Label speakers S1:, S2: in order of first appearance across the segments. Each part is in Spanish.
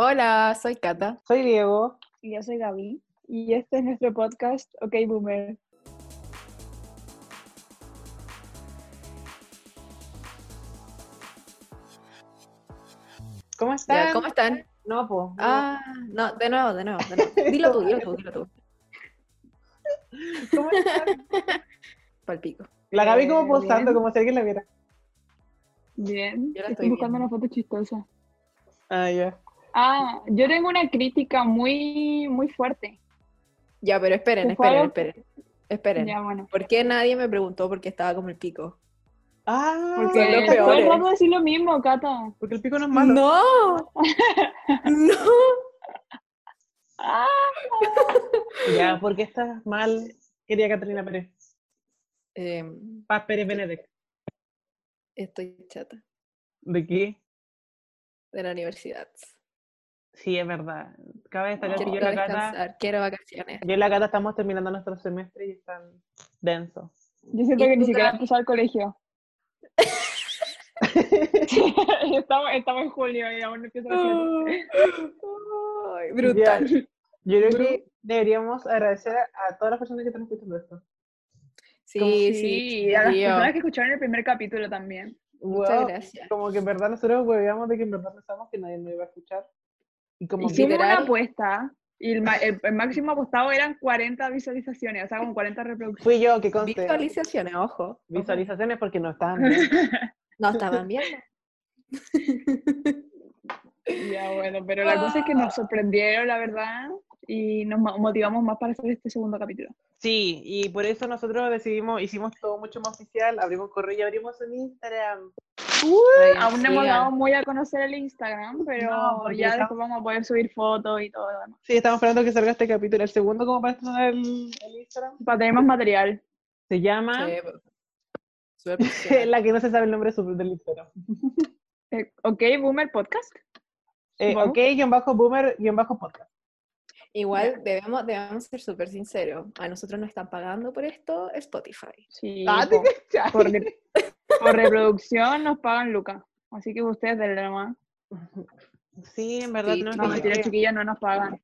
S1: Hola, soy Cata.
S2: Soy Diego.
S3: Y yo soy Gaby. Y este es nuestro podcast, OK Boomer.
S2: ¿Cómo
S1: Ya,
S2: están?
S1: ¿Cómo están?
S2: No, po. no.
S1: Ah, no, de nuevo, de nuevo, de nuevo. Dilo tú, dilo tú, dilo tú.
S2: ¿Cómo están?
S1: Palpico.
S2: La Gaby como
S3: Eh,
S2: posando,
S3: bien.
S2: como si alguien la viera.
S3: Bien.
S1: Yo la
S3: estoy,
S1: estoy
S3: buscando
S1: viendo.
S3: una foto chistosa.
S2: Ah, ya.
S3: Ah, yo tengo una crítica muy, muy fuerte.
S1: Ya, pero esperen,
S3: ¿Se
S1: esperen,
S3: fueron?
S1: esperen. Esperen.
S3: Ya, bueno.
S1: ¿Por qué nadie me preguntó por qué estaba como el pico?
S2: Ah,
S3: Porque
S1: los
S3: todo el
S1: peores.
S3: rato decir lo mismo, Cata.
S2: porque el pico no es malo.
S1: ¡No! ¡No!
S3: Ah,
S2: Ya, porque estás mal. Quería Catalina Pérez.
S1: Eh,
S2: Paz Pérez Benedek.
S1: estoy chata
S2: ¿De qué?
S1: de la universidad.
S2: Sí, es verdad. Cabe destacar que
S1: Quiero
S2: yo y la Cata,
S1: descansar, quiero vacaciones.
S2: yo y la Cata estamos terminando nuestro semestre y están densos.
S3: yo siento
S1: ¿Y
S3: que
S1: tú,
S3: ni siquiera
S1: Gaby?
S3: empezó al colegio. estamos, estamos en julio y aún no empiezo la
S1: Uh,
S3: clase.
S2: Ah.
S1: Ay, brutal.
S2: Yo creo que deberíamos agradecer a a todas las personas que están escuchando esto.
S1: Sí,
S3: Como
S1: sí,
S3: y a las
S1: Dios.
S3: personas que escucharon el primer capítulo también.
S2: Wow.
S1: Muchas gracias.
S2: Como que en verdad nosotros hueveamos de que en verdad pensamos que nadie nos iba a escuchar. Y como
S1: Y
S2: que
S1: sí,
S3: Hicimos
S1: Literal.
S3: una apuesta y el, ma- el- el máximo apostado eran 40 visualizaciones, o sea, como 40 reproducciones.
S2: fui yo que conté
S1: Visualizaciones, ojo. ojo.
S2: visualizaciones porque no estaban bien.
S1: No estaban viendo.
S3: Ya, bueno, pero la cosa es que nos sorprendieron, la verdad, y nos ma- motivamos más para hacer este segundo capítulo.
S2: Sí, y por eso nosotros decidimos, hicimos todo mucho más oficial, abrimos correo y abrimos un Instagram.
S3: Aún no hemos
S1: sigan.
S3: dado muy a conocer el Instagram, pero
S2: No, porque
S3: ya
S2: estamos-
S3: después vamos a poder subir fotos y todo lo demás.
S2: Sí, estamos esperando que salga este capítulo, el segundo como para estrenar el, el Instagram.
S3: Para tener más material.
S2: Se llama
S1: Sí, po. Súper profesional.
S2: la que no se sabe el nombre de su- del Instagram.
S3: Eh, ok, Boomer Podcast.
S2: Eh,
S3: Vamos.
S2: Ok-boomer-podcast.
S1: Igual debemos, debemos ser súper sinceros. A nosotros nos están pagando por esto Spotify.
S3: Sí.
S2: Ah, te
S3: po. por, re- por reproducción nos pagan Lucas. Así que ustedes del demás.
S2: Sí, en verdad
S1: Sí,
S2: no,
S1: no,
S3: No,
S2: no,
S3: mentira, chiquillas, no nos pagan.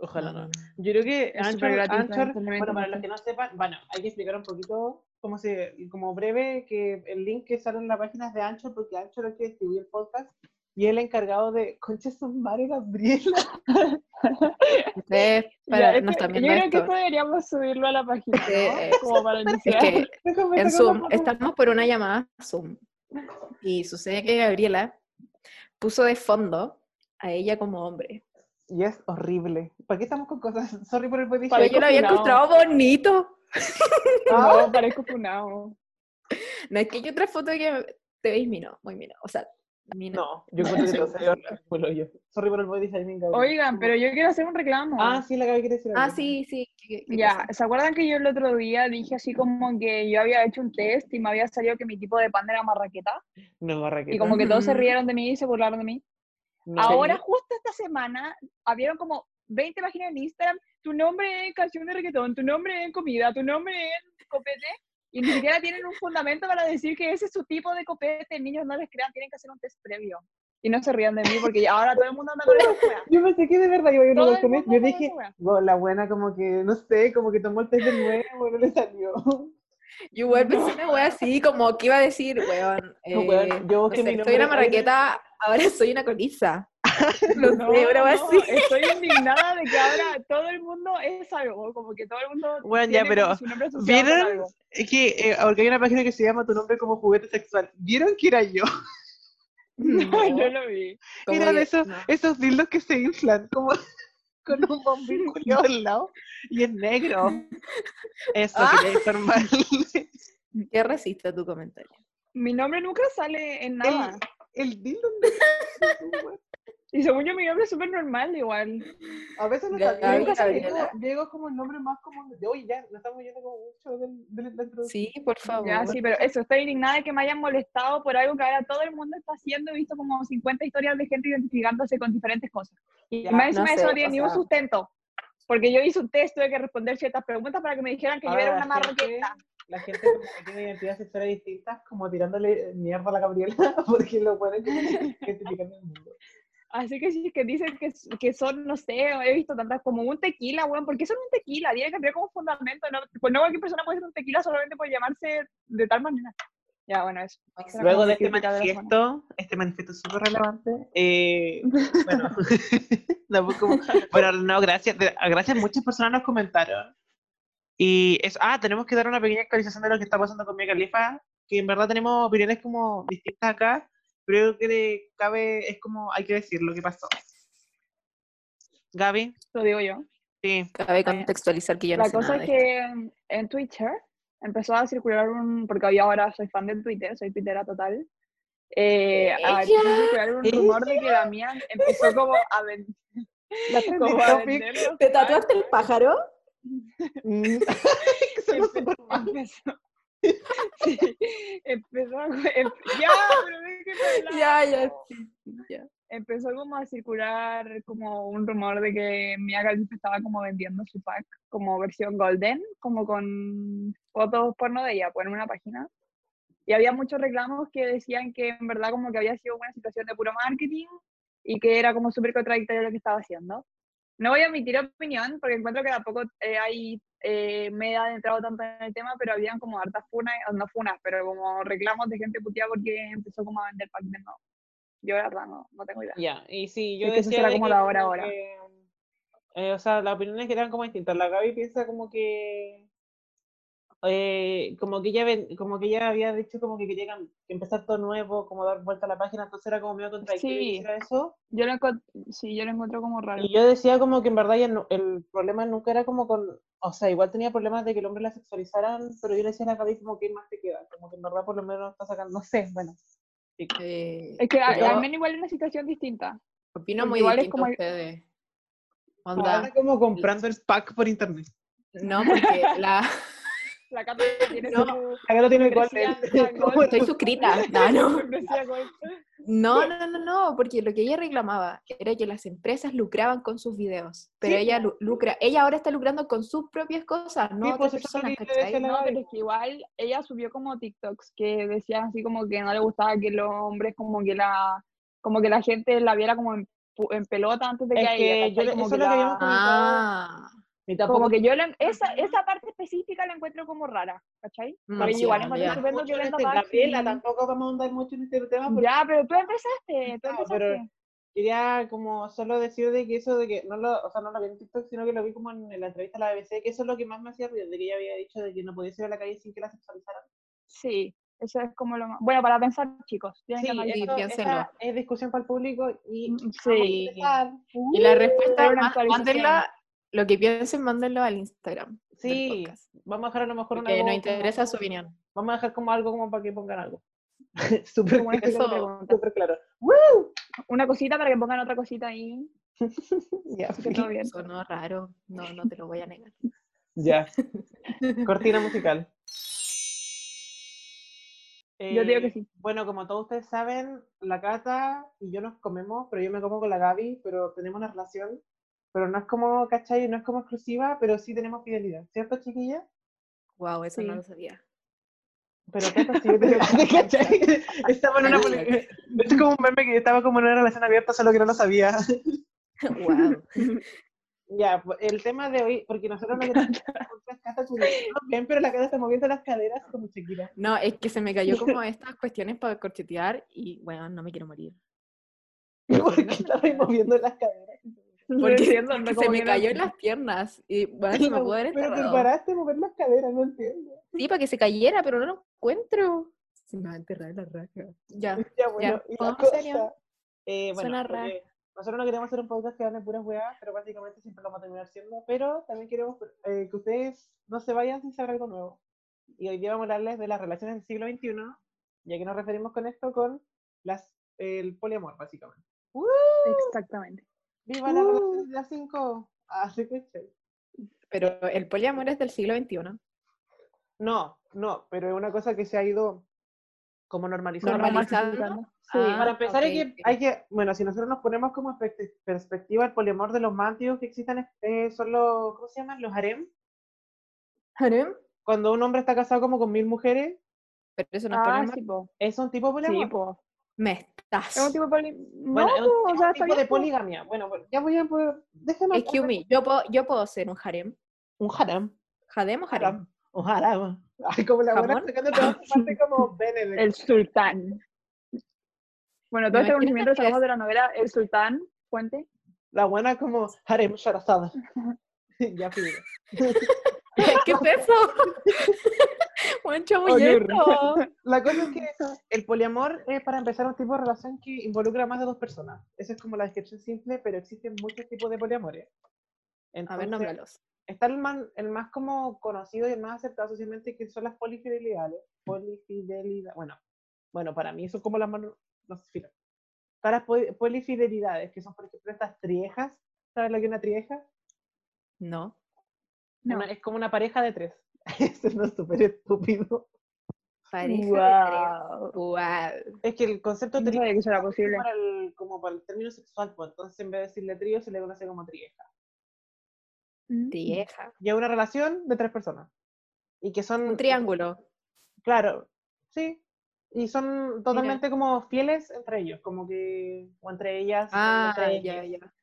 S2: Ojalá no.
S1: No, no,
S2: Yo creo que
S3: Es
S2: Anchor,
S3: súper gratis,
S2: Anchor-
S3: lamentablemente,
S2: bueno, para
S3: no
S2: los
S3: sé.
S2: que no sepan, bueno, hay que explicar un poquito, como, se, como breve, que el link que sale en la página es de Anchor, porque Anchor es que distribuye el podcast, y es el encargado de, concha su madre, Gabriela.
S1: Ustedes
S3: Ya,
S1: para,
S3: este-
S1: nos están
S3: yo
S1: viendo
S3: creo que
S1: esto.
S3: esto deberíamos subirlo a la página, ¿no?
S1: Sí, eh,
S3: Como para
S1: Es
S3: iniciar.
S1: que
S2: Déjame
S1: en
S2: sacar la
S1: Zoom
S2: foto.
S1: estamos por una llamada Zoom. Y sucede que Gabriela puso de fondo a ella como hombre.
S2: Y es horrible. ¿Para qué estamos con cosas? Sorry por el body
S3: Para
S1: Pero
S2: shame.
S1: yo lo había
S3: cocinado.
S1: encontrado bonito.
S2: Ah,
S3: No, parezco funado.
S1: No es que yo otra foto que te veis mino, muy mino. O sea, mino.
S2: No, yo creo que
S1: sí.
S2: todo se ve horrible por hoyo. Sorry por el body shaming, Gabriela.
S3: Oigan, pero yo quiero hacer un reclamo.
S2: Ah, sí, la Gaby quiere decir
S1: Ah,
S2: algo.
S1: sí, sí. ¿qué- qué
S3: Ya,
S1: cosa?
S3: ¿se acuerdan que yo el otro día dije así como que yo había hecho un test y me había salido que mi tipo de pan era marraqueta?
S2: No, Raquel.
S3: Y como que todos se
S1: Ujú.
S3: rieron de mí y se burlaron de mí.
S2: Mm. no.
S3: Ahora, justo esta semana, abrieron como 20 páginas en Instagram, tu nombre en canción de reggaetón, tu nombre en comida, tu nombre en copete, y ni siquiera tienen un fundamento para decir que ese es su tipo de copete, niños no les crean, tienen que hacer un test previo. Y no se rían de mí porque ya ahora todo el mundo anda con esa wea.
S2: Yo pensé que de verdad iba a ir a
S3: Todo
S2: una
S3: el
S2: comedia.
S3: mundo
S2: Yo
S3: come
S2: dije,
S3: esa wea.
S2: "Wow, la buena como que, no sé, como que tomó el test de nuevo, no le salió.
S1: Yo igual pensé una wea así, como que iba a decir, weón,
S2: No,
S1: eh,
S2: weón, yo
S1: no
S2: busqué
S1: sé, soy una
S2: mi nombre en
S1: marraqueta, ahora soy una coliza. No,
S3: No,
S1: sé, una wea
S3: no,
S1: así.
S3: estoy indignada de que ahora todo el mundo es algo, como que todo el mundo
S2: Bueno,
S3: tiene como su nombre asociado con
S2: ¿vieron?
S3: algo.
S2: Es que, eh, porque hay una página que se llama Tu nombre como juguete sexual. ¿Vieron que era yo?
S3: No,
S1: No,
S3: yo lo vi.
S1: como
S2: Eran
S1: que-
S2: esos,
S1: no.
S2: esos dildos que se inflan, como con un bombillo culiao al lado y es negro. Eso
S1: Ah.
S2: quería informarle.
S1: ¿Qué resiste a tu comentario?
S3: Mi nombre nunca sale en nada.
S2: El dildo negro.
S3: Y según yo, mi nombre es súper normal igual.
S2: A veces no
S1: Gaby,
S2: sabía. Diego,
S1: Gabriela.
S2: Diego- Diego es como el nombre más común. de- Oye, ya, nos estamos yendo como mucho del, del, del producto.
S1: Sí, por favor.
S3: Ya, sí, pero eso, estoy indignada de que me hayan molestado por algo que ahora todo el mundo está haciendo. He visto como 50 historias de gente identificándose con diferentes cosas. Y
S2: Ya,
S3: más encima
S1: no
S3: de eso
S1: sé,
S3: no tiene
S1: o
S3: ni un
S1: sea-
S3: sustento. Porque yo hice un test, tuve que responder ciertas preguntas para que me dijeran que yo
S2: Ahora
S3: era
S2: la
S3: una
S2: gente-
S3: marroqueta.
S2: La gente como que tiene identidades sexuales distintas, como tirándole mierda a la Gabriela, porque lo pueden identificar en el mundo.
S3: Así que sí, que dicen que, que son, no sé, he visto tantas como un tequila, weón, ¿por qué son un tequila? Tiene que tener como fundamento, ¿no? Pues no cualquier persona puede ser un tequila solamente por llamarse de tal manera. Ya, bueno, eso. Esa era
S2: Luego de
S3: como mi
S2: este
S3: crítica la semana.
S2: manifiesto, este manifiesto súper relevante, eh, bueno, tampoco- bueno, no, gracias, de- gracias, muchas personas nos comentaron. Y es, ah, tenemos que dar una pequeña actualización de lo que está pasando con Mia Califa, que en verdad tenemos opiniones como distintas acá, pero creo que le cabe, es como, hay que decir lo que pasó. Gaby,
S3: Lo digo yo.
S2: sí,
S1: Cabe contextualizar que yo no
S3: La
S1: sé
S3: cosa
S1: nada
S3: es
S1: de esto.
S3: que mm, en Twitter empezó a circular un, porque yo ahora soy fan de Twitter, soy twittera total, eh, a- empezó a circular un rumor de que Damián empezó como a, ven- como a
S2: topic.
S3: vender los
S1: ¿Te tatuaste el pájaro? Mm,
S3: Empezó. Sí, empezó. em- ya, pero déjenme hablar.
S1: ya, ya, sí, ya.
S3: Empezó como a circular como un rumor de que Mia Khalifa estaba como vendiendo su pack como versión golden, como con fotos porno de ella, pues en una página. Y había muchos reclamos que decían que en verdad como que había sido una situación de puro marketing y que era como súper contradictorio lo que estaba haciendo. No voy a emitir opinión porque encuentro que tampoco eh, hay, eh, me he adentrado tanto en el tema, pero habían como hartas funas, eh, no funas, pero como reclamos de gente puteada porque empezó como a vender pack de nuevo. Yo la verdad no, no tengo idea.
S2: Ya, y sí,
S3: yo Es que eso decía será de como que la hora como ahora.
S2: eh, o sea, las opiniones que eran como distintas. La Gaby piensa como que. eh, como que ella ven- como que ella había dicho como que quería cam- empezar todo nuevo, como dar vuelta a la página, entonces era como medio contradictorio que
S3: Sí.
S2: hiciera eso.
S3: Yo lo, encont- sí, yo lo encuentro como raro.
S2: Y yo decía como que en verdad ya no- el problema nunca era como con, o sea, igual tenía problemas de que el hombre la sexualizaran, pero yo le decía a la Gaby como que más te queda, como que en verdad por lo menos está sacando, no sé, bueno.
S1: Eh,
S3: Es que a-
S1: yo
S3: al menos igual es una situación distinta.
S1: opino
S3: porque
S1: muy
S3: igual es
S1: distinto
S3: como
S1: a
S3: el- Ah,
S1: ustedes.
S2: Ahora
S1: Onda,
S2: como comprando el pack por internet.
S1: no, porque la...
S3: La Cata tiene
S1: No,
S3: su...
S2: Acá lo eh. tiene
S3: membresía
S2: Golden.
S3: Gold.
S2: Como
S1: Estoy suscrita. No, no.
S3: membresía Gold.
S1: No, no, no, no, porque lo que ella reclamaba era que las empresas lucraban con sus videos, pero
S2: Sí,
S1: ella lu- lucra, ella ahora está lucrando con sus propias cosas, no
S2: Sí,
S1: otras
S2: pues, eso es lo
S1: personas,
S2: que yo
S1: ¿cachai?
S2: decía la-
S3: No, pero es que igual ella subió como TikToks que decían así como que no le gustaba que los hombres como que la como que la gente la viera como en, pu- en pelota antes de que
S2: Es
S3: a ella,
S2: que yo
S3: ¿cachai?
S2: le-
S3: como
S2: eso
S3: que
S2: es lo que
S3: la-
S2: yo me-
S1: Ah,
S2: Ni
S3: como
S2: tampoco
S3: que yo la- esa, esa parte específica la encuentro como rara, ¿cachai?
S1: mm,
S3: Pero
S1: sí,
S3: igual
S1: no,
S3: encuentro
S1: ya.
S3: súper no
S2: mucho en
S3: violento
S2: este-
S3: para
S2: Gabriela,
S3: ti.
S2: tampoco vamos a andar mucho en este tema porque
S3: Ya, pero tú empezaste, tú
S2: No, pero-
S3: empezaste.
S2: quería como solo decir de que eso de que no lo, o sea, no lo vi en TikTok, sino que lo vi como en, la entrevista a la BBC, que eso es lo que más me hacía ruido, de que ella había dicho de que no podía ir a la calle sin que la sexualizaran.
S3: Sí, eso es como lo más... Bueno, para pensar, chicos. tienen que analizar.
S1: y
S2: eso-
S1: piénsenlo.
S2: esa es discusión para el público y
S3: Mm,
S2: vamos a
S3: sí.
S2: empezar.
S1: Y la respuesta
S3: Era
S1: es
S3: una
S1: más,
S3: actualización.
S1: mándenla, lo que piensen, mándenlo al Instagram. del
S2: Sí,
S1: podcast,
S2: vamos a dejar a lo mejor una
S1: porque nos
S2: como-
S1: interesa su opinión.
S2: Vamos a dejar como algo como para que pongan algo. Súper
S3: Como una
S2: claro,
S1: especie de
S3: pregunta.
S2: súper claro.
S3: Una cosita para que pongan otra cosita ahí.
S2: Ya,
S3: Así que todo bien.
S1: Sonó raro, no, no te lo voy a negar.
S2: Ya. Cortina musical.
S3: Yo digo que
S2: Eh,
S3: sí.
S2: Bueno, como todos ustedes saben, la Cata y yo nos comemos, pero yo me como con la Gaby, pero tenemos una relación, pero no es como, ¿cachai? No es como exclusiva, pero sí tenemos fidelidad, ¿cierto, chiquilla?
S1: Wow, eso no
S3: Sí.
S1: lo sabía.
S2: Pero Cata sí, yo te ¿cachai? Estaba en una... poli- Es como un meme que yo estaba como en una relación abierta, solo que no lo sabía.
S1: Wow.
S2: Ya, pues, el tema de hoy, porque nosotros no queremos Cata, tú no, bien, pero la Cata está moviendo las caderas como chiquilla.
S1: No, es que se me cayó como estas cuestiones para corchetear y, bueno, no me quiero morir.
S2: ¿Por qué estaba ahí moviendo las caderas?
S1: Porque,
S3: Entiendo,
S1: porque
S3: no,
S1: se
S3: como
S1: me
S3: que no-
S1: cayó en las piernas y bueno, se me pudo haber
S2: pero te
S1: enterrado.
S2: paraste a mover las caderas, no entiendo.
S1: Sí, para que se cayera, pero no lo encuentro. Se me va a enterrar la raja. Ya.
S2: Ya, bueno, y la
S1: ¿podemos en serio?
S2: cosa, eh, bueno,
S1: Suena raro.
S2: porque nosotros no queremos hacer un podcast que hable puras weas, pero básicamente siempre lo vamos a terminar siendo, pero también queremos eh, que ustedes no se vayan sin saber algo nuevo. Y hoy día vamos a hablarles de las relaciones del siglo XXI, ya que nos referimos con esto con las, el poliamor, básicamente. ¡Uh!
S3: Exactamente.
S2: ¡Viva las
S3: ¡Uh!
S2: relaciones de las cinco! Ah, pues, Así que chévere.
S1: Pero el poliamor es del siglo XXI.
S2: No, no, pero es una cosa que se ha ido como normalizando.
S1: Normalizando.
S3: Sí.
S1: Ah,
S2: Para empezar, hay,
S1: ok,
S2: que, hay que, bueno, si nosotros nos ponemos como perspec- perspectiva, el poliamor de los más antiguos que existen eh, son los, ¿cómo se llaman? Los harem.
S1: ¿Harem?
S2: Cuando un hombre está casado como con mil mujeres,
S1: Pero eso no es
S3: Ah,
S1: poliamor.
S3: sí, po.
S2: es un tipo de
S3: Sí,
S2: poliamor.
S3: po.
S1: Me estás.
S3: Es un tipo de poli...
S2: Bueno,
S3: no,
S2: es
S3: po,
S2: un,
S3: o
S2: es
S3: sea,
S2: un
S3: está
S2: tipo de
S3: bien, po.
S2: poligamia. pues. Bueno, bueno, ya voy a poder. Déjame.
S1: Excuse me, yo puedo, yo puedo ser un harem.
S2: Un haram.
S1: ¿Jadem o harem?
S2: Un haram. Ay, como la buena
S1: ¿Jamón?
S2: sacando toda su parte como Benedict.
S3: El Sultán. Bueno, todo
S1: Me
S3: este
S1: imagino
S3: conocimiento lo
S1: que
S3: sacamos
S1: es-
S3: de la novela El Sultán, Fuente.
S2: La buena como harem Sharazada. ya pido.
S1: ¡Qué peso! ¡Buen chamullero!
S3: Olur.
S2: La cosa es que el poliamor es para empezar un tipo de relación que involucra a más de dos personas. Esa es como la descripción simple, pero existen muchos tipos de poliamores.
S1: A ver,
S2: Entonces,
S1: nómbralos.
S2: está el más, el más como conocido y el más aceptado socialmente que son las polifidelidades. Polifidelidad, bueno, bueno, para mí son como las más, no sé, filo. Están las poli- polifidelidades, que son por ejemplo estas triejas. ¿Sabes lo que es una trieja?
S1: No.
S3: No.
S2: Una- es como una pareja de tres. Eso es súper estúpido.
S1: Pareja
S3: Guau.
S1: de tres. Wow.
S2: Es que el concepto
S3: No
S2: de
S3: sabía que eso era posible.
S2: para el, como para el término sexual, pues entonces en vez de decirle trío se le conoce como trieja.
S3: Mm.
S1: Trieja.
S2: Y es una relación de tres personas. Y que son...
S3: Mm.
S1: Un triángulo.
S2: Claro, sí. Y son totalmente como fieles entre ellos, como que... O entre ellas. o
S1: Ah,
S2: entre
S1: ya,
S2: ellos,
S1: ya.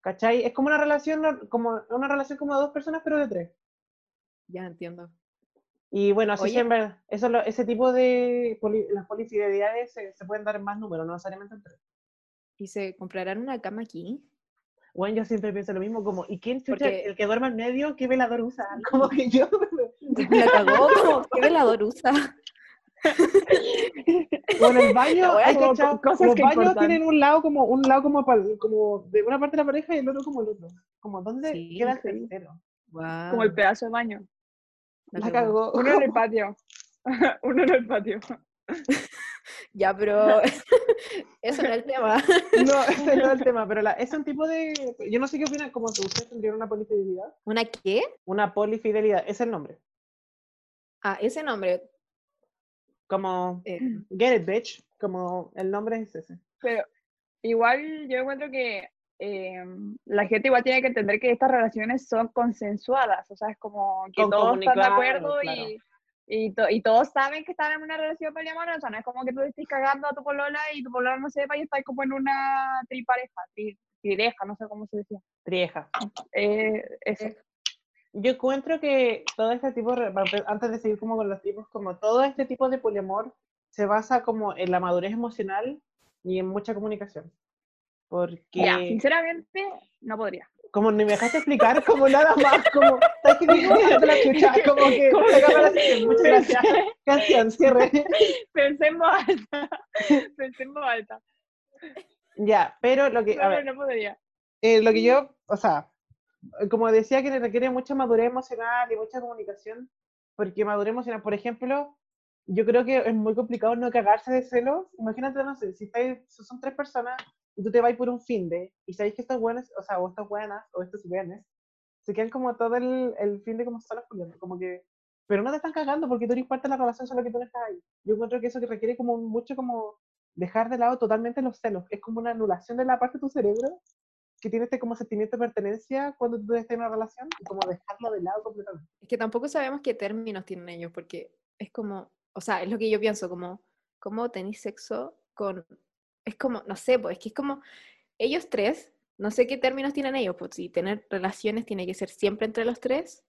S2: ¿Cachai? Es como una relación, nor- como una relación como de dos personas, pero de tres.
S1: Ya entiendo.
S2: Y bueno, así
S1: Oye.
S2: siempre, eso, lo- ese tipo de poli- las polifidelidades se, se pueden dar en más números, no necesariamente en tres.
S1: ¿Y se comprarán una cama aquí?
S2: Bueno, yo siempre pienso lo mismo, como, ¿y quién chucha?
S1: Porque-
S2: El que duerma en medio, ¿qué velador usa? Como que yo
S1: La cagó como qué velador usa.
S2: O en el baño,
S3: La wea
S2: hay
S3: como
S2: cachao,
S3: co- cosas
S2: los
S3: que
S2: baños
S3: importan.
S2: tienen un lado como un lado como, pal- como de una parte de la pareja y el otro como el otro. Como dónde
S1: Sí,
S2: queda el
S3: sí.
S2: tercero.
S1: Wow.
S3: Como el pedazo de baño.
S2: La cagó.
S3: Uno en el patio. Uno en el patio.
S1: Ya, pero eso no es el tema.
S2: No, ese no es el tema, pero la- es un tipo de yo no sé qué opinan como que ustedes tendrían una polifidelidad.
S1: ¿Una qué?
S2: Una polifidelidad, es el nombre.
S1: Ah, ese nombre.
S2: Como
S1: eh,
S2: get it bitch, como el nombre es ese.
S3: Pero igual yo encuentro que eh, la gente igual tiene que entender que estas relaciones son consensuadas, o sea, es como que
S2: Son
S3: todos están de
S2: comunicadas,
S3: acuerdo
S2: claro.
S3: y, y, to- y todos saben que están en una relación poliamorosa, o sea, no es como que tú estés cagando a tu polola y tu polola no sepa y estás como en una tripareja, tri, trireja, no sé cómo se decía.
S2: Trieja.
S3: Eh, eso.
S2: Yo encuentro que todo este tipo, de- para empe- antes de seguir como con los tipos, como todo este tipo de poliamor se basa como en la madurez emocional y en mucha comunicación. Porque,
S3: Mira, sinceramente, no podría.
S2: como ni me dejaste explicar, como nada más, como, ¿sabes qué? Como que te la chucha, como que,
S3: Como
S2: la
S3: que-
S2: cámara sigue, muchas gracias, canción, cierre.
S3: Pensé en voz alta, pensé en voz alta,
S2: Ya, pero lo que, a
S3: no,
S2: ver,
S3: no podría.
S2: eh, lo que yo, o sea, eh, como decía que le requiere mucha madurez emocional y mucha comunicación, porque madurez emocional, por ejemplo, yo creo que es muy complicado no cagarse de celos. Imagínate, no sé, si estáis, si son tres personas y tú te vas por un fin de, y sabéis que estos buenos, o sea, o estas buenas, o estos buenos, se quedan como todo el, el fin de como solos, culiando, como que, pero no te están cagando porque tú eres parte de la relación, solo que tú no estás ahí. Yo encuentro que eso que requiere como un- mucho como dejar de lado totalmente los celos, es como una anulación de la parte de tu cerebro que tiene este como sentimiento de pertenencia cuando tú estás en una relación y como dejarlo de lado completamente.
S1: Es que tampoco sabemos qué términos tienen ellos, porque es como, o sea, es lo que yo pienso, como, ¿cómo tenéis sexo con, es como, no sé, pues, es que es como, ellos tres, no sé qué términos tienen ellos, pues, si tener relaciones tiene que ser siempre entre los tres.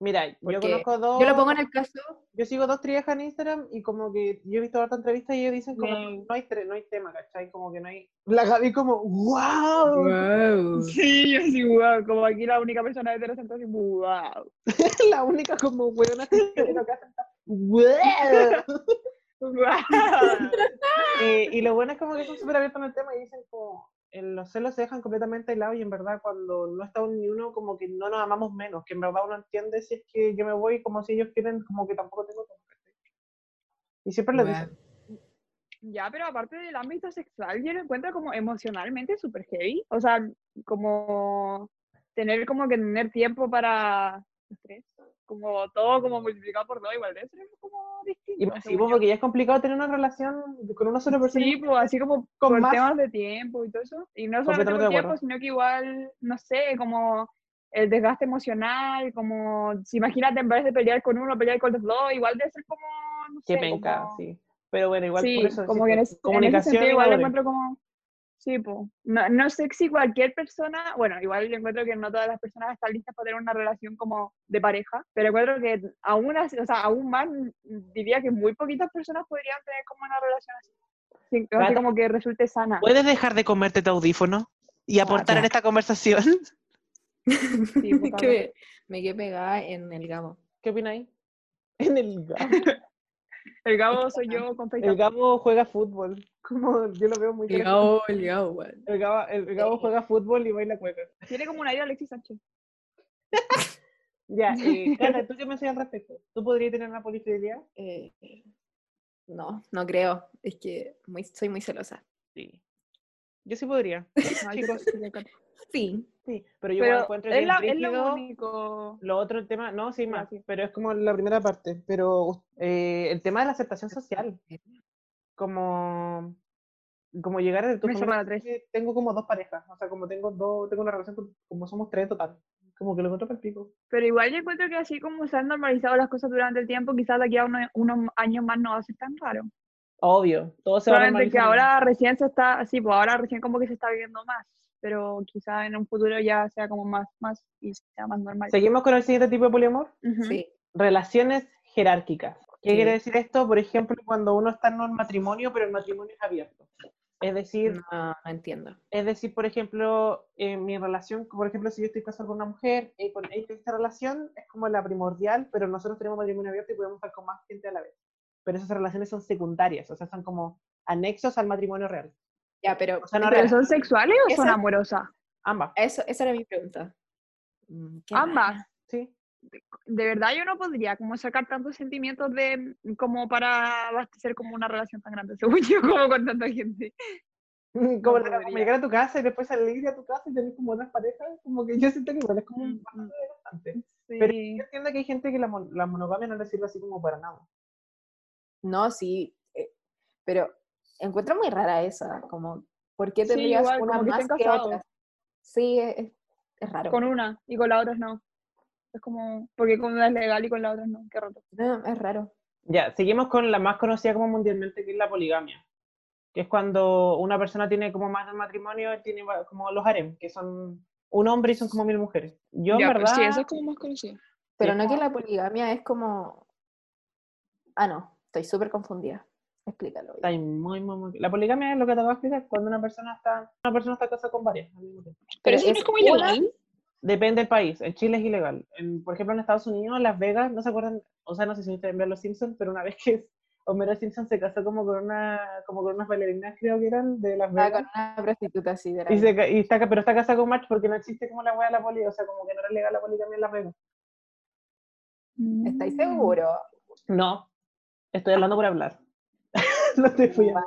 S2: Mira, yo
S1: Porque
S2: conozco dos,
S1: Yo lo pongo en el caso,
S2: yo sigo dos triejas en Instagram y como que yo he visto harta entrevista y ellos dicen como
S1: Mm.
S3: Me-
S2: no hay tre- no hay tema, ¿cachai? Como que no hay. La Gaby como wow. Pues
S3: Sí, yo sí, wow, como aquí la única persona heterosexual, así, wow.
S2: La única como huevona que lo que hacen está, "Wow". Eh, y lo bueno es como que son súper abiertos en el tema y dicen como eh, los celos se dejan completamente de lado y en verdad cuando no está un- ni uno como que no nos amamos menos, que en verdad uno entiende si es que yo me voy como si ellos quieren como que tampoco tengo que y siempre lo dicen.
S3: ya, pero aparte del ámbito sexual, yo lo encuentro como emocionalmente súper heavy. O sea, como tener como que tener tiempo para los tres, Como todo como multiplicado por dos, igual debe ser como distinto.
S2: Y más, sí, pues, porque ya es complicado tener una relación con una sola persona.
S3: Sí, pues así como
S2: Con
S3: por
S2: más-
S3: temas de tiempo y todo eso. Y no
S2: Completamente
S3: solamente por
S2: de acuerdo.
S3: tiempo, sino que igual, no sé, como el desgaste emocional, como si imagínate en vez de pelear con uno, pelear con los dos, igual debe ser como, no
S2: que
S3: sé,
S2: penca,
S3: como-
S2: sí. Pero bueno, igual
S3: sí,
S2: por eso
S3: como
S2: decir,
S3: que en ese, en ese
S2: comunicación
S3: sentido
S2: y
S3: igual lo
S2: labores.
S3: encuentro como... Sí, po. No, no sé si cualquier persona, bueno, igual yo encuentro que no todas las personas están listas para tener una relación como de pareja, pero encuentro que aún así, o sea, aún más mm, diría que muy poquitas personas podrían tener como una relación así. Sí, así
S2: Claro.
S3: como que resulte sana.
S2: ¿Puedes dejar de comerte tu audífono y aportar
S3: ya.
S2: en esta conversación?
S1: que
S3: pues, cabrón.
S1: me, me quedé pegada en el gamo.
S2: ¿Qué opináis? En el gamo.
S3: El Gabo soy yo con Facebook.
S2: El gamo juega fútbol. Como yo lo veo muy
S1: El
S2: bien.
S1: gamo, el gamo, weón.
S2: El Gabo, el Gabo
S1: Sí.
S2: juega fútbol y baila cueca.
S3: Tiene como una idea Alexis Sánchez.
S2: Ya, eh, Carla, ¿tú qué me al respecto? ¿Tú podrías tener una polifidelidad?
S1: Eh, no, no creo. Es que muy, soy muy celosa.
S2: Sí. Yo sí podría.
S3: No, yo
S2: Chicos,
S3: soy de Cat-
S1: Sí.
S2: sí. Pero yo igual
S3: Pero
S2: encuentro que
S3: es,
S2: es
S3: la- es lo
S2: brígido.
S3: único.
S2: Lo otro, el tema, no, sí, hay más,
S3: sí.
S2: pero es como la primera parte, pero eh, el tema de la aceptación social, como, como llegar a tu
S3: Me
S2: familia,
S3: separa tres.
S2: que tengo como dos parejas, o sea, como tengo dos, tengo una relación, con- como somos tres en total, como que lo encuentro para el pico.
S3: Pero igual yo encuentro que así como se han normalizado las cosas durante el tiempo, quizás de aquí a uno- unos años más no va a ser tan raro.
S2: Obvio, todo se va
S3: Solamente que
S2: normalizando.
S3: ahora recién se está, sí, pues ahora recién como que se está viviendo más, pero quizás en un futuro ya sea como más, más y sea más normal.
S2: Seguimos con el siguiente tipo de poliamor,
S3: Ujú.
S1: Sí.
S2: relaciones jerárquicas. ¿Qué
S1: Sí.
S2: quiere decir esto? Por ejemplo, cuando uno está en un matrimonio, pero el matrimonio es abierto. Es decir,
S3: Mm.
S1: No, no entiendo.
S2: Es decir, por ejemplo, en mi relación, por ejemplo, si yo estoy casado con una mujer y con ella esta relación es como la primordial, pero nosotros tenemos matrimonio abierto y podemos estar con más gente a la vez. Pero esas relaciones son secundarias, o sea, son como anexos al matrimonio real.
S1: Ya, pero
S2: O sea, no
S3: ¿Pero
S2: real,
S3: son sexuales o son
S1: Esa-
S3: amorosas?
S2: ambas,
S1: eso, esa era mi pregunta. Mm, qué
S3: Ambas.
S1: rara.
S2: ¿sí?
S3: De verdad yo no podría como sacar tantos sentimientos de mm, como para abastecer como una relación tan grande, según yo, como con tanta gente.
S2: Como, la- como
S3: podría.
S2: llegar a tu casa y después salir a tu casa y tener como otras parejas, como que yo siento que igual es como un- bastante desgastante. Pero
S3: Sí.
S2: yo entiendo que hay gente que la, mon- la monogamia no le sirve así como para nada.
S1: No, sí. eh, pero encuentro muy rara esa. Como, ¿por qué
S3: Sí,
S1: tendrías
S3: igual,
S1: una
S3: como que
S1: más
S3: estén
S1: que
S3: casados.
S1: otra? Sí, es, es- es raro.
S3: con una y con la otra no. Es como, porque con una es legal y con la otra no, qué roto.
S1: No, es raro.
S2: Ya, seguimos con la más conocida como mundialmente, que es la poligamia, que es cuando una persona tiene como más de un matrimonio, tiene va- como los harem, que son un hombre y son como mil mujeres. Yo, en verdad,
S3: pues Sí, eso es como más conocido.
S1: Pero
S2: es
S1: no que la poligamia es como... Ah, no, estoy súper confundida. Explícalo.
S2: está muy, muy, muy- La poligamia es lo que te voy a explicar, cuando una persona está, una persona está casada con varias al mismo tiempo.
S1: Pero
S3: eso no
S1: es
S3: es como
S1: una-
S3: ilegal.
S2: Depende del país. En Chile es ilegal. En- por ejemplo, en Estados Unidos, Las Vegas, no se acuerdan, o sea, no sé si ustedes ven Los Simpsons, pero una vez que Homero Simpson se casó como con una, como con unas bailarinas, creo que eran, de Las
S1: Ah,
S2: Vegas.
S1: con una prostituta así de la-
S2: Y se ca- y está, ca- pero está casada con Match porque no existe como la wea de la poli, o sea, como que no era legal la poligamia en Las Vegas.
S3: Mm.
S1: ¿Estáis seguro?
S2: No, estoy hablando por hablar. no te fui a...
S1: Guau.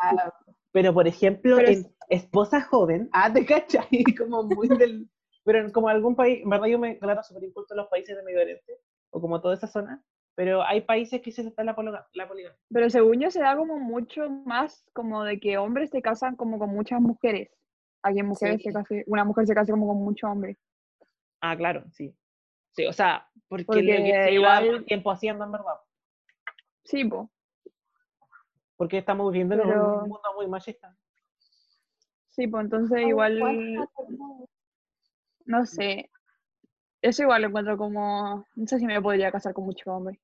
S2: Pero, por ejemplo,
S3: Pero
S2: en esposa joven, ah, te cachas, como muy del... Pero en como algún país, en verdad yo me claro súper inculto en los países de Medio Oriente, o como toda esa zona, pero hay países que sí está la, pologa- la poligamia.
S3: Pero según yo se da como mucho más como de que hombres se casan como con muchas mujeres. Aquí en mujeres
S1: Sí.
S3: se case, una mujer se casa como con muchos hombres.
S2: Ah, claro, sí. Sí, o sea, porque,
S3: Porque
S2: lo que se lleva
S3: igual-
S2: tiempo haciendo, en verdad.
S3: Sí, po.
S2: Porque estamos viviendo en
S3: Pero-
S2: un mundo muy machista.
S3: Sí, po. Entonces igual, no sé. Eso igual lo encuentro como, no sé si me podría casar con muchos hombres.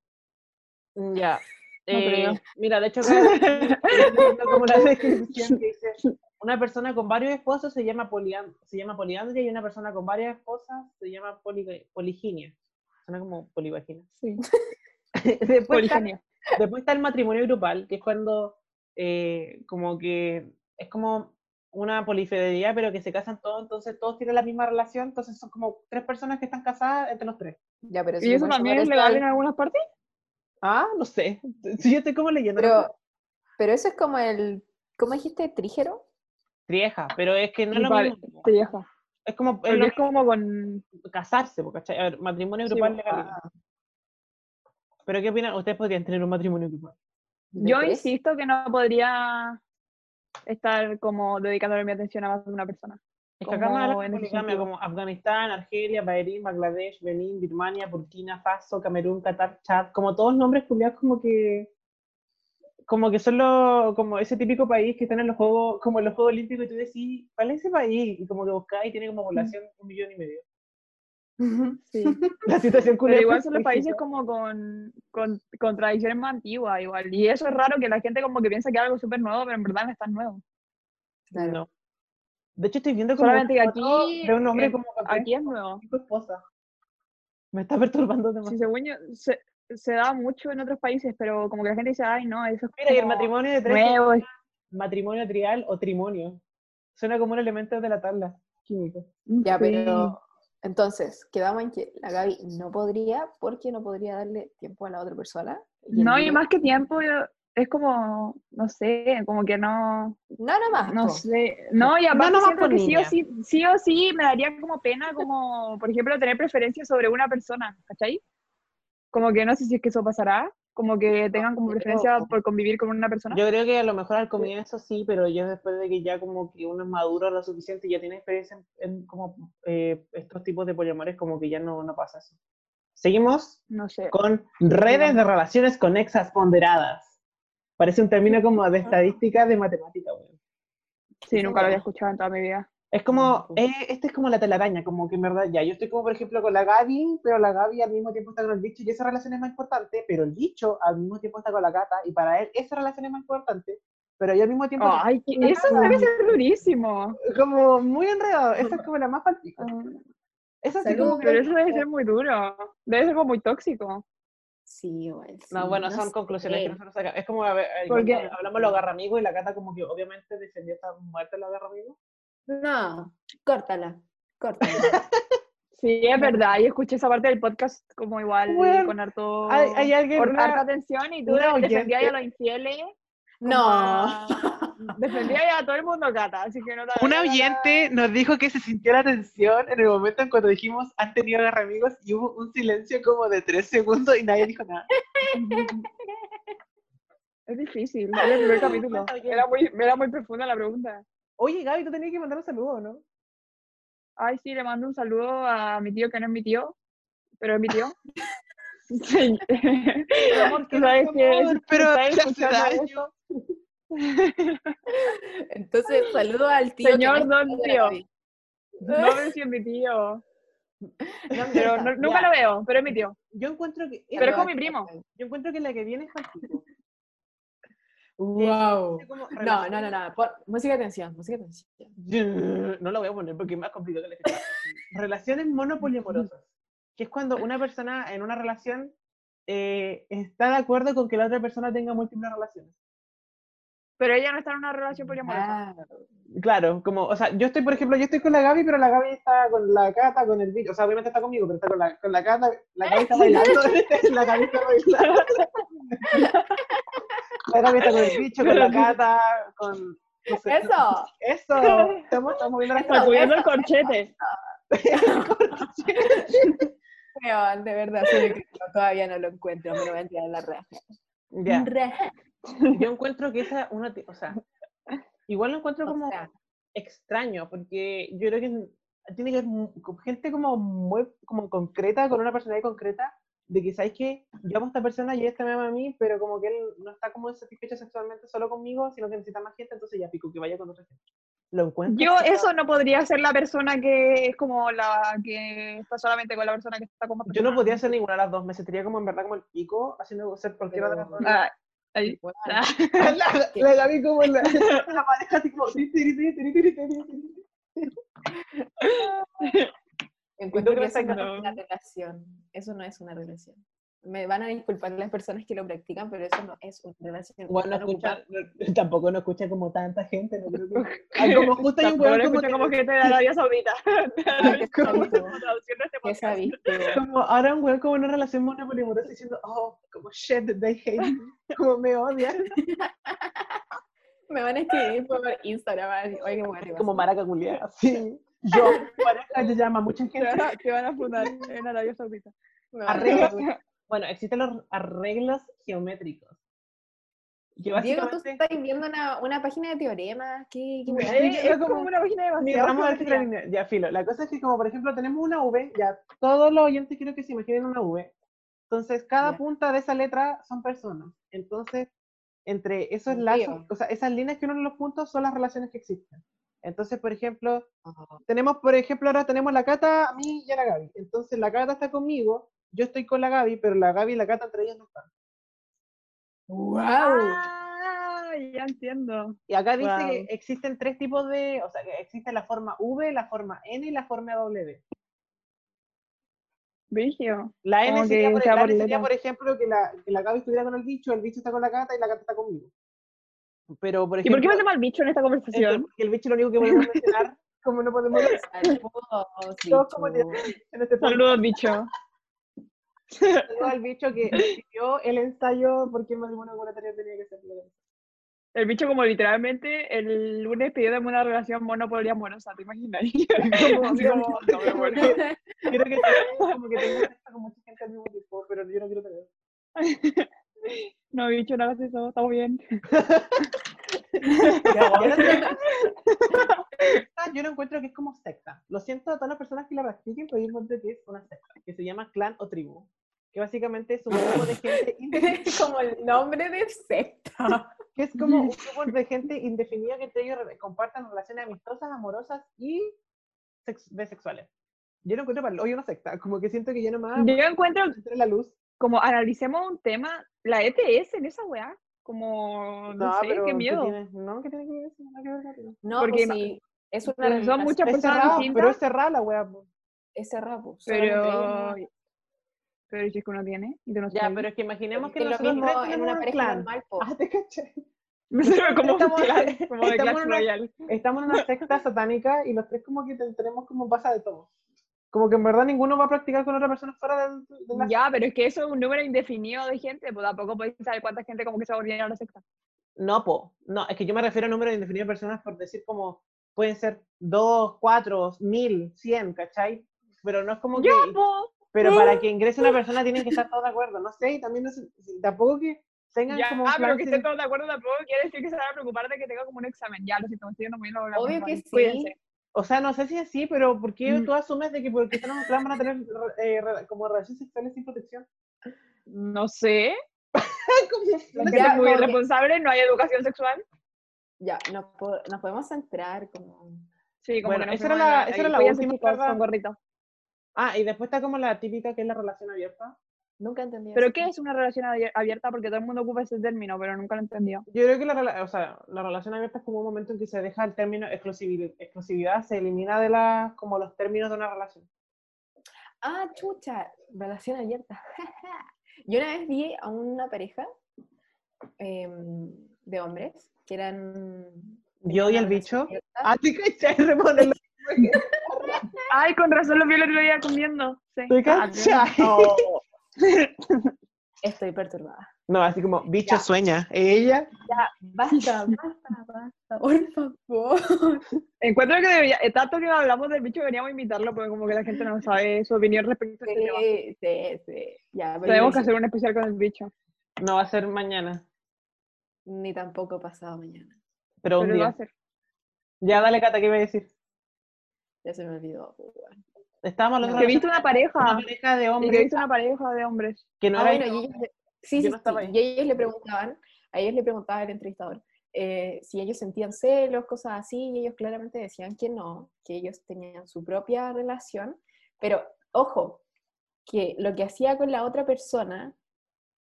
S1: Mm,
S2: Ya.
S3: No creo.
S2: Eh, mira, de hecho, acá estoy viendo como la descripción que dice, una persona con varios esposos se llama, poliam se llama poliandria y una persona con varias esposas se llama poli- poliginia. Suena como polivagina.
S3: Sí.
S2: después, está,
S3: Poliginia.
S2: después está el matrimonio grupal, que es cuando eh, como que es como una polifidelidad, pero que se casan todos, entonces todos tienen la misma relación, entonces son como tres personas que están casadas entre los tres.
S1: Ya, pero
S3: ¿Y eso
S1: igual se
S3: también es
S1: parece
S3: legal
S1: al-
S3: en algunas partes?
S2: Ah, no sé. Sí, Yo estoy como leyendo. ¿no?
S1: Pero, pero eso es como el... ¿Cómo dijiste? ¿Trígero?
S2: Trieja, pero es que no es lo
S3: Vale,
S2: mismo.
S3: Sí, ajá.
S2: Es como es
S3: Porque
S2: lo
S3: es como con,
S2: mismo casarse, po, ¿cachai? A ver, matrimonio
S3: Sí, pues, ah.
S2: grupal
S3: po.
S2: legal. Pero ¿qué opinan? ¿Ustedes podrían tener un matrimonio grupal?
S1: ¿De
S3: Yo
S1: tres?
S3: insisto que no podría estar como dedicándole mi atención a más de una persona.
S2: Es que acá no
S3: Como
S2: hablan
S3: en
S2: de
S3: ese
S2: poligamia
S3: sentido.
S2: como Afganistán, Argelia, Bahrein, Bangladesh, Benín, Birmania, Burkina Faso, Camerún, Qatar, Chad, como todos nombres culiados como que como que son los, como ese típico país que están en los Juegos, como en los Juegos Olímpicos y tú decís, ¿cuál es ese país? Y como que buscáis y tiene
S3: Mm.
S2: como población un millón y medio.
S3: Sí.
S2: La situación
S3: Pero
S2: culera
S3: igual
S2: es
S3: son los países
S2: distinta.
S3: como con, con, con tradiciones más antiguas igual. Y eso es raro que la gente como que piensa que es algo súper nuevo, pero en verdad no es tan nuevo.
S1: Claro.
S2: No. De hecho estoy viendo como
S3: Solamente que
S2: una foto
S3: aquí,
S2: de un hombre
S3: eh,
S2: como con tres
S3: Aquí es nuevo.
S2: cinco esposas. Me está perturbando
S3: Sí,
S2: demasiado.
S3: según yo, se, se da mucho en otros países, pero como que la gente dice, ay, no, eso es
S2: Mira, y el
S3: como
S2: matrimonio de tres
S3: nuevo.
S2: matrimonio trial o trimonio. Suena como un elemento de la tabla química.
S1: Ya,
S3: Sí.
S1: pero entonces, quedamos en que la Gaby no podría porque no podría darle tiempo a la otra persona. el
S3: No, y
S1: Leo-
S3: más que tiempo, yo- es como, no sé, como que no,
S1: No, no más.
S3: no
S1: po.
S3: sé. No, y aparte
S2: nomás
S3: siento
S2: por
S3: que sí o
S2: niña.
S3: sí, sí o sí me daría como pena, como, por ejemplo, tener preferencia sobre una persona, ¿cachai? Como que no sé si es que eso pasará, como que tengan como
S1: yo
S3: preferencia
S1: creo-
S3: por convivir con una persona.
S2: Yo creo que a lo mejor al comienzo sí, pero ya después de que ya como que uno es maduro lo suficiente y ya tiene experiencia en, en como eh, estos tipos de poliamores, como que ya no, no pasa eso. Seguimos
S3: No sé.
S2: con redes de relaciones conexas ponderadas. Parece un término como de estadística de matemática, weón.
S3: Sí, nunca lo había escuchado en toda mi vida.
S2: Es como, eh, este es como la telaraña, como que en verdad ya, yo estoy como por ejemplo con la Gaby, pero la Gaby al mismo tiempo está con el bicho y esa relación es más importante, pero el bicho al mismo tiempo está con la gata y para él esa relación es más importante, pero yo al mismo tiempo...
S3: Ay, que- eso debe ser durísimo.
S2: como muy enredado. Esa es como la más fantástica.
S1: Ah,
S2: Esa sí
S1: Salud,
S2: como que-
S3: Pero eso debe ser muy duro. Debe ser como muy tóxico.
S1: Sí, igual.
S2: No,
S1: sí,
S2: bueno, son
S1: sé.
S2: conclusiones que nosotros sacamos. Es como a ver, eh,
S3: Porque-
S2: cuando hablamos de los agarramigos y la cata como que obviamente defendió esta muerte de los agarramigos.
S1: No, córtala, córtala.
S3: Sí, es verdad. Y escuché esa parte del podcast como igual
S2: Bueno,
S3: con harto,
S2: Hay, hay alguien,
S3: con
S2: una-
S3: harta atención y tú
S2: una
S3: de- defendías
S2: oyente.
S3: a los infieles. como
S1: no.
S3: a- Defendías a todo el mundo, Cata. Así que no te
S2: una
S3: hagas la-
S2: oyente nos dijo que se sintió la tensión en el momento en cuando dijimos han tenido agarramigos y hubo un silencio como de tres segundos y nadie dijo nada.
S3: Es difícil. Era el primer capítulo.
S2: Una oyente.
S3: Era muy, era muy profunda la pregunta.
S2: Oye, Gaby, tú tenías que mandar un saludo, ¿no?
S3: Ay, sí, le mando un saludo a mi tío que no es mi tío, pero es mi tío. Sí. Tú sabes que
S2: Amor, pero
S3: está
S2: te hace
S3: escuchando
S2: daño.
S1: Entonces, saludo al tío. que
S3: Señor
S1: no
S3: Don
S1: está
S3: Tío.
S1: Gaby.
S3: No sé si es mi tío,
S1: No
S3: pero
S1: importa,
S3: no-
S2: ya.
S3: nunca lo veo, pero es mi tío.
S2: Yo encuentro que.
S3: Pero es como mi primo.
S2: Yo encuentro que la que viene es contigo.
S1: Wow.
S2: Como
S1: No,
S2: relación-
S1: no, no, no. pon- música de tensión, música de tensión.
S2: No la voy a poner porque es más complicado que la que está. Relaciones monopoliamorosas. Que es cuando una persona en una relación eh, está de acuerdo con que la otra persona tenga múltiples relaciones.
S3: Pero ella no está en una relación poliamorosa.
S2: Claro, como, o sea, yo estoy, por ejemplo, yo estoy con la Gaby, pero la Gaby está con la Cata, con el bicho. O sea, obviamente está conmigo, pero está con la, con la Cata, la Gaby está bailando, la Gaby está bailando. La Gaby está con el bicho, con la Cata, con... no sé,
S1: Eso.
S2: Eso, estamos, estamos moviendo las
S1: Eso.
S3: Sacudiendo el corchete.
S1: Weón, de verdad, solo que no, todavía no lo encuentro, me lo voy a tirar a la raja.
S2: Ya,
S1: Raja.
S2: yo encuentro que esa, una, ti- o sea, igual lo encuentro
S1: O
S2: como
S1: sea,
S2: extraño, porque yo creo que n- tiene que ver mu- con gente como muy como concreta, con una personalidad concreta, de que sabes que yo amo a esta persona y esta me ama a mí, pero como que él no está como satisfecho sexualmente solo conmigo, sino que necesita más gente, entonces ya pico que vaya con otra gente. Lo encuentro.
S3: Yo eso no podría ser la persona que es como la que está solamente con la persona que está con más
S2: Yo no
S3: personas.
S2: podía hacer ninguna de las dos, me sentiría como en verdad como el pico, haciendo ser cualquiera de las
S1: Pero-
S2: dos.
S3: Ah, ay,
S1: weón,
S3: Ah.
S2: La,
S1: ¿Qué?
S2: la Gaby como en la, en la pareja, así como... "Tiri, tiri, tiri, tiri, tiri, tiri".
S1: Encuentro que
S2: crees
S1: eso
S2: que
S1: no
S2: no?
S1: es una relación. Eso no es una relación. Me van a disculpar las personas que lo practican, pero eso no es una relación.
S2: Bueno, no
S1: Están
S2: escucha, no- tampoco no escucha como tanta gente, no creo que... Ay, como justo hay un
S3: tampoco
S2: hueón
S3: lo
S2: como,
S3: escuché
S2: que-
S3: como que te da Arabia Saudita.
S1: ocupando- ¿Qué
S3: Como
S1: sabes tú?
S3: traduciendo este
S1: ¿Qué
S3: podcast.
S1: sabes tú?
S2: como ahora un hueón como en una relación monopolimorosa diciendo, oh, como shit, they hate me, como me odian,
S1: Me van a escribir por Instagram. así, Oye, qué guay,
S2: como
S1: guay.
S2: maraca culiada, sí. Yo, pareja, yo llama a mucha
S3: Te
S2: gente.
S3: van a- Te van a fundar en Arabia Saudita.
S1: Me van a-
S2: Arreglos, bueno, existen los arreglos geométricos. Que
S1: Diego, tú
S2: básicamente...
S1: estás viendo una, una página de teoremas. ¿Qué, qué guay?
S2: Sí,
S3: Eh, Es
S2: yo como-
S3: como una página de
S2: Mi
S3: demasiado
S2: ramo de arte es la
S3: geometría.
S2: línea. Ya, filo. La cosa es que, como por ejemplo, tenemos una V, ya todos los oyentes quiero que se imaginen una V. Entonces, cada
S1: Ya.
S2: punta de esa letra son personas. Entonces, entre esos
S1: Obvio.
S2: lazos, o sea, esas líneas que unen los puntos son las relaciones que existen. Entonces, por ejemplo, tenemos, por ejemplo, ahora tenemos la Cata, a mí y a la Gaby. Entonces, la Cata está conmigo, yo estoy con la Gaby, pero la Gaby y la Cata entre ellas no están.
S3: Ah, ¡Wow! Ah, Ya entiendo.
S2: Y acá dice que
S3: Wow.
S2: existen tres tipos de, o sea, que existe la forma V, la forma N y la forma W.
S3: Vigio.
S2: La N,
S3: Como que
S2: sería, por,
S3: sea
S2: la
S3: por
S2: N sería,
S3: letra.
S2: por ejemplo, que la, que la Gaby estuviera con el bicho, el bicho está con la Cata y la Cata está conmigo. Pero, por
S3: ¿Y por
S2: ejemplo,
S3: qué me mal bicho en esta
S2: esto,
S3: conversación?
S2: porque el bicho es lo único que podemos mencionar, como no podemos mencionar
S1: Saludos,
S2: Todos como
S1: bicho.
S2: en este podcast,
S3: Saludos, bicho.
S2: saludo al bicho que escribió el ensayo porque el matrimonio igualitario tenía que ser legal.
S3: El bicho, como literalmente, el lunes pidió de una relación monopoliamorosa, ¿te imaginas? Así como, no me muero.
S2: Quiero que te- como que tengo sexo con mucha gente al mismo tiempo, pero yo no quiero tener.
S3: No, bicho, no hagas eso, estamos bien.
S2: Yo no encuentro- Ah, Yo no encuentro que es como secta. Lo siento a todas las personas que la practiquen, pero yo encuentro que es una secta, que se llama clan o tribu. Que básicamente es un grupo de gente indefinida,
S1: como el nombre de secta.
S2: que es como un grupo de gente indefinida que entre ellos re- compartan relaciones amistosas, amorosas y sex- de sexuales. Yo no encuentro para hoy una secta, como que siento que ya nomás
S3: Yo encuentro,
S2: entre la luz.
S3: como analicemos un tema, la ETS en esa weá, como, no, sé, qué
S2: ¿qué
S3: miedo.
S2: tiene? No, ¿qué tiene que ver eso? Nada que ver con eso.
S1: No,
S3: Porque
S1: pues sí, es una
S3: Pero son
S1: relación-
S3: muchas
S2: Es
S3: personas
S2: cerrado, pero
S3: distintas,
S2: es cerrada la wea. pues. po.
S1: es cerrada, pues, solamente
S3: pero...
S1: ellos, ¿no?
S3: Pero ¿y si es que uno tiene y tú no
S2: Ya,
S3: sabes?
S2: pero es que imaginemos que
S1: Es lo
S2: nosotros
S1: mismo
S2: tres
S1: en
S2: tenemos
S1: una
S2: un
S1: pareja
S2: clan.
S1: normal, pues. po.
S2: Ah, te caché.
S3: Me sirve como un
S2: Estamos-
S3: plan, como de
S2: estamos
S3: Clash
S2: en una-
S3: Royale.
S2: Estamos en una secta satánica y los tres como que ten- tenemos como pasa de todo. Como que en verdad ninguno va a practicar con otra persona fuera del- de, la...
S3: Ya, pero es que eso es un número indefinido de gente, pues tampoco podéis saber cuánta gente como que se va a unir a la secta.
S2: No, po. No, es que yo me refiero a número indefinido de personas por decir como pueden ser dos, cuatro, mil, cien, ¿cachai? Pero no es como
S3: Ya, pues.
S2: que...
S3: po.
S2: Pero para que ingrese una persona tienen que estar todos de acuerdo, no sé, y también no sé- tampoco que tengan
S3: Ya,
S2: como...
S3: ah, pero
S2: plan
S3: que
S2: sin-
S3: estén todos de acuerdo tampoco quiere decir que se van a preocupar de que tenga como un examen. Ya, lo siento, me estoy yendo muy largo.
S1: Obvio que sí.
S2: O sea, no sé si es así, pero ¿por qué
S3: Mm.
S2: tú asumes de que porque están en un clan van a tener eh, re- como relaciones sexuales sin protección?
S3: No sé, la
S1: Ya,
S3: gente es muy
S1: como que-
S3: irresponsable, no hay educación sexual.
S1: Ya, nos, po- nos podemos centrar como...
S3: Sí, como
S2: Bueno,
S3: que no
S2: esa era
S3: fuimos a
S2: la-
S3: ahí.
S2: esa era la
S3: Cuídense,
S2: última
S3: chicos,
S2: etapa.
S3: con gorrito.
S2: Ah, y después está como la típica que es la relación abierta.
S1: Nunca entendí
S3: ¿Pero
S1: eso.
S3: qué es una relación abier- abierta? Porque todo el mundo ocupa ese término, pero nunca lo entendió.
S2: Yo creo que la, rela- o sea, la relación abierta es como un momento en que se deja el término exclusivi- exclusividad, se elimina de la, como los términos de una relación.
S1: Ah, chucha, relación abierta. Yo una vez vi a una pareja em, de hombres que eran...
S2: Yo y el
S1: relación
S2: bicho.
S1: abierta.
S2: Ah, te cachai, reponerlo.
S3: Ay, con razón lo vi el otro día comiendo. Sí.
S2: Te
S3: Ah,
S2: cachai.
S1: Oh. Estoy perturbada.
S2: No, así como, bicho
S1: Ya.
S2: sueña. Ella.
S1: Basta, basta, basta, por favor.
S3: Encuentro que debería, eh, tanto que hablamos del bicho, deberíamos invitarlo, porque como que la gente no sabe su opinión respecto a este tema.
S1: Sí, sí, sí. Ya, pero
S3: Tenemos que
S1: yo
S3: hacer un especial con el bicho.
S2: No va a ser mañana,
S1: ni tampoco pasado mañana.
S2: pero un
S3: Pero lo va a
S2: día.
S3: hacer.
S2: Ya, dale, Cata, ¿qué iba a decir?
S1: Ya se me olvidó. weón.
S2: Estábamos hablando
S1: No.
S2: de
S3: Que
S2: la
S3: viste una
S2: una
S3: pareja.
S2: pareja de
S3: y Que
S2: hombres
S3: viste una pareja de hombres.
S2: que no
S1: Ah, bueno,
S2: era
S1: y ellos, le- sí,
S2: Yo
S1: sí,
S2: no estaba
S1: sí,
S2: ahí.
S1: Y ellos le preguntaban, a ellos le preguntaba el entrevistador eh, si ellos sentían celos, cosas así, y ellos claramente decían que no, que ellos tenían su propia relación, pero ojo, que lo que hacía con la otra persona,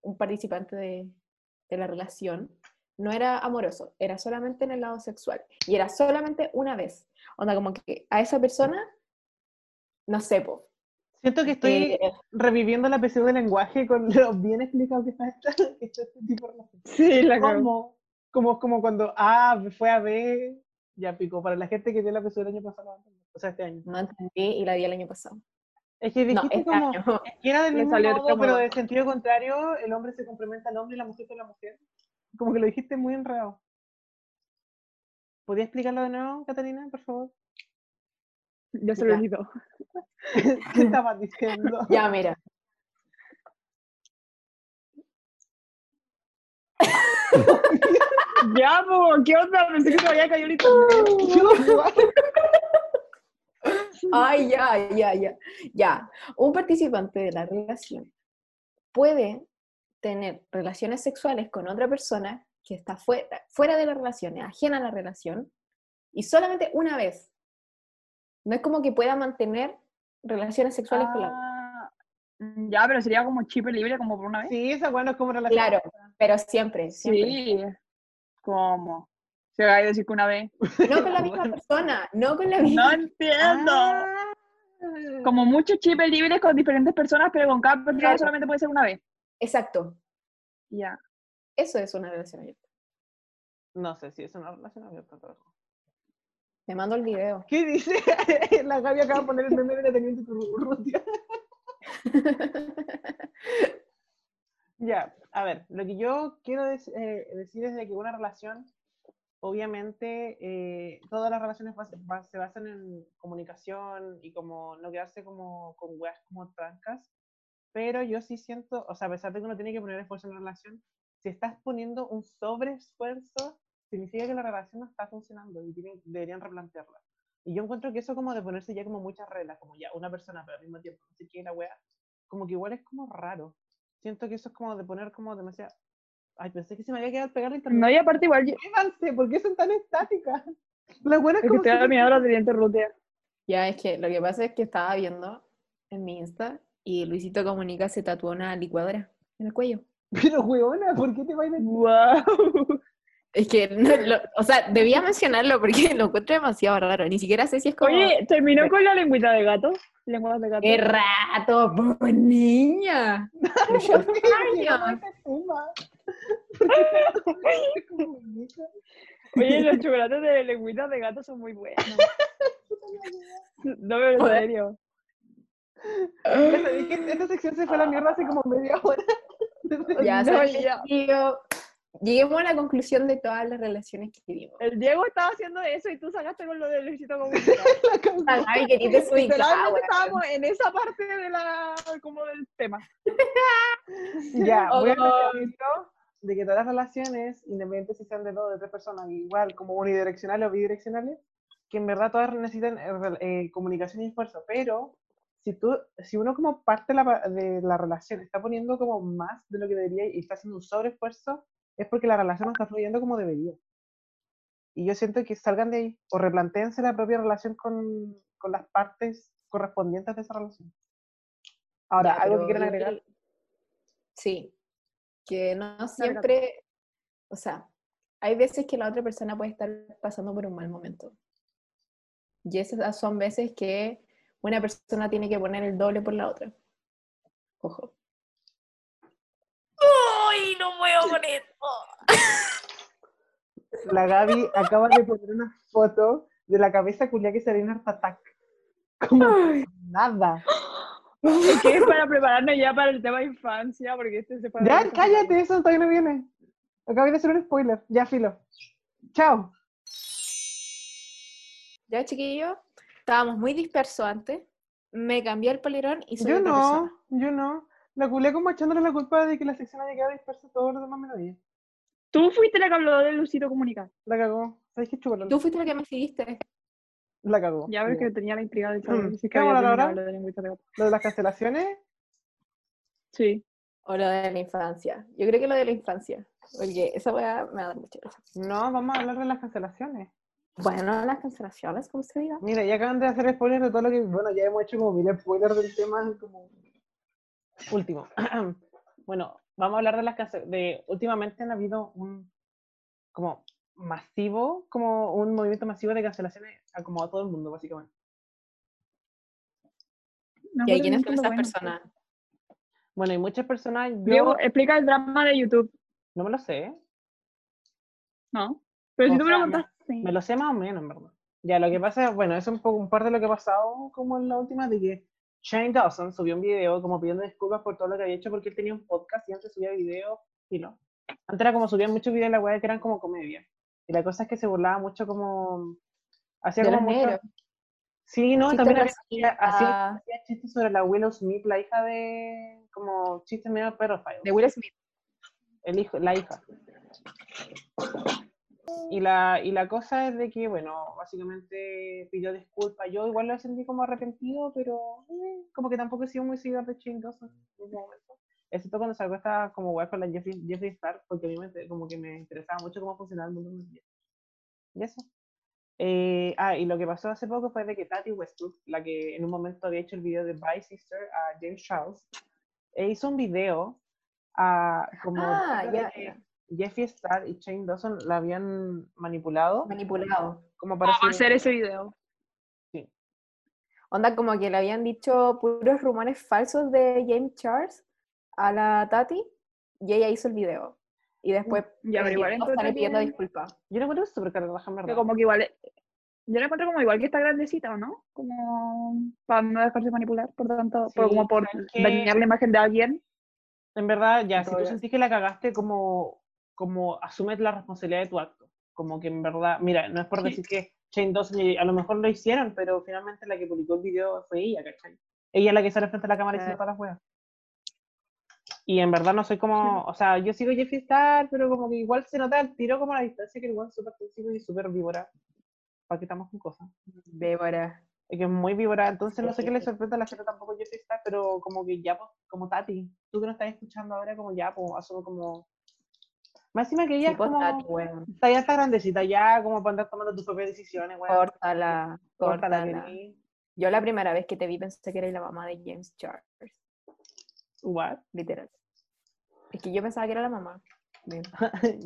S1: un participante de, de la relación, no era amoroso, era solamente en el lado sexual, y era solamente una vez. Onda, como que a esa persona, no sé, po,
S2: Siento que estoy
S1: eh,
S2: reviviendo la PSU del lenguaje con lo bien explicado que está esta- que está este tipo de relación.
S3: Sí, la cagó.
S2: Como, como, como cuando A fue a B, ya pico. Para la gente que dio la PSU del año pasado, o sea, este año.
S1: no entendí y la di el año pasado.
S2: Es que
S1: No,
S2: dijiste
S1: este
S2: como
S1: año.
S2: que era del
S3: Le
S2: mismo
S3: salió el
S2: modo,
S3: estómago.
S2: pero de sentido contrario, el hombre se complementa al hombre y la mujer con la mujer. Como que lo dijiste muy enredado. ¿Podías explicarlo de nuevo, Catalina, por favor?
S3: Ya se lo
S1: Ya.
S3: olvidó.
S2: ¿Qué estabas diciendo?
S1: Ya, mira.
S3: Ya, po, ¿qué onda? Pensé que se me había caído el internet.
S1: Ay, ya, ya, ya. Ya. Un participante de la relación puede tener relaciones sexuales con otra persona que está fuera, fuera de la relación, es ajena a la relación, y solamente una vez. No es como que pueda mantener relaciones sexuales con la...
S3: Ah, ya, pero sería como chip libre, como por una vez.
S2: Sí, esa weá no es como relación.
S1: ¿eh? Claro, pero siempre, siempre.
S3: Sí. ¿Cómo? Se va a decir que una vez.
S1: No con la misma persona, no con la misma...
S3: No entiendo.
S2: Ah.
S3: Como muchos chips libres con diferentes personas, pero con cada persona
S1: Claro.
S3: solamente puede ser una vez.
S1: Exacto,
S3: Ya.
S1: eso es una relación abierta.
S2: No sé si es una relación abierta. pero-
S1: Me mando el video.
S2: ¿Qué dice? la Gaby acaba de poner el meme de la teniente Rutia. Ya, a ver, lo que yo quiero dec- eh, decir es de que una relación, obviamente, eh, todas las relaciones bas- bas- se basan en comunicación y como no quedarse como con weas como trancas, pero yo sí siento, o sea, a pesar de que uno tiene que poner esfuerzo en la relación, si estás poniendo un sobreesfuerzo, significa que la relación no está funcionando y tienen- deberían replantearla. Y yo encuentro que eso como de ponerse ya como muchas reglas, como ya una persona, pero al mismo tiempo, no sé qué, la wea, como que igual es como raro siento que eso es como de poner como demasiado. Ay, pensé que se me había quedado pegar el internet.
S3: No, y aparte igual, yo-
S2: Muévanse, ¿por qué son tan estáticas? La buena es
S3: es que
S2: como.
S3: estoy
S2: súper-
S3: mirando los dientes rutear.
S1: Ya, es que lo que pasa es que estaba viendo en mi Insta y Luisito Comunica se tatuó una licuadora en el cuello.
S2: Pero, weona, ¿por qué te va a ir el-
S3: ¡Wow!
S1: Es que, no lo- o sea, debía mencionarlo porque lo encuentro demasiado raro. Ni siquiera sé si es como...
S3: Oye, ¿terminó con la lengüita de gato? ¿Lenguas de gato?
S1: ¡Qué rato, po, niña! Muchos
S2: ¿Por qué?
S1: años.
S2: ¿Cómo se fuma? este ¿Por qué? Como bonita.
S3: Oye, los chocolates de lengüitas de gato son muy buenos. No, pero en
S1: Joder.
S3: serio.
S2: Ya sabí que Esta sección se fue a la mierda hace como media hora.
S1: Ya,
S3: No,
S1: ¿sabes
S3: ya.
S1: qué, tío? Lleguemos a la conclusión de todas las relaciones que vivimos.
S3: El Diego estaba haciendo eso y tú sacaste con lo del Luisito Comunica.
S2: La cagó.
S1: Ay, que te
S3: Literalmente estábamos en esa parte de la, como del tema.
S2: Ya, voy a
S1: Oh.
S2: mencionar esto, de que todas las relaciones, independientemente si sean de dos o de tres personas, igual como unidireccionales o bidireccionales, que en verdad todas necesitan eh, rel- eh, comunicación y esfuerzo, pero si, tú, si uno como parte la pa- de la relación está poniendo como más de lo que debería y está haciendo un sobreesfuerzo, es porque la relación no está fluyendo como debería. Y yo siento que salgan de ahí o replanteense la propia relación con, con las partes correspondientes de esa relación. Ahora,
S1: Ya,
S2: algo
S1: pero
S2: que quieran
S1: yo
S2: agregar.
S1: creo- Sí, que no siempre, o sea, hay veces que la otra persona puede estar pasando por un mal momento. Y esas son veces que una persona tiene que poner el doble por la otra. Ojo. ¡Uy! No puedo con esto.
S2: La Gaby acaba de poner una foto de la cabeza culia que se ve en Art Attack. Como nada.
S3: Es que es para prepararnos ya para el tema de infancia, porque este se fue a
S2: Ya,
S3: ver-
S2: cállate, eso todavía no viene. Acabé de hacer un spoiler. Ya, filo. Chao.
S1: Ya, chiquillo, estábamos muy dispersos antes. Me cambié el polerón y soy
S2: Yo
S1: otra
S2: no,
S1: persona.
S2: yo no. La culia como echándole la culpa de que la sección haya quedado dispersa todo lo demás menos ella.
S3: Tú fuiste la que habló del Luisito Comunica.
S2: La cagó. ¿Sabes qué chulo?
S1: Tú fuiste la que me seguiste.
S2: La cagó.
S3: Ya ves
S2: Ya.
S3: que tenía la intriga de
S2: Mm.
S3: saber si es que
S2: ¿Vamos
S3: había
S2: a la hora?
S3: terminado lo de lengüitas de gato.
S2: Lo de las cancelaciones,
S3: Sí.
S1: O lo de la infancia. Yo creo que lo de la infancia. Porque esa weá me da mucha gracia.
S2: no, vamos a hablar de las cancelaciones.
S1: Bueno, las cancelaciones, como se diga.
S2: Mira, ya acaban de hacer spoilers de todo lo que. Bueno, ya hemos hecho como mil spoilers del tema, como. Último. bueno, vamos a hablar de las cance- de Últimamente han habido un. Como masivo, como un movimiento masivo de cancelaciones a como a todo el mundo, básicamente.
S3: No,
S1: ¿Y a
S3: bueno,
S1: quiénes
S3: no
S1: son
S3: entiendo,
S1: esas
S3: bueno.
S1: personas?
S2: Bueno, hay muchas personas. Yo
S3: Diego, explica el drama de YouTube,
S2: no me lo sé,
S3: ¿no? Pero
S2: O
S3: si tú me lo
S2: sea, me-
S3: contaste.
S2: Me lo sé más o menos, en verdad. Ya, lo que pasa, bueno, eso es un poco un par de lo que ha pasado como en la última, de que Shane Dawson subió un video como pidiendo disculpas por todo lo que había hecho porque él tenía un podcast y antes subía videos y no. Antes era como subían muchos videos en la web que eran como comedia. Y la cosa es que se burlaba mucho como... Hacía
S1: De
S2: como
S1: los
S2: mucho-
S1: negros.
S2: Sí, no,
S1: Chistes
S2: también había-
S1: racistas,
S2: hacía,
S1: ah,
S2: hacía chistes sobre la Willow Smith, la hija de... Como chistes medio pedófilos
S1: De Will Smith.
S2: el hijo, la hija. Y la, y la cosa es de que, bueno, básicamente pidió disculpas. Yo igual lo sentí como arrepentido, pero eh, como que tampoco he sido muy seguidor de Shane Dawson en ese momento. Excepto cuando sacó esta como web con la Jeffree Jeffree Star, porque a mí me, inter- como que me interesaba mucho cómo funcionaba el mundo mundial. Y eso. Eh, ah, y lo que pasó hace poco fue de que Tati Westbrook, la que en un momento había hecho el video de Bye Sister a James Charles, e hizo un video a como
S1: Ah,
S2: diciendo de
S1: ya,
S2: que
S1: ya.
S2: Jeffree Star y Shane Dawson la habían manipulado
S1: manipulado.
S2: como para su-
S3: hacer ese video.
S1: Onda como que le habían dicho puros rumores falsos de James Charles a la Tati y ella hizo el video. Y después
S3: Ya, pero
S1: eh,
S3: igual
S1: todos
S3: encuentro
S1: salen pidiendo
S3: que-
S1: disculpas.
S2: Yo no encuentro súper carga, en
S3: Que
S2: verdad.
S3: como que igual. Yo la encuentro como igual que está grandecita, ¿o no? Como para no dejarse manipular, por tanto,
S2: Sí,
S3: por- como por
S2: ¿sabes qué?
S3: dañar la imagen de alguien.
S2: En verdad, ya, si tú
S1: Todavía.
S2: sentís que la cagaste, como, como asumes la responsabilidad de tu acto. Como que en verdad, mira, no es por
S3: Sí.
S2: decir que Shane Dawson, y- a lo mejor lo hicieron, pero finalmente la que publicó el video fue ella, ¿cachai? Ella es la que sale frente a la cámara diciendo
S1: Claro.
S2: todas las weas. Y en verdad no soy como, o sea, yo sigo Jeffy Star, pero como que igual se nota el tiro como a la distancia que el igual es súper tóxico y súper víbora. ¿Para qué estamos con cosas?
S1: Débora.
S2: Es que es muy víbora, entonces no sé
S1: sí,
S2: qué le
S1: sí.
S2: sorprende a la gente tampoco yo Star, pero como que ya, pues, como Tati, tú que nos estás escuchando ahora, como ya, pues, asumo como... Más encima que ella
S1: Sí,
S2: es
S1: pues,
S2: como,
S1: Tati, weón.
S2: está, ya está grandecita, ya como para andar tomando tus propias decisiones, weón.
S1: Córtala,
S2: Córtala,
S1: córtala.
S2: Jenny.
S1: Yo la primera vez que te vi pensé que eras la mamá de James Charles,
S2: What?
S1: literal. Es que yo pensaba que era la mamá. de-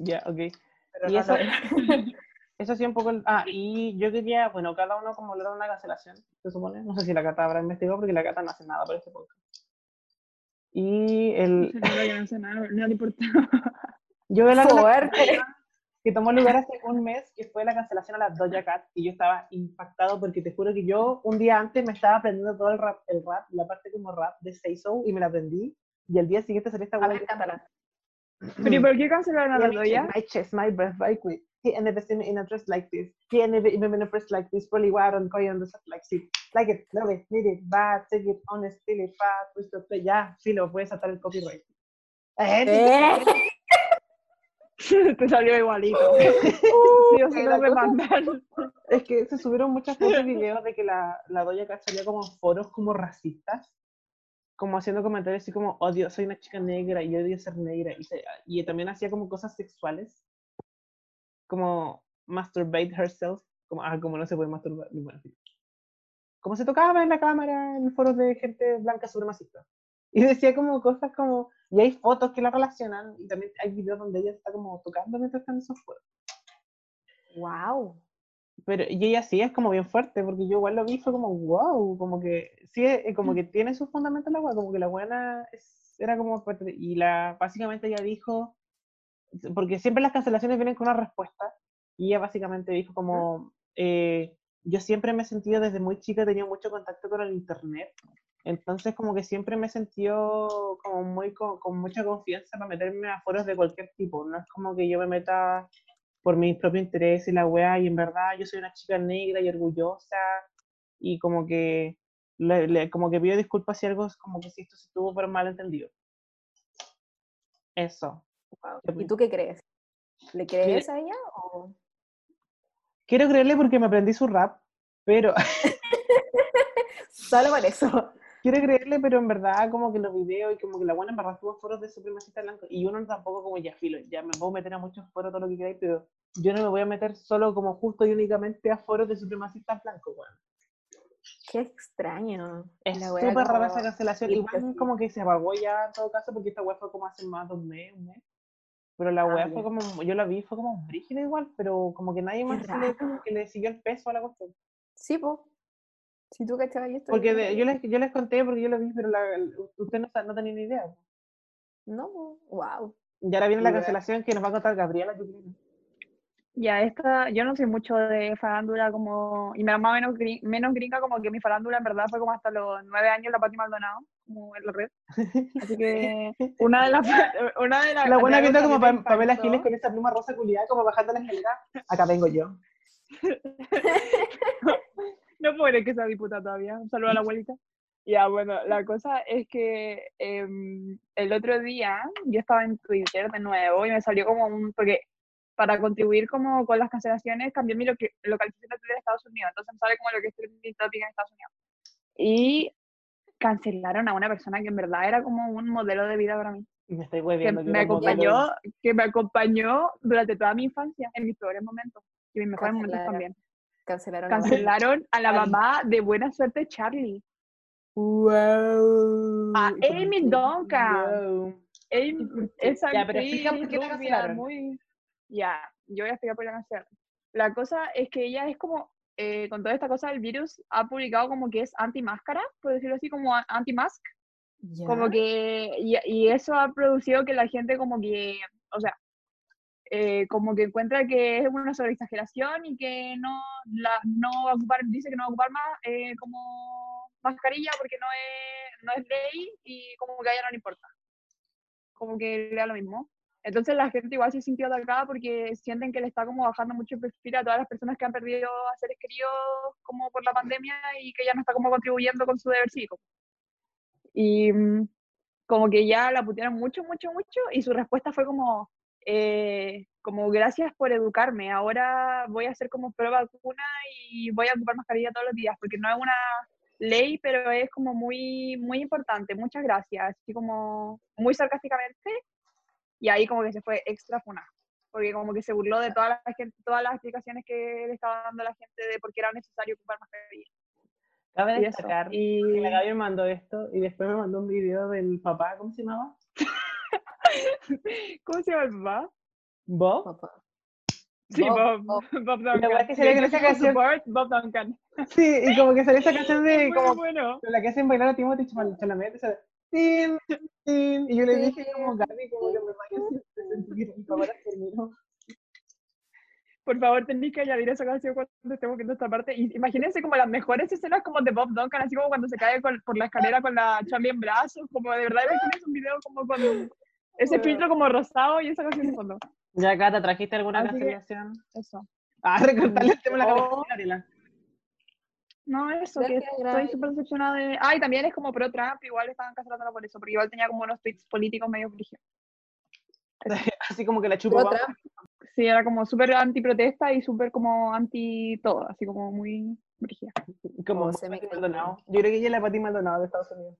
S2: ya, ok.
S1: Pero
S2: Y
S1: no,
S2: eso-
S1: no era.
S2: Eso sí un poco... el- Ah, y yo quería, bueno, cada uno como le da una cancelación, se supone. No sé si la Cata habrá investigado porque la Cata no hace nada por este podcast. Y el...
S3: no le importa.
S2: Yo veo la
S1: Fuerte.
S2: que tomó lugar hace un mes, que fue la cancelación a la Doja Cat, y yo estaba impactado porque te juro que yo un día antes me estaba aprendiendo todo el rap, el rap la parte como rap de Say So, y me la aprendí, y al día siguiente salió esta
S1: A
S2: wea
S1: ver,
S2: que-
S1: cántala.
S3: ¿Pero y por qué cancelaron a la
S2: Yeah,
S3: Doya?
S2: My chest, my breath, very quick. He ain't never seen me in a dress like this. He ain't never even been in a dress like this. Probably why I don't call you on the like shit. Like it, love it, need it, bad, take it, honest, feel it, bad, push the play. Ya, filo, puedes saltar el copyright. Eh,
S1: ¿Eh?
S3: Te salió igualito. Sí, o sea,
S2: la
S3: lo remandaron.
S2: Es que se subieron muchas fotos y videos de que la, la Doja Cat salía como en foros como racistas, como haciendo comentarios así como, odio, soy una chica negra y odio ser negra. Y, se- y también hacía como cosas sexuales, como masturbate herself, como, ah, como no se puede masturbar. y bueno, en fin. como se tocaba en la cámara en foros de gente blanca supremacista. Y decía como cosas como, y hay fotos que la relacionan, y también hay videos donde ella está como tocando mientras están en esos foros.
S1: Wow.
S2: Pero, y ella sí es como bien fuerte, porque yo igual lo vi, y fue como, wow, como que sí, eh, como que tiene sus fundamentos la weá, como que la buena era como fuerte. Y la, básicamente ella dijo, porque siempre las cancelaciones vienen con una respuesta, y ella básicamente dijo como, eh, yo siempre me he sentido desde muy chica, he tenido mucho contacto con el internet, entonces como que siempre me he sentido como muy, con, con mucha confianza para meterme a foros de cualquier tipo, no es como que yo me meta por mis propios intereses, la weá, y en verdad yo soy una chica negra y orgullosa, y como que, le, le- como que pido disculpas si algo, es como que si esto se tuvo por malentendido. Eso.
S1: Guau.
S2: Qué
S1: ¿Y tú qué crees? ¿Le crees a ella o
S2: Quiero creerle porque me aprendí su rap, pero
S1: solo por eso?
S2: quiero creerle, pero en verdad como que los videos y como que la buena en verdad estuvo foros de supremacista blanco, y uno tampoco como ya filo, ya me puedo meter a muchos foros, todo lo que queráis, pero yo no me voy a meter solo como justo y únicamente a foros de supremacistas blancos, weón.
S1: Qué extraño.
S2: Es
S1: La wea
S2: súper rara esa
S1: como-
S2: cancelación.
S1: sí,
S2: Igual
S1: sí.
S2: como que se apagó ya en todo caso, porque esta web fue como hace más de un mes, un mes. Pero la
S1: Ah,
S2: web
S1: ya.
S2: fue como, yo la vi, fue como brígida igual, pero como que nadie más se le,
S1: raro.
S2: que le siguió el peso a la cuestión.
S1: Sí, po. Si tú cachabas esto.
S2: Porque de-
S1: creo
S2: yo,
S1: que-
S2: les, yo les conté porque yo lo vi, pero la, el- usted no, sa- no tenía ni idea.
S1: No, wow.
S2: Y ahora viene la
S1: Y ahora-
S2: cancelación que nos va a contar Gabriela. yo creo.
S3: Ya, esta, yo no soy mucho de farándula como, y me da más o menos, gri- menos gringa como que mi farándula en verdad fue como hasta los nueve años la Pati Maldonado, como en la red. Así que una de las, una de las.
S2: La buena
S3: de
S2: viendo
S3: algo
S2: como
S3: que a mí
S2: Pa-
S3: me
S2: Pamela
S3: impactó-
S2: Giles con esa pluma rosa culiada, como bajando la escalera. Acá vengo yo.
S3: No puedo creer que sea diputada todavía. Un saludo a la abuelita. Ya, bueno, la cosa es que em, el otro día yo estaba en Twitter de nuevo y me salió como un... Porque para contribuir como con las cancelaciones cambié mi loca- localización de Twitter a Estados Unidos. Entonces me sale como lo que es trending topic en Estados Unidos. Y cancelaron a una persona que en verdad era como un modelo de vida para mí.
S2: Me estoy
S3: Que
S2: hueviando. que
S3: me
S2: era un modelo.
S3: acompañó, que me acompañó durante toda mi infancia, en mis peores momentos y mis mejores momentos
S1: Cancelaron.
S3: también.
S1: Cancelaron. la banda.
S3: Cancelaron a la
S2: Ay.
S3: mamá de Buena Suerte Charlie.
S2: Wow.
S3: A Amy Duncan.
S2: Wow.
S3: Amy- esa
S2: Ya, pero explica
S3: actriz
S2: por qué la
S3: rubia,
S2: cancelaron.
S3: muy- Ya, yo voy a explicar por qué la cancelaron. La cosa es que ella es como, eh, con toda esta cosa del virus, ha publicado como que es anti-máscara, por decirlo así, como a- anti-mask.
S1: Ya.
S3: Como que, y, y eso ha producido que la gente como que, o sea, eh, como que encuentra que es una sobreexageración y que no, la, no va a ocupar, dice que no va a ocupar más eh, como mascarilla porque no es, no es ley y como que a ella no le importa. Como que le da lo mismo. Entonces la gente igual se sintió atacada porque sienten que le está como bajando mucho el perfil a todas las personas que han perdido a seres queridos como por la pandemia y que ya no está como contribuyendo con su deber cívico. Y mm, como que ya la putearon mucho, mucho, mucho, y su respuesta fue como, eh, como gracias por educarme, ahora voy a hacer como prueba vacuna y voy a ocupar mascarilla todos los días, porque no es una ley, pero es como muy, muy importante, muchas gracias, así como muy sarcásticamente, y ahí como que se fue extra funada, porque como que se burló de todas las, gen- todas las explicaciones que le estaba dando la gente de por qué era necesario ocupar mascarilla.
S2: Cabe
S3: Y eso,
S2: destacar que
S3: y-
S2: la Gaby me mandó esto y después me mandó un video del papá, ¿cómo se llamaba?
S3: ¿Cómo se llama el papá?
S2: Bob.
S1: Papá.
S3: Sí, Bob,
S1: Bob,
S3: Bob,
S2: Y
S3: Duncan.
S2: la weá que salió con
S3: De
S2: esa
S3: Chicken
S2: canción.
S3: Support, Bob Duncan.
S2: Sí, y como que salió esa canción de
S3: Muy
S2: como
S3: bueno.
S2: con la que hacen bailar a Timothy Chal- Chalamet, o sea, tin, tin, y yo le dije como Gaby, como que me imagino si te sentí que mi papá la terminó.
S3: Por favor, tenéis que añadir esa canción cuando estemos viendo esta parte. Y imagínense como las mejores escenas como de Bob Duncan, así como cuando se cae con- por la escalera con la chamba en brazos. Como de verdad, imagínense un video como con ese
S2: Bueno.
S3: filtro como rosado y esa canción de fondo.
S2: Ya, Cata, ¿trajiste alguna
S3: Así que-
S2: cancelación?
S3: Eso.
S2: Ah, recortarle el tema a la
S3: No.
S2: Gabriela, Gabriela.
S3: No, eso,
S1: Gracias,
S3: que estoy
S1: Gaby.
S3: súper decepcionada de... Ah, y también es como pro Trump, igual estaban cancelándola por eso, porque igual tenía como unos tweets políticos medio frigios.
S2: Así como que la chupo.
S1: Pero
S2: papá.
S1: Trump,
S3: Sí, era como súper anti-protesta y súper como anti-todo, así como muy brígida.
S2: Como
S1: Oh, se me
S2: Pati
S1: cayó.
S2: Maldonado. Yo creo que ella es la Pati Maldonado de Estados Unidos.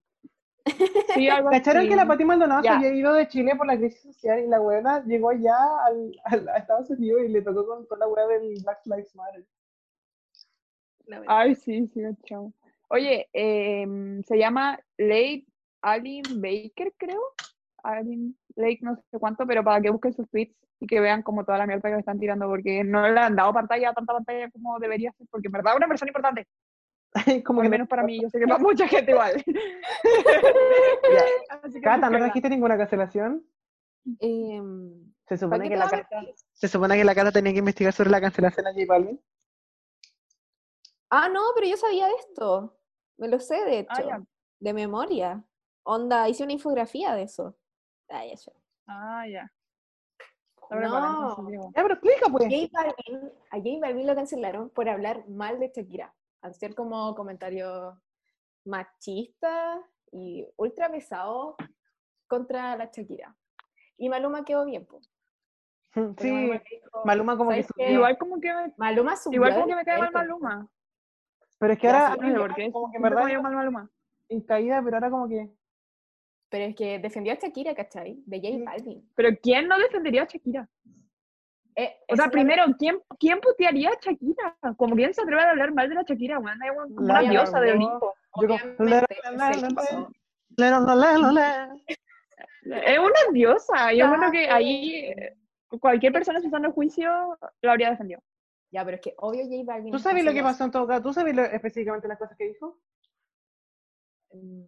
S3: Sí, algo
S2: ¿Cacharon que la
S3: así.
S2: Pati Maldonado
S3: Ya.
S2: se había ido de Chile por la crisis social y la buena llegó ya al, al- a Estados Unidos y le tocó con toda la weá del Black Lives Matter?
S1: la
S2: Ah.
S1: verdad.
S3: Ay, sí, sí, chao. Oye, em, se llama Late Alin Baker, creo. Alin Lake, no sé cuánto, pero para que busquen sus tweets y que vean como toda la mierda que le están tirando, porque no le han dado pantalla, tanta pantalla como debería ser, porque en verdad es una persona importante,
S2: como
S3: al menos para mí, yo sé que para mucha gente igual. Así que
S2: Cata, ¿no
S3: búsquenla.
S2: trajiste ninguna cancelación?
S1: Em,
S2: Se
S1: ¿para
S2: supone
S1: qué
S2: que
S1: te
S2: la
S1: vas a
S2: Cata...
S1: mentir?
S2: Se supone que la Cata tenía que investigar sobre la cancelación a J Balvin.
S1: Ah, no, pero yo sabía de esto. Me lo sé, de hecho.
S3: Ah, ya.
S1: De memoria. Onda, hice una infografía de eso. Ah, ya sé.
S3: Ah, ya. Está
S1: No.
S3: preparada, entonces, Diego.
S2: Ya, pero explica, pues.
S1: J Balvin- a J Balvin lo cancelaron por hablar mal de Shakira, al ser como comentarios machistas y ultra pesados contra la Shakira. Y Maluma quedó bien, po,
S2: Mm,
S1: porque
S2: Sí,
S1: Maluma le dijo-
S2: Maluma como que
S1: ¿sabes qué?
S2: subió.
S3: Igual como que me,
S1: Maluma subió
S3: igual
S1: de
S3: como que me cae mal
S1: repente,
S3: Maluma.
S2: Pero es que
S1: Ya,
S2: ahora,
S1: sí,
S3: No sé
S2: ahora
S3: por qué,
S2: como que en
S3: siempre me
S2: verdad
S3: cayó mal Maluma.
S2: en caída, pero ahora como que...
S1: Pero es que defendió a Shakira, ¿cachai? De J Balvin.
S3: Pero ¿quién no defendería a Shakira?
S1: Eh,
S3: O sea,
S1: es la-
S3: primero, ¿quién, ¿quién putearía a Shakira? Como quién se atreve a hablar mal de la Shakira, weón. Es un- como
S2: La
S3: una diosa de
S1: llamó-
S3: Olimpo.
S2: Yo como-
S1: obviamente,
S2: la- la-
S1: se pasó.
S2: Le, lo, lo, le, lo, le.
S3: Es una diosa. Yo creo que ahí eh, cualquier persona usando el juicio la habría defendido.
S1: Ya, pero es que obvio J Balvin.
S2: ¿Tú
S1: es
S2: sabes lo que
S1: canceloso.
S2: pasó en todo caso? ¿Tú sabes lo- específicamente las cosas que dijo?
S1: Mm,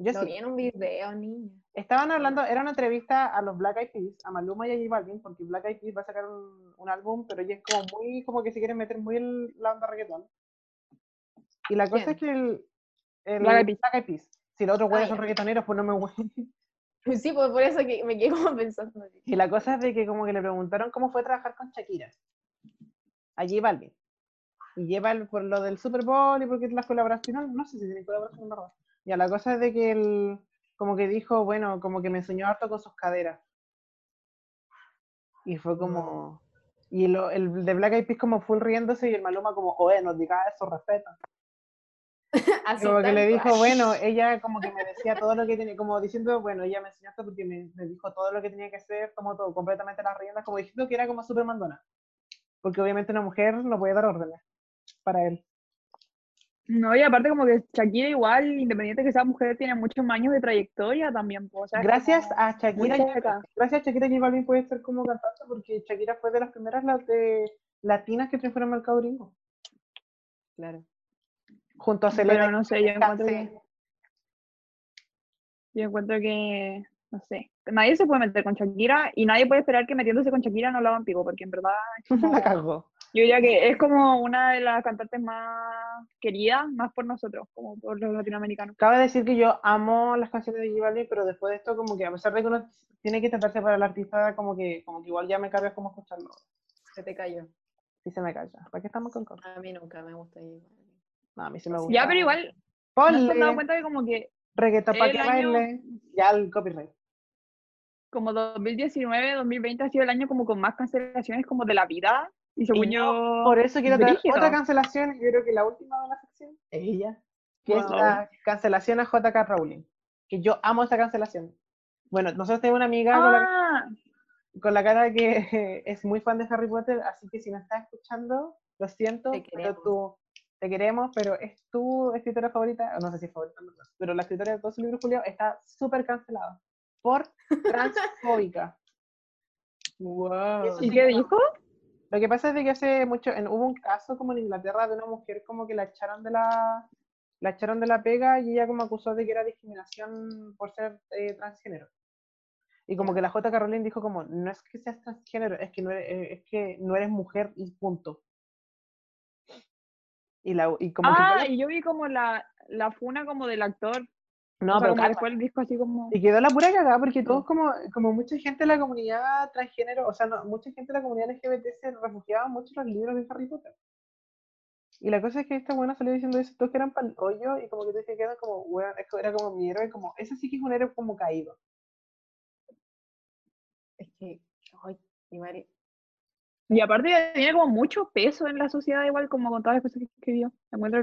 S2: Yo
S1: Lo
S2: sí.
S1: vi en un video, niña.
S2: Estaban hablando, era una entrevista a los Black Eyed Peas, a Maluma y a J Balvin, porque Black Eyed Peas va a sacar un, un álbum, pero ya es como muy, como que se quieren meter muy el- la onda reggaetón. Y la
S1: ¿Quién?
S2: cosa es que el, el
S3: Black Eyed Peas.
S2: si los otros
S1: Ah,
S2: güeyes son
S1: ya.
S2: reggaetoneros, pues no me güey.
S1: Sí, pues por eso que me quedé como pensando. así.
S2: Y la cosa es de que como que le preguntaron cómo fue trabajar con Shakira, a J Balvin. Y lleva por lo del Super Bowl y porque las colaboraciones, no sé si tienen colaboración o no. Ya, la cosa es de que él como que dijo, bueno, como que me enseñó harto con sus caderas. Y fue como... Y lo- el de Black Eyed Peas como full riéndose y el Maluma como, oye, nos diga eso, respeta.
S1: Así
S2: Como que
S1: tal
S2: le dijo,
S1: cual.
S2: bueno, ella como que me decía todo lo que tenía, como diciendo, bueno, ella me enseñaste porque me, me dijo todo lo que tenía que hacer, tomó todo, completamente las riendas, como diciendo que era como súper mandona. Porque obviamente una mujer no puede dar órdenes para él.
S3: No, y aparte como que Shakira igual, independiente que sea mujer, tiene muchos años de trayectoria también. po, o sea, es
S2: Gracias
S3: como
S2: a Shakira,
S3: mucha acá.
S2: gracias a Shakira J Balvin puede ser como cantante, porque Shakira fue de las primeras las de latinas que triunfó en el mercado gringo. Claro. Junto a Selena.
S3: Pero no sé, yo encuentro que,
S2: Beyoncé.
S3: yo encuentro que, no sé, nadie se puede meter con Shakira y nadie puede esperar que metiéndose con Shakira no la van pico, porque en verdad es como-
S2: La cagó.
S3: yo diría que es como una de las cantantes más queridas, más por nosotros, como por los latinoamericanos.
S2: Cabe decir que yo amo las canciones de J Balvin, pero después de esto, como que a pesar de que uno tiene que intentar separar al artista, como que, como que igual ya me cargas como escucharlo.
S1: Se te cayó.
S2: Sí se me calla. ¿Para qué estamos con cosas?
S1: A mí nunca me gusta J Balvin.
S2: No, a mí sí me gusta.
S3: Ya, pero igual, ¿no se han dado
S2: Ponle
S3: cuenta que como que
S2: reggaetón para
S3: el
S2: que
S3: año-
S2: baile. Ya el copyright.
S3: como 2019, 2020 ha sido el año como con más cancelaciones como de la vida? Y según
S2: Y
S3: yo...
S2: Por eso quiero traer
S3: brígido.
S2: otra cancelación. y Yo creo que la última de la sección es ella. Que es
S4: Wow.
S2: la cancelación a JK Rowling. Que yo amo esa cancelación. Bueno, nosotros tenemos una amiga con la que
S3: Ah,
S2: con la cara que es muy fan de Harry Potter, así que si nos estás escuchando, lo siento,
S1: Te
S2: pero tú, te queremos, pero es tu escritora favorita, o no sé si es favorita, no, pero la escritora de todos sus libros, Julio, está súper cancelada por transfóbica.
S3: ¿Y qué dijo?
S2: Lo que pasa es de que hace mucho, en- hubo un caso como en Inglaterra de una mujer como que la echaron de la, la echaron de la pega y ella como acusó de que era discriminación por ser eh, transgénero. Y como que la J. Caroline dijo como, no es que seas transgénero, es que no eres, eh, es que no eres mujer y punto. Y, la, y como que...
S3: Ah,
S2: igual-
S3: y yo vi como la, la funa como del actor.
S2: no,
S3: o sea,
S2: pero
S3: como
S2: calma.
S3: después el disco así como...
S2: Y quedó la pura cagada porque todos como, como mucha gente de la comunidad transgénero, o sea, no, mucha gente de la comunidad LGBT se refugiaba mucho en los libros de Harry Potter. Y la cosa es que esta buena salió diciendo eso, todos que eran pa'l hoyo y como que todos se quedan como, weón, es que era como mi héroe, como, ese sí que es un héroe como caído.
S1: Es que, ay, mi madre.
S3: Y aparte ella tiene como mucho peso en la sociedad igual como con todas las cosas que escribió. Encuentro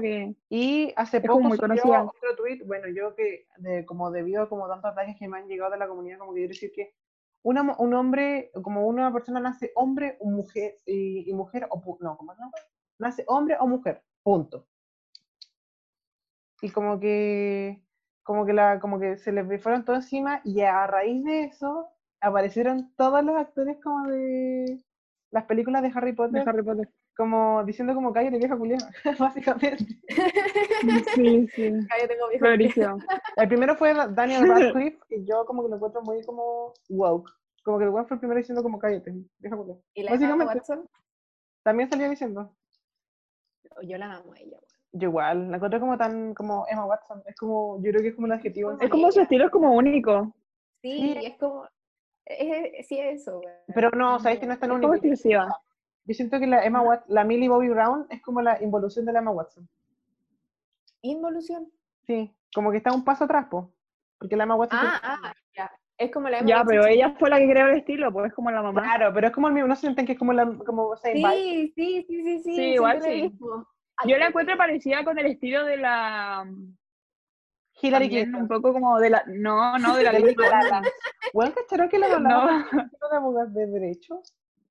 S3: que...
S2: Y hace
S3: Es como
S2: poco
S3: muy
S2: subió
S3: conocida.
S2: otro tweet, bueno, yo que de, como debido a como tantos ataques que me han llegado de la comunidad, como que quiero decir que una mu- un hombre, como una persona nace hombre o mujer, y, y mujer o... pu- No, ¿cómo es la wea? Nace hombre o mujer, punto. Y como que, como que, la, como que se les fueron todo encima y a raíz de eso aparecieron todos los actores como de las películas de Harry
S3: de
S2: Potter,
S3: Harry Potter.
S2: como diciendo como cállate vieja culiada, básicamente.
S3: Sí, sí.
S1: Ah, yo tengo viejo
S3: Fue brígido.
S2: El primero fue Ra- Daniel Radcliffe, que yo como que lo encuentro muy como woke. Como que el weón fue el primero diciendo como cállate, vieja culia".
S1: ¿Y la Emma
S2: Básicamente.
S1: Watson?
S2: También salía diciendo,
S1: Yo la amo a ella. weón.
S2: yo igual, la encuentro como tan, como Emma Watson, es como, yo creo que es como un adjetivo. en
S3: Es
S2: sí.
S3: como su estilo es como único.
S1: Sí,
S2: Sí.
S1: es como. es- es- sí, es eso, weón.
S2: Pero no, sabéis que no es tan
S3: Es como
S2: único.
S3: exclusiva.
S2: Yo siento que la Emma Watson, la Millie Bobby Brown es como la involución de la Emma Watson.
S1: Involución.
S2: Sí, como que está un paso atrás, po. Porque la Emma Watson...
S1: Ah, ah, ya. Es como la Emma
S3: Ya,
S1: Watson,
S3: pero
S1: sí.
S3: ella fue la que creó el estilo, pues es como la mamá.
S2: Claro, pero es como el mismo, no sienten que es como la, como, o sea, vibe.
S1: Sí, sí, sí, sí, sí. siento
S3: igual
S1: lo
S3: sí.
S1: mismo. Ay,
S3: Yo la
S1: qué
S3: encuentro
S1: pena.
S3: parecida con el estilo de la...
S2: Hillary
S3: también un
S2: Clinton.
S3: poco como de la... No, no, de la...
S2: De
S3: Lily
S2: la-
S3: Collins.
S2: Weón, ¿cacharon que la
S3: No,
S2: Lola es abogada de derecho?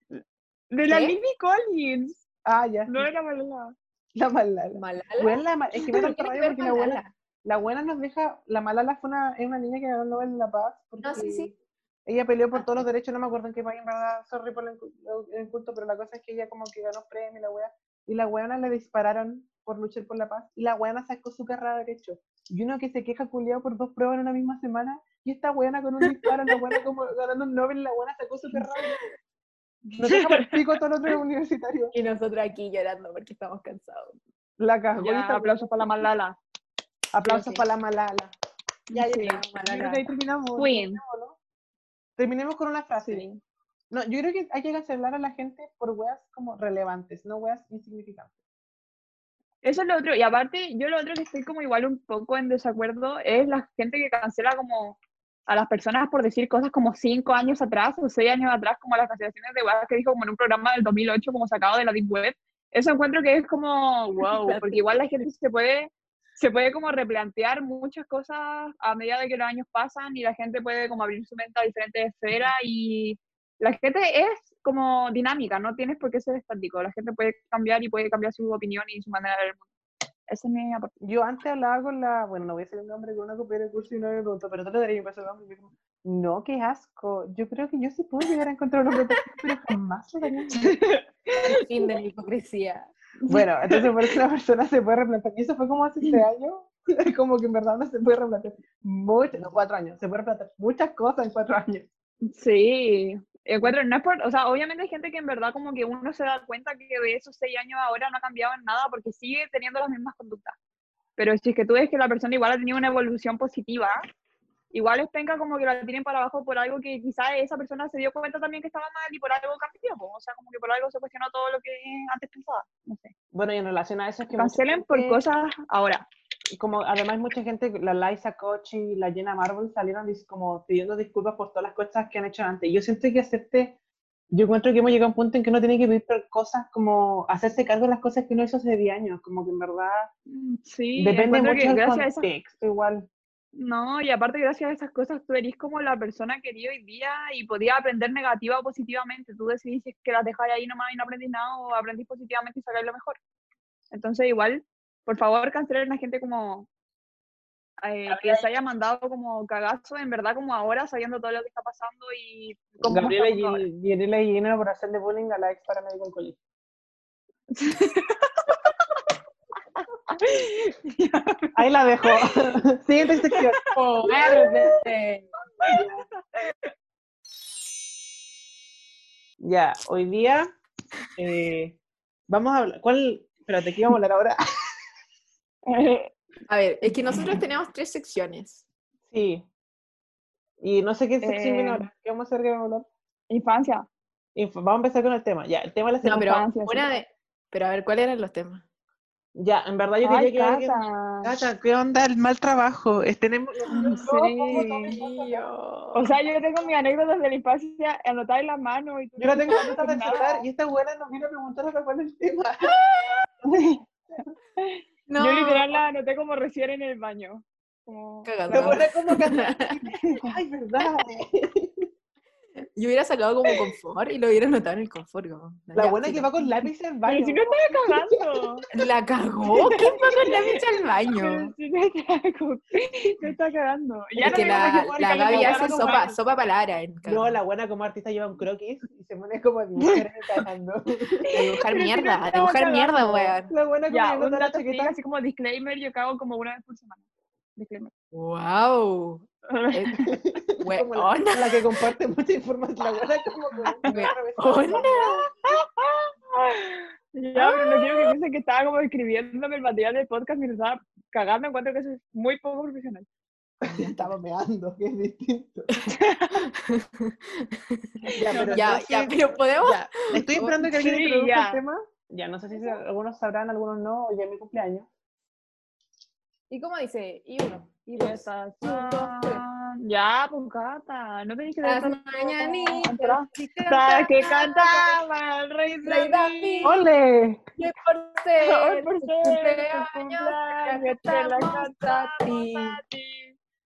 S3: de la
S1: ¿Qué?
S3: Lily Collins.
S2: Ah, ya.
S3: No
S2: sí,
S3: era Malala.
S2: La Malala.
S1: Malala.
S2: Weón, la ma- es que me
S1: ¿Pero qué
S2: da
S1: tiene que
S2: rabia
S1: ver
S2: porque la
S1: Malala?
S2: abuela, la abuela nos deja, la Malala fue una, es una niña que ganó el Nobel de la Paz porque
S1: No, sí, sí. Ah,
S2: ella peleó por todos los derechos, no me acuerdo en qué país, en verdad, sorry por el, incu- el inculto, pero la cosa es que ella como que ganó premio y la wea, y la weona le dispararon por luchar por la paz, y la weona sacó su carrera de derecho, y uno que se queja culiado por dos pruebas en una misma semana, y esta weona con un disparo, la weona como ganando un Nobel, la weona sacó su carrera de derecho. Nos deja por el pico a todos los otros universitarios.
S1: Y nosotros aquí llorando porque estamos cansados.
S2: La cagó y
S3: Ya,
S2: esta-
S3: aplausos para la Malala.
S1: sí.
S2: Aplausos para la Malala. Ya, ya,
S3: Sí,
S2: ya, yo creo que ahí terminamos.
S3: Queen.
S2: terminamos, ¿no? Terminemos con una frase.
S3: Sí.
S2: No, yo creo que hay que cancelar a la gente por weas como relevantes, no weas insignificantes.
S3: Eso es lo otro. Y aparte, yo lo otro que estoy como igual un poco en desacuerdo es la gente que cancela como a las personas por decir cosas como cinco años atrás o seis años atrás, como las cancelaciones de WhatsApp que dijo como en un programa del 2008, como sacado de la Deep Web. Eso encuentro que es como, wow, porque igual la gente se puede se puede como replantear muchas cosas a medida de que los años pasan y la gente puede como abrir su mente a diferentes esferas y la gente es como dinámica, no tienes por qué ser estático, la gente puede cambiar y puede cambiar su opinión y su manera de ver el mundo. Ese es mi aporte.
S2: Yo antes hablaba con la, bueno, no voy a decir el nombre, con una compañera de curso y no me preguntó, pero todo el pasó y me dijo, no, qué asco, yo creo que yo sí puedo llegar a encontrar un hombre perfecto, pero jamás lo haría".
S1: El fin de la hipocresía.
S2: Bueno, entonces por eso la persona se puede replantear, y eso fue como hace este año, como que en verdad no se puede replantear muchas, no, cuatro años, se puede replantear muchas cosas en cuatro años.
S3: Sí, encuentro, no es por, o sea, obviamente hay gente que en verdad como que uno se da cuenta que de esos seis años ahora no ha cambiado en nada porque sigue teniendo las mismas conductas. Pero si es que tú ves que la persona igual ha tenido una evolución positiva, igual es penca como que la tienen para abajo por algo que quizás esa persona se dio cuenta también que estaba mal y por algo cambió, po. o sea, como que por algo se cuestionó todo lo que antes pensaba, no sé.
S2: Bueno, y en relación a eso es que... mucha
S3: Cancelen por
S2: gente-
S3: cosas ahora.
S2: como además mucha gente, la Liza Koch y la Jenna Marvel salieron dis- como pidiendo disculpas por todas las cosas que han hecho antes. Yo siento que hacerte, yo encuentro que hemos llegado a un punto en que uno tiene que pedir por cosas como hacerse cargo de las cosas que uno hizo hace 10 años, como que en verdad
S3: Sí,
S2: depende
S3: encuentro
S2: mucho
S3: que
S2: del
S3: gracias a esas
S2: contexto igual.
S3: No, y aparte gracias a esas cosas tú eres como la persona que eres hoy día y podías aprender negativa o positivamente. Tú decidís si es que las dejas ahí nomás y no aprendís nada o aprendís positivamente y sacáis lo mejor. Entonces igual, por favor, cancelen a la gente como eh, que se haya mandado como cagazo, en verdad como ahora, sabiendo todo lo que está pasando y cómo
S2: Gabriela
S3: estamos ahora.
S2: y Gabriela y Gina por hacerle bullying a la ex paramédico en colegio. Ahí la dejo. Siguiente sección.
S3: Oh.
S1: Cobarde.
S2: Ya, hoy día eh, vamos a hablar. ¿Cuál? Espérate, ¿qué vamos a hablar ahora?
S1: A ver, es que nosotros tenemos tres secciones.
S2: Sí. Y no sé qué sección viene
S3: Eh,
S2: ahora. ¿Qué vamos a hacer? ¿Qué vamos a hablar?
S3: Infancia.
S2: Inf- vamos a empezar con el tema. Ya, el tema de la
S1: No,
S2: sección.
S1: pero
S3: Infancia, sí.
S1: una de... Pero a ver, ¿cuáles eran los temas?
S2: Ya, en verdad yo
S3: Ay,
S2: quería que alguien...
S3: Cata.
S5: Cata, ¿qué onda el mal trabajo? Es- tenemos...
S2: pues,
S3: Sí. O sea, yo tengo mis anécdotas de la infancia, anotar en la mano y tú
S2: Yo la tengo
S3: no
S2: nota
S3: haces
S2: del
S3: nada.
S2: celular y esta buena nos vino a preguntar ahora cuál es el tema.
S1: No,
S3: Yo literal la anoté como recién en el baño. Como...
S1: Cagando.
S2: La buena como cantar. Ay, verdad.
S1: Yo hubiera sacado como confort y lo hubiera notado en el confort. como,
S2: La
S1: ya,
S2: buena que
S1: filo.
S2: va con lápiz en
S3: Pero
S2: baño.
S3: si no estaba cagando.
S1: La cagó. ¿Quién va con la bicha al
S3: Pero
S1: baño?
S3: si no estaba, co- no estaba cagando. Ya
S1: Es
S3: no
S1: que
S3: me voy a
S1: la,
S3: jugar,
S1: la
S3: que no me
S1: Gaby
S3: voy a
S1: hace
S3: jugar.
S1: sopa, sopa palabra en
S2: No, la buena como artista lleva un croquis y se pone como a dibujar en el cantando.
S1: a dibujar
S3: Pero si no
S1: mierda, a
S3: estaba
S1: dibujar mierda,
S3: cagando.
S1: weón.
S2: La buena como
S3: Ya,
S2: llegando
S3: un
S2: a la
S3: dato freak,
S2: chaqueta.
S3: así como disclaimer, yo cago como una vez por semana. Disclaimer.
S1: Wow.
S2: como la,
S1: Eh, Weona.
S2: la que comparte mucha información. La buena como que-
S1: Weona.
S3: Ya, pero no quiero que piensen que estaba como escribiéndome el material del podcast mientras estaba cagando. Encuentro que eso es muy poco profesional.
S2: Estaba meando, que es distinto. ya, pero
S1: Ya,
S2: entonces-
S1: ya, pero podemos.
S2: ya, Estoy esperando que alguien
S3: Sí,
S2: introduzca
S3: ya.
S2: el tema. Ya, no sé si algunos sabrán, algunos no. Hoy es mi cumpleaños.
S1: ¿Y cómo dice? Y uno, y dos.
S3: Ya, pues Cata, no tenéis que
S1: Las
S3: dejar-
S1: mañanitas que
S3: Hasta que
S1: cantaba
S3: cantaba el rey
S1: Rey
S3: David.
S1: David,
S2: ¡Ole!
S1: que por
S3: Hoy
S1: ser
S3: por
S1: tu
S3: ser tu cumpleaños,
S1: cumpleaños
S3: te la
S1: cantamos a ti.
S3: cantamos a ti.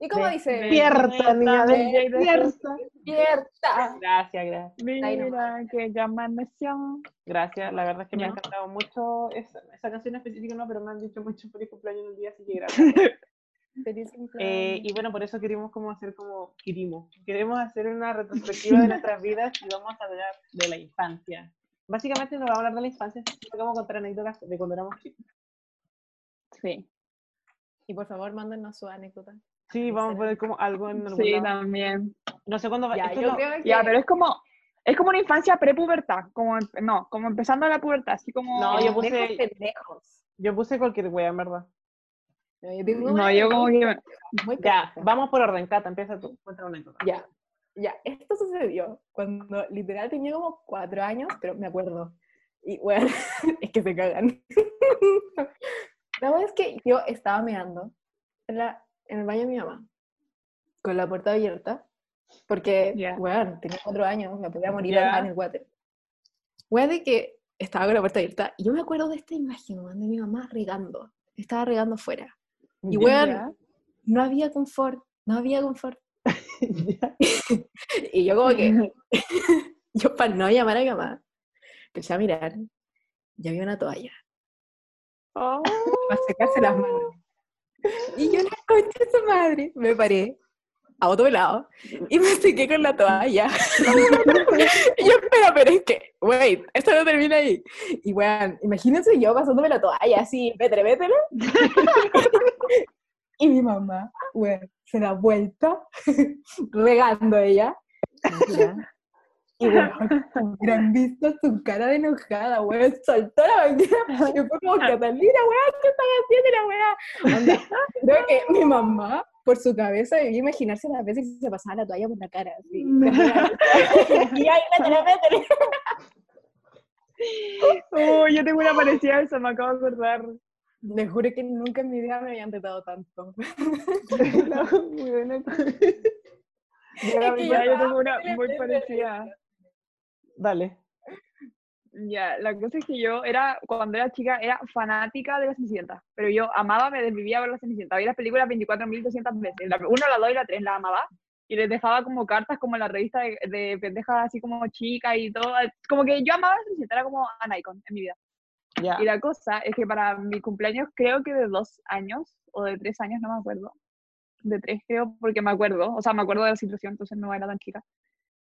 S1: ¿Y cómo dice?
S2: Despierta, niña,
S3: Despierta.
S2: despierta.
S1: Despierta.
S2: Gracias, gracias.
S1: Ahí nomás.
S3: Mira que ya amaneció.
S2: Gracias, la verdad es que me ha
S3: ¿No?
S2: encantado mucho esa, esa canción en específico, no, pero me han dicho mucho feliz cumpleaños en el día, así que gracias.
S1: Feliz
S2: Eh, y bueno, por eso queremos como hacer como queremos. Queremos hacer una retrospectiva de nuestras vidas y vamos a hablar de la infancia. Básicamente no vamos a hablar de la infancia, sino que vamos a contar anécdotas de cuando éramos chicos.
S3: Sí,
S1: Y por favor, mándenos su anécdota.
S2: Sí, vamos a poner como algo en algún
S3: sí,
S2: lado.
S3: también.
S2: No sé cuándo va.
S1: Ya,
S2: esto
S1: yo
S2: lo-
S1: creo que.
S3: Ya, pero es como, es como una infancia prepubertad, como, em- no, como empezando la pubertad, así como...
S2: No, yo puse-
S1: Pendejos, pendejos.
S2: Yo puse cualquier wea, en verdad.
S1: No, yo tengo
S3: No,
S1: una
S3: yo como que...
S1: muy
S2: Ya,
S1: pendeja.
S2: vamos por orden, Cata, empieza tú. Cuenta una anécdota.
S1: Ya, ya, esto sucedió cuando literal tenía como cuatro años, pero me acuerdo. Y bueno, es que se cagan. la verdad es que yo estaba meando en, la, en el baño de mi mamá, con la puerta abierta, porque,
S3: Ya.
S1: bueno, tenía cuatro años, me podía morir
S2: Ya.
S1: en el water. Weón de que estaba con la puerta abierta, y yo me acuerdo de esta imagen, weón, de mi mamá regando. Estaba regando fuera. Y weón, no había confort, no había confort.
S2: Ya.
S1: Y yo como que, yo para no llamar a mi mamá, empecé a mirar, y había una toalla
S3: Oh,
S1: para secarse las manos. Y yo la concha de su madre, me paré a otro lado y me sequé con la toalla. y yo, pero, pero es que, wait, esto no termina ahí. Y weón, imagínense yo pasándome la toalla así, vetre, vételo. y mi mamá, weón, se da vuelta, regando ella. Y weón, gran vista su cara de enojada, weón, soltó la bañera. Yo fue como, Catalina, weón, ¿qué estás haciendo la weá? Onda, Creo que mi mamá, por su cabeza, debía imaginarse las veces que se pasaba la toalla por la cara. así. y ahí la terapia
S3: oh, yo tengo una parecida a esa, me acabo de acordar.
S1: Me juro que nunca en mi vida me habían tratado tanto.
S2: La weona. Ya,
S1: Es que
S2: Gabriela,
S3: Ya, yo tengo una
S1: estaba
S3: muy
S1: tremenda
S3: parecida.
S2: Dale.
S3: Ya, la cosa es que yo era, cuando era chica, era fanática de la Cenicienta. Pero yo amaba, me desvivía ver la Cenicienta. Vi las películas 24.200 veces. La, uno, la dos y la tres, la amaba. Y les dejaba como cartas como en la revista de, de pendejas así como chica y todo. Como que yo amaba la Cenicienta, era como an icon en mi vida.
S2: Ya.
S3: Y la cosa es que para mi cumpleaños, creo que de dos años o de tres años, no me acuerdo. De tres, creo, porque me acuerdo. O sea, me acuerdo de la situación, entonces no era tan chica.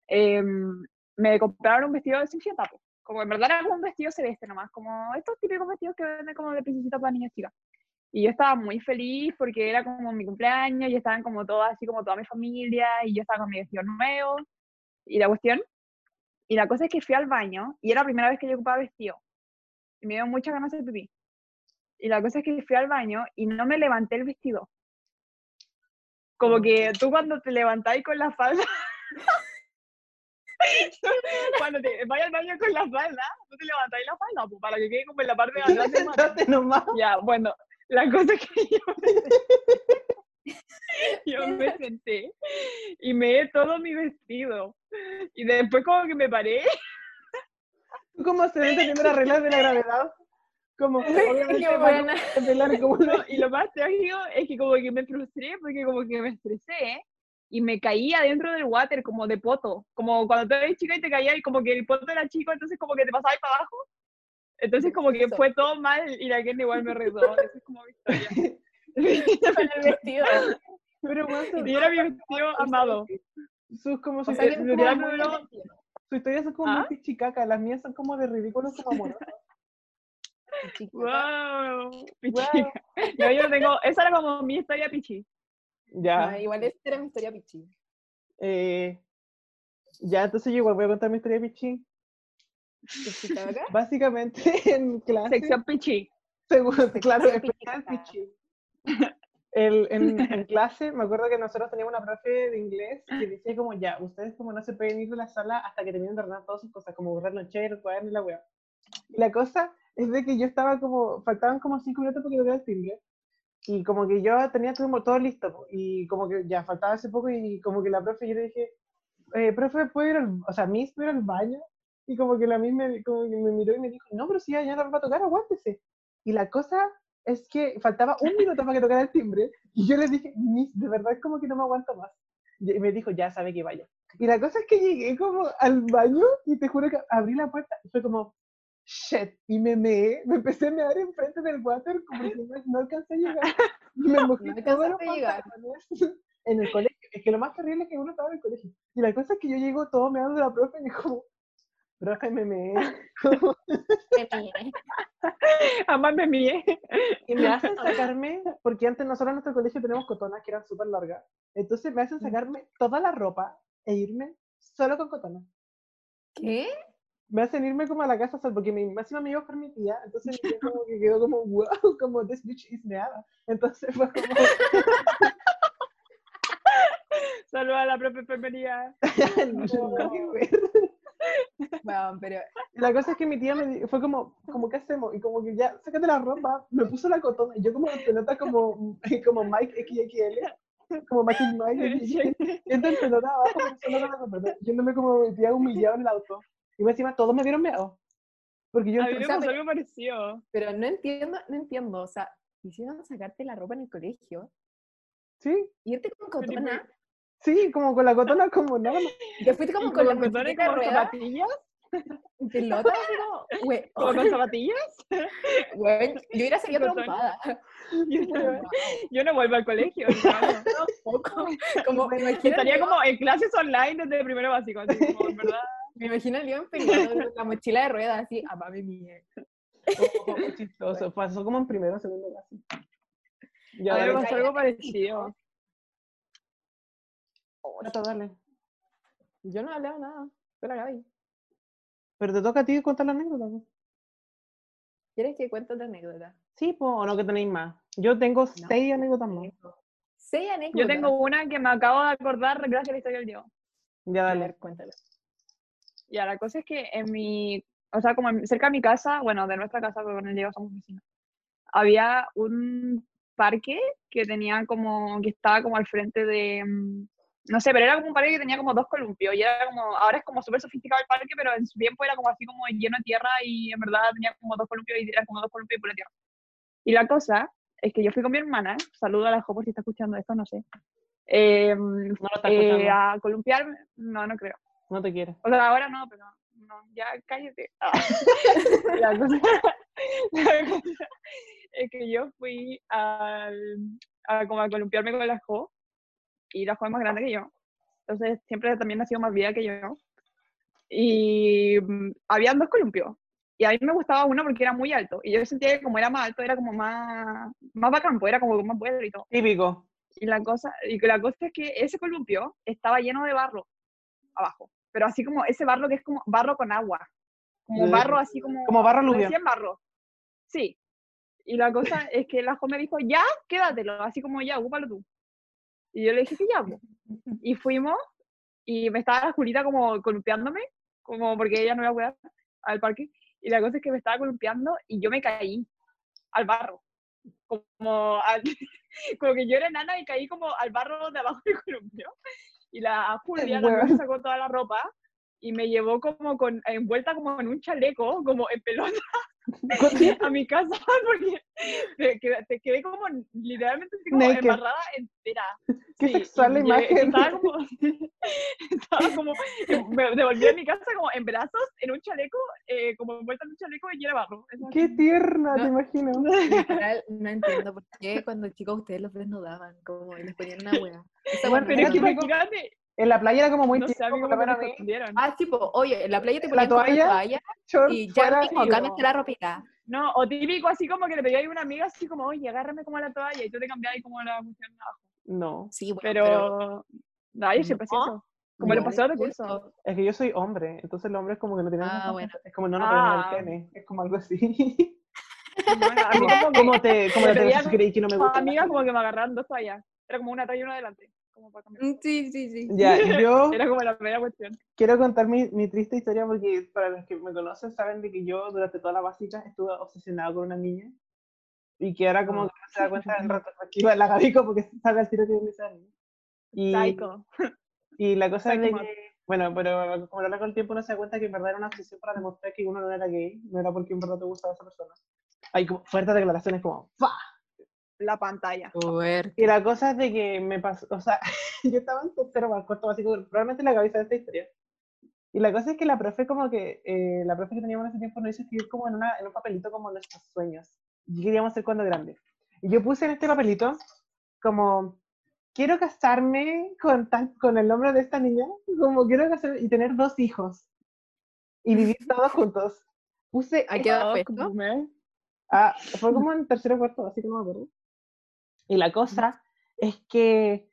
S3: Em, me compraron un vestido de Cenicienta. po. Como en verdad era como un vestido celeste nomás, como estos típicos vestidos que venden como de princesita para niñas chicas. Y yo estaba muy feliz porque era como mi cumpleaños y estaban como todas, así como toda mi familia y yo estaba con mi vestido nuevo y la cuestión. Y la cosa es que fui al baño y era la primera vez que yo ocupaba vestido y me dio muchas ganas de hacer pipí. Y la cosa es que fui al baño y no me levanté el vestido. Como que tú cuando te levantáis con la falda. cuando te vayas al baño con la falda, tú te levantáis la falda, pues, para que quede como en la parte de atrás. del mate.
S2: Date nomás.
S3: Ya, bueno, la cosa es que yo me senté, yo me senté y me he todo mi vestido. Y después como que me paré
S2: ¿Tú cómo se ven teniendo las reglas de la gravedad? Como, obviamente,
S1: Qué
S2: van
S1: buena.
S2: a pelar como una-
S3: No, y lo más trágico es que como que me frustré porque como que me estresé y me caía dentro del water como de poto, como cuando tú eres chica y te caía y como que el poto era chico, entonces como que te pasaba ahí para abajo. Entonces como que
S1: Eso.
S3: fue todo mal y la gente igual me retó. Esa es como mi historia.
S1: Con el vestido.
S2: Pero bueno,
S3: Y era mi vestido amado.
S2: sus como su
S1: O sea,
S3: Eh,
S1: que es como
S3: literal,
S1: muy
S3: me duró-
S2: Sus historias son como
S3: ¿Ah?
S2: muy pichicaca, las mías son como de ridículo como amoroso.
S3: wow. Pichi. No, yo no tengo, esa era como mi historia pichi.
S2: Ya.
S1: Ah, igual esa era mi historia pichi.
S2: eh, ya, entonces yo igual voy a contar mi historia pichi.
S1: Pichi caca.
S2: Básicamente en clase.
S3: Sección pichi.
S2: Según- claro,
S1: sección
S2: especial
S1: pichicaca.
S2: pichi. El, en, en clase, me acuerdo que nosotros teníamos una profe de inglés que decía como, ya, ustedes como no se pueden ir de la sala hasta que terminen de ordenar todas sus cosas, como borrar lonchero, cuaderno y la weá. Y la cosa es de que yo estaba como, faltaban como cinco minutos porque tocara el timbre. Y como que yo tenía todo, todo listo, po, y como que ya faltaba hace poco, y como que la profe, yo le dije, eh, profe, ¿puedo ir al, o sea, Miss, ¿puedo ir al baño? Y como que la Miss me, como que me miró y me dijo, no, pero si ya, ya la va a tocar, aguántese. Y la cosa es que faltaba un minuto para que tocara el timbre y yo les dije, "Miss, de verdad como que no me aguanto más. Y y me dijo, ya sabe que vaya. Y la cosa es que llegué como al baño y te juro que abrí la puerta y fue como, shit, y me meé, me empecé a mear enfrente del water como que no, no alcancé a llegar. Y me mojé
S1: No
S2: todos los
S1: alcanzaste a llegar.
S2: pantalones en el colegio. Es que lo más terrible es que uno estaba en el colegio. Y la cosa es que yo llego todo meado de la profe y como, profe, me meé.
S3: Jamás me mié.
S2: Y me hacen sacarme, porque antes nosotros en nuestro colegio tenemos cotonas que eran súper largas. Entonces me hacen sacarme toda la ropa e irme solo con cotonas.
S1: ¿Qué?
S2: Me hacen irme como a la casa sol, porque mi máxima me iba con mi tía. Entonces yo como que quedo como, wow, como this bitch is meada. Entonces fue como,
S3: Saluda a la propia enfermería.
S2: nada que ver.
S1: Bueno, pero
S2: Y La cosa es que mi tía me di- fue como, como, ¿qué hacemos? Y como que ya, sácate la ropa, me puso la cotona, y yo como pelota como, como Mike XXL, como Mike y Mike XXL, y entra en pelota abajo, me puso la cotona, yéndome como mi tía humillado en el auto. Y me encima todos me vieron meado. Porque yo
S3: A mí
S2: entré-
S3: me pasó algo parecido.
S1: Pero no entiendo, no entiendo, o sea, hicieron sacarte la ropa en el colegio,
S2: Sí,
S1: irte con cotona,
S2: sí, como con la cotona, como no, no.
S1: te fuiste como con la mochilita de rueda,
S3: zapatillas?
S1: en pelota, así como, we-
S3: ¿Como con zapatillas?
S1: weón, yo hubiera salido
S3: Cotona.
S1: trompada.
S3: Yo no, yo no vuelvo al colegio. hermano.
S1: Tampoco. Como, me imagino,
S3: Estaría como en clases online desde primero básico. Así como, en verdad.
S1: me imagino el León peleado con la mochila de ruedas, así, a mami mía.
S2: Oh, oh, qué chistoso. Pasó como en primero o segundo casi.
S3: A
S2: Ya,
S3: ver,
S2: dale,
S1: Ahora
S3: pasó algo parecido.
S2: Nata, dale.
S1: Yo no he hablado nada. Espera, Gaby.
S2: Pero te toca a ti contar la anécdota. po.
S1: ¿Quieres que cuente otra anécdota?
S2: Sí, po, o no que tenéis más. Yo tengo seis anécdotas más.
S1: Seis anécdotas.
S3: Yo tengo una que me acabo de acordar gracias a la historia del Diego.
S2: Ya,
S1: A
S2: dale.
S1: ver, cuéntalo.
S3: Ya, la cosa es que en mi, o sea, como en- cerca de mi casa, bueno, de nuestra casa, porque con el Diego somos vecinos, había un parque que tenía como, que estaba como al frente de, mm, no sé, pero era como un parque que tenía como dos columpios y era como, ahora es como súper sofisticado el parque, pero en su tiempo era como así como lleno de tierra y en verdad tenía como dos columpios y era como dos columpios por la tierra. Y la cosa es que yo fui con mi hermana, saludo a la Jo por si está escuchando esto, no sé, eh,
S2: No lo estás
S3: eh,
S2: escuchando.
S3: a columpiarme, no, no creo.
S2: No te quieres.
S3: O sea, ahora no, pero no, ya cállate. Ah. la, cosa, la cosa es que yo fui al, a como a columpiarme con la Jo y la Jo es más grande que yo. Entonces siempre también ha sido más vieja que yo. Y mm, habían dos columpios. Y a mí me gustaba uno porque era muy alto. Y yo sentía que como era más alto, era como más, más bacán, pues, era como más bueno y todo.
S2: Típico.
S3: Y la cosa, y que la cosa es que ese columpio estaba lleno de barro abajo, pero así como ese barro que es como barro con agua, como
S2: Mm.
S3: barro así como...
S2: Como barro
S3: lo
S2: aluvia.
S3: decían barro. Sí. Y la cosa es que la jo me dijo, ya, quédatelo, así como ya, ocúpalo tú. Y yo le dije que ya, po. Y fuimos, y me estaba la Julita como columpiándome, como porque ella no iba a cuidar al parque. Y la cosa es que me estaba columpiando y yo me caí al barro. Como, al- como que yo era enana y caí como al barro de abajo del columpio. Y la Julia la
S2: Weón.
S3: loca, sacó toda la ropa y me llevó como con, envuelta como en un chaleco, como en pelota, a mi casa porque me quedé, te quedé como literalmente así como
S2: Naked.
S3: embarrada entera.
S2: Qué
S3: Sí,
S2: sexual la
S3: y llegué-
S2: imagen.
S3: Estaba como, estaba como, eh, me devolví a mi casa como en brazos, en un chaleco, eh, como envuelta en un chaleco y llena de barro. Es así.
S2: Qué tierna,
S1: No.
S2: te imagino.
S1: Literal, no entiendo por qué cuando chicos ustedes los desnudaban, como y les ponían una hueá. Esa
S2: Bueno,
S1: hueá
S3: Pero es
S1: no-
S3: que
S2: Era
S3: imagínate,
S2: En la playa era como muy
S3: no sé, a mí
S2: típico,
S3: como que
S2: por lo
S3: me
S2: menos a mí,
S3: escondieron.
S1: Ah, sí, po, oye, en la playa te
S2: ¿La
S1: ponían como una
S2: toalla?
S1: toalla
S2: shorts
S1: y ya
S2: fuera,
S1: mismo,
S2: sí,
S1: cámbiate la ropita.
S3: No, o típico así como que le pedí a una amiga así como, oye, agárrame como la toalla y tú te cambiabas como la función abajo.
S2: No,
S1: Sí, bueno, pero...
S3: Pero, nadie siempre hacía
S1: No,
S3: eso. Como
S1: no,
S3: le pasó a otro
S1: no.
S3: curso.
S2: es que yo soy hombre, entonces los hombres como que no tienen...
S1: Ah,
S2: esas
S1: bueno.
S2: cosas. Es como, no, no, pero no
S3: Ah.
S2: el pene, es como algo así.
S3: Bueno, a mí
S2: como,
S3: como que-
S2: como te, como
S3: Yo
S2: te
S3: te
S2: tengo
S3: digo,
S2: si creí que no me gusta.
S3: amigas Ah, como que me agarraron dos toallas. Era como una toalla y una adelante. Como para cambiar.
S1: Mm, Sí, sí, sí.
S2: Ya, yo
S3: Era como la primera cuestión.
S2: quiero contar mi, mi triste historia porque para los que me conocen saben de que yo durante toda la básica estuve obsesionado con una niña y que ahora
S3: Ah.
S2: como que no se da cuenta en retrospectiva la Gabico porque sabe al tiro que viene esa niña. Y,
S3: Psycho.
S2: y la cosa es de
S3: Psycho
S2: que, bueno, pero como lo habla con el tiempo uno se da cuenta que en verdad era una obsesión para demostrar que uno no era gay, no era porque en verdad te gustaba esa persona. Hay como fuertes declaraciones como, ¡fa!
S3: La pantalla.
S1: Joder.
S2: Y la cosa es de que me pasó, o sea, yo estaba en tercero más cuarto básico, probablemente en la cabeza de esta historia. Y la cosa es que la profe como que, eh, la profe que teníamos en ese tiempo nos hizo escribir como en, una, en un papelito como nuestros sueños. ¿Qué queríamos ser cuando grandes? Y yo puse en este papelito como, quiero casarme con, tal- con el nombre de esta niña, como quiero casarme y tener dos hijos. Y vivir todos juntos. Puse
S1: ¿A qué edad fue esto?
S2: Ah, fue como en tercero o cuarto, así que no me acuerdo. Y la cosa es que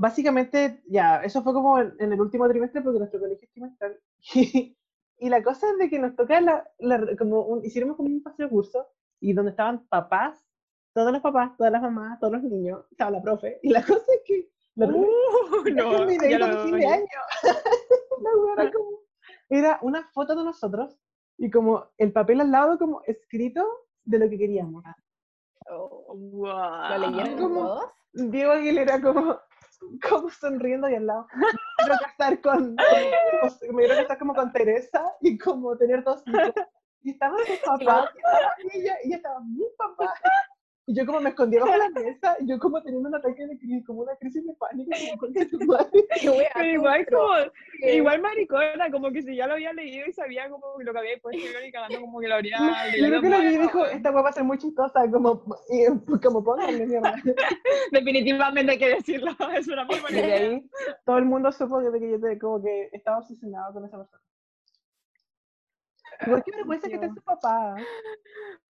S2: básicamente, ya, eso fue como en, en el último trimestre porque nuestro colegio es trimestral. Y, la cosa es de que nos toca, la, la- como un- hicimos como un paseo de curso y donde estaban papás, todos los papás, todas las mamás, todos los niños, estaba la profe. Y la cosa es que la profe
S3: Uh,
S2: es un
S3: no, ya
S2: videíto de
S3: lo
S2: fin de año. La wea era como- Era una foto de nosotros y como el papel al lado como escrito de lo que queríamos.
S3: Oh,
S1: ¿Lo leyeron
S3: wow.
S2: ¿Cómo?
S1: todos?
S2: Diego Aguilera como, como sonriendo y al lado. Me quiero casar con, con- me quiero casar como con Teresa y como tener dos hijos. Y estaban sus papás, y estaba ella, y estaba mi papá. Y yo como me escondí bajo la mesa, y yo como teniendo un ataque de crisis, como una crisis de pánico, como contra tu madre.
S1: Qué wea,
S3: Pero
S1: tú,
S3: igual
S1: pero-
S3: como, igual maricona, como que si ya lo había leído y sabía como lo que había puesto, yo ni cagando como que lo habría
S2: Yo
S3: leído.
S2: creo que la vi
S3: bueno,
S2: dijo, esta hueá va a ser muy chistosa, como, y, como pónganle mierda.
S3: Definitivamente hay que decirlo, es una muy
S2: Y
S3: buena
S2: de
S3: idea.
S2: ahí todo el mundo supo que, que yo te- como que estaba obsesionado con esa persona. Igual qué vergüenza que esté su papá.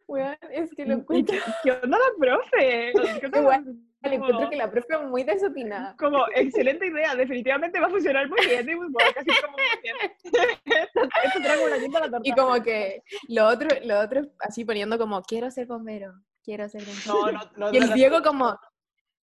S1: Weón, es que lo
S3: Y- y
S1: encuentro,
S3: ¿Qué onda la profe? ¿Qué onda la-
S1: Igual, le
S3: como-
S1: encuentro que la profe es muy desatinada.
S3: Como, excelente idea, definitivamente va a funcionar muy bien. Y pues, bueno, casi como muy bien. Esto esto trae como la quinta a la torta.
S1: Y como que lo otro, lo otro así poniendo como, quiero ser bombero, quiero ser
S6: No,
S1: bombero.
S6: no, no.
S1: Y el
S6: no,
S1: Diego como,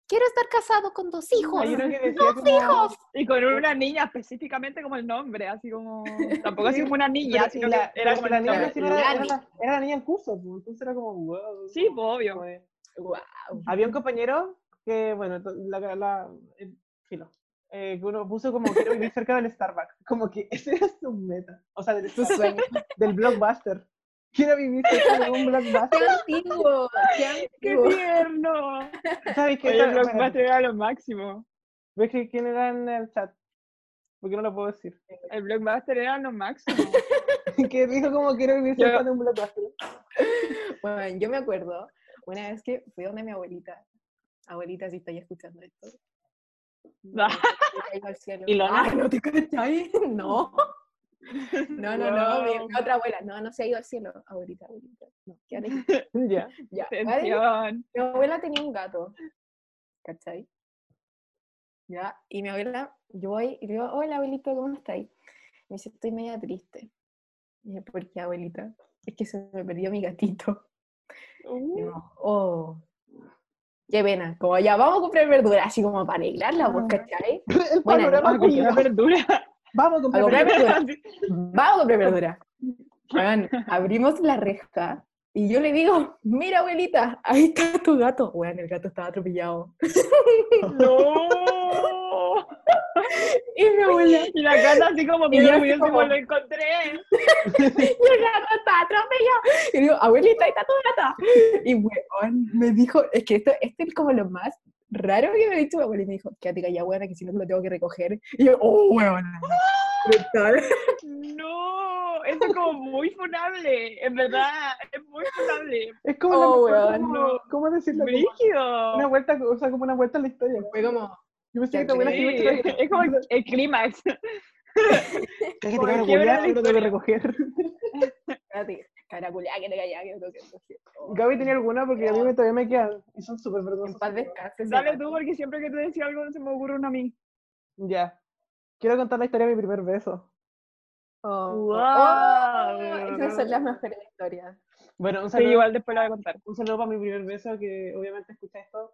S1: quiero estar casado con dos hijos.
S2: Hay uno que decía como,
S1: hijos!
S3: Y con una niña específicamente como el nombre, así como... Tampoco así como una niña,
S2: Pero- y
S3: sino
S2: la-
S3: que era
S2: pero
S3: como
S2: la
S3: el
S2: niña
S1: nombre.
S3: nombre.
S2: encima era, era
S1: Lali.
S2: la, era la niña en curso, pues, entonces era como, wow.
S3: Sí, pues, obvio.
S2: Fue-
S1: Guau.
S2: Había un compañero que, bueno, to- la, la, eh, filo, eh, que uno puso como quiero vivir cerca del Starbucks, como que ese era su meta, o sea, del,
S1: Tu
S2: Starbucks,
S1: sueño.
S2: del blockbuster. Quiero vivir cerca de un
S1: ¡Qué
S2: blockbuster.
S1: antiguo! ¡Qué
S3: ¡Qué
S1: antiguo!
S3: tierno!
S2: ¿Sabes qué?
S3: Oye,
S2: Espera,
S3: el
S2: espera,
S3: blockbuster era lo máximo.
S2: Voy a escribir quién era en el chat, porque no lo puedo decir.
S3: El blockbuster era lo máximo.
S2: que dijo como quiero vivir
S3: Yo-
S2: cerca de un blockbuster.
S1: Bueno, yo me acuerdo una vez que fui donde mi abuelita, abuelita, si estáis escuchando esto.
S3: No.
S1: Me caigo al cielo.
S6: Ilona.
S1: Ah, no te cachai. No. No, no, no, mi-
S3: Wow.
S1: mi otra abuela. No, no se ha ido al cielo. Abuelita, abuelita. No, quédate aquí.
S2: Ya.
S1: Ya. ¿vale?
S3: Atención.
S1: Mi abuela tenía un gato. ¿Cachai? Ya. Y mi abuela, yo voy y le digo, hola abuelito, ¿cómo estáis? Me dice, estoy media triste. Y dije, ¿por qué abuelita? Es que se me perdió mi gatito. Y
S3: Uh,
S1: como, oh, qué pena. Como ya vamos a comprar verduras, así como para arreglarla, pues,
S2: Ah.
S1: ¿cachai?
S2: El
S1: Bueno,
S2: panorama
S3: a comprar
S2: culiao.
S3: ah, verdura.
S2: Vamos a
S1: A
S2: comprar.
S1: comprar
S2: verduras.
S1: verduras. Vamos a comprar verduras. Weón, abrimos la reja y yo le digo, mira abuelita, ahí está tu gato. Weón, el gato estaba atropellado.
S3: ¡No!
S1: Y mi abuela,
S3: Y la gata así como
S1: Y
S3: muy
S1: yo así
S3: orgullosa, como
S1: como-
S3: lo encontré.
S1: Y el gato está atropellado. Y digo, abuelita, ahí está tu gata. Y weón, me dijo, es que esto, esto es como lo más raro que me ha dicho mi abuela. Y me dijo, quédate callada, buena, que si no te lo tengo que recoger. Y yo, oh, weón. Brutal.
S3: No, eso es como muy funable, en verdad, es muy funable.
S2: Es como
S1: Oh,
S2: la mejor,
S1: weón,
S2: como-
S3: no.
S2: ¿cómo decirlo? Como Una
S3: Brígido.
S2: vuelta, o sea, como una vuelta a la historia.
S1: Fue como,
S2: Yo pensé
S1: Ya
S2: que tu abuela
S1: entendí.
S2: se iba a
S3: Sí,
S2: quedar-
S3: es como el clímax.
S6: Cállate,
S3: Como
S6: cállate,
S3: el quiebre de
S6: culiao, no lo
S3: la
S6: tengo que
S3: historia.
S6: recoger.
S1: espérate, caraculea, que te callada, que no tengo que recoger. Oh,
S2: Gaby tenía alguna porque a mí me- todavía me quedan. Y son súper
S1: En
S2: vergonzosos.
S1: paz descanse. ese
S3: Dale
S1: gato.
S3: tú, porque siempre que tú decías algo se me ocurre uno a mí.
S2: Ya. Quiero contar la historia de mi primer beso.
S1: Oh,
S3: Wow.
S1: oh, esas son las mejores historias.
S2: Bueno, un
S3: Sí,
S2: saludo,
S3: igual después lo voy a contar.
S2: un saludo para mi primer beso, que obviamente escucha esto.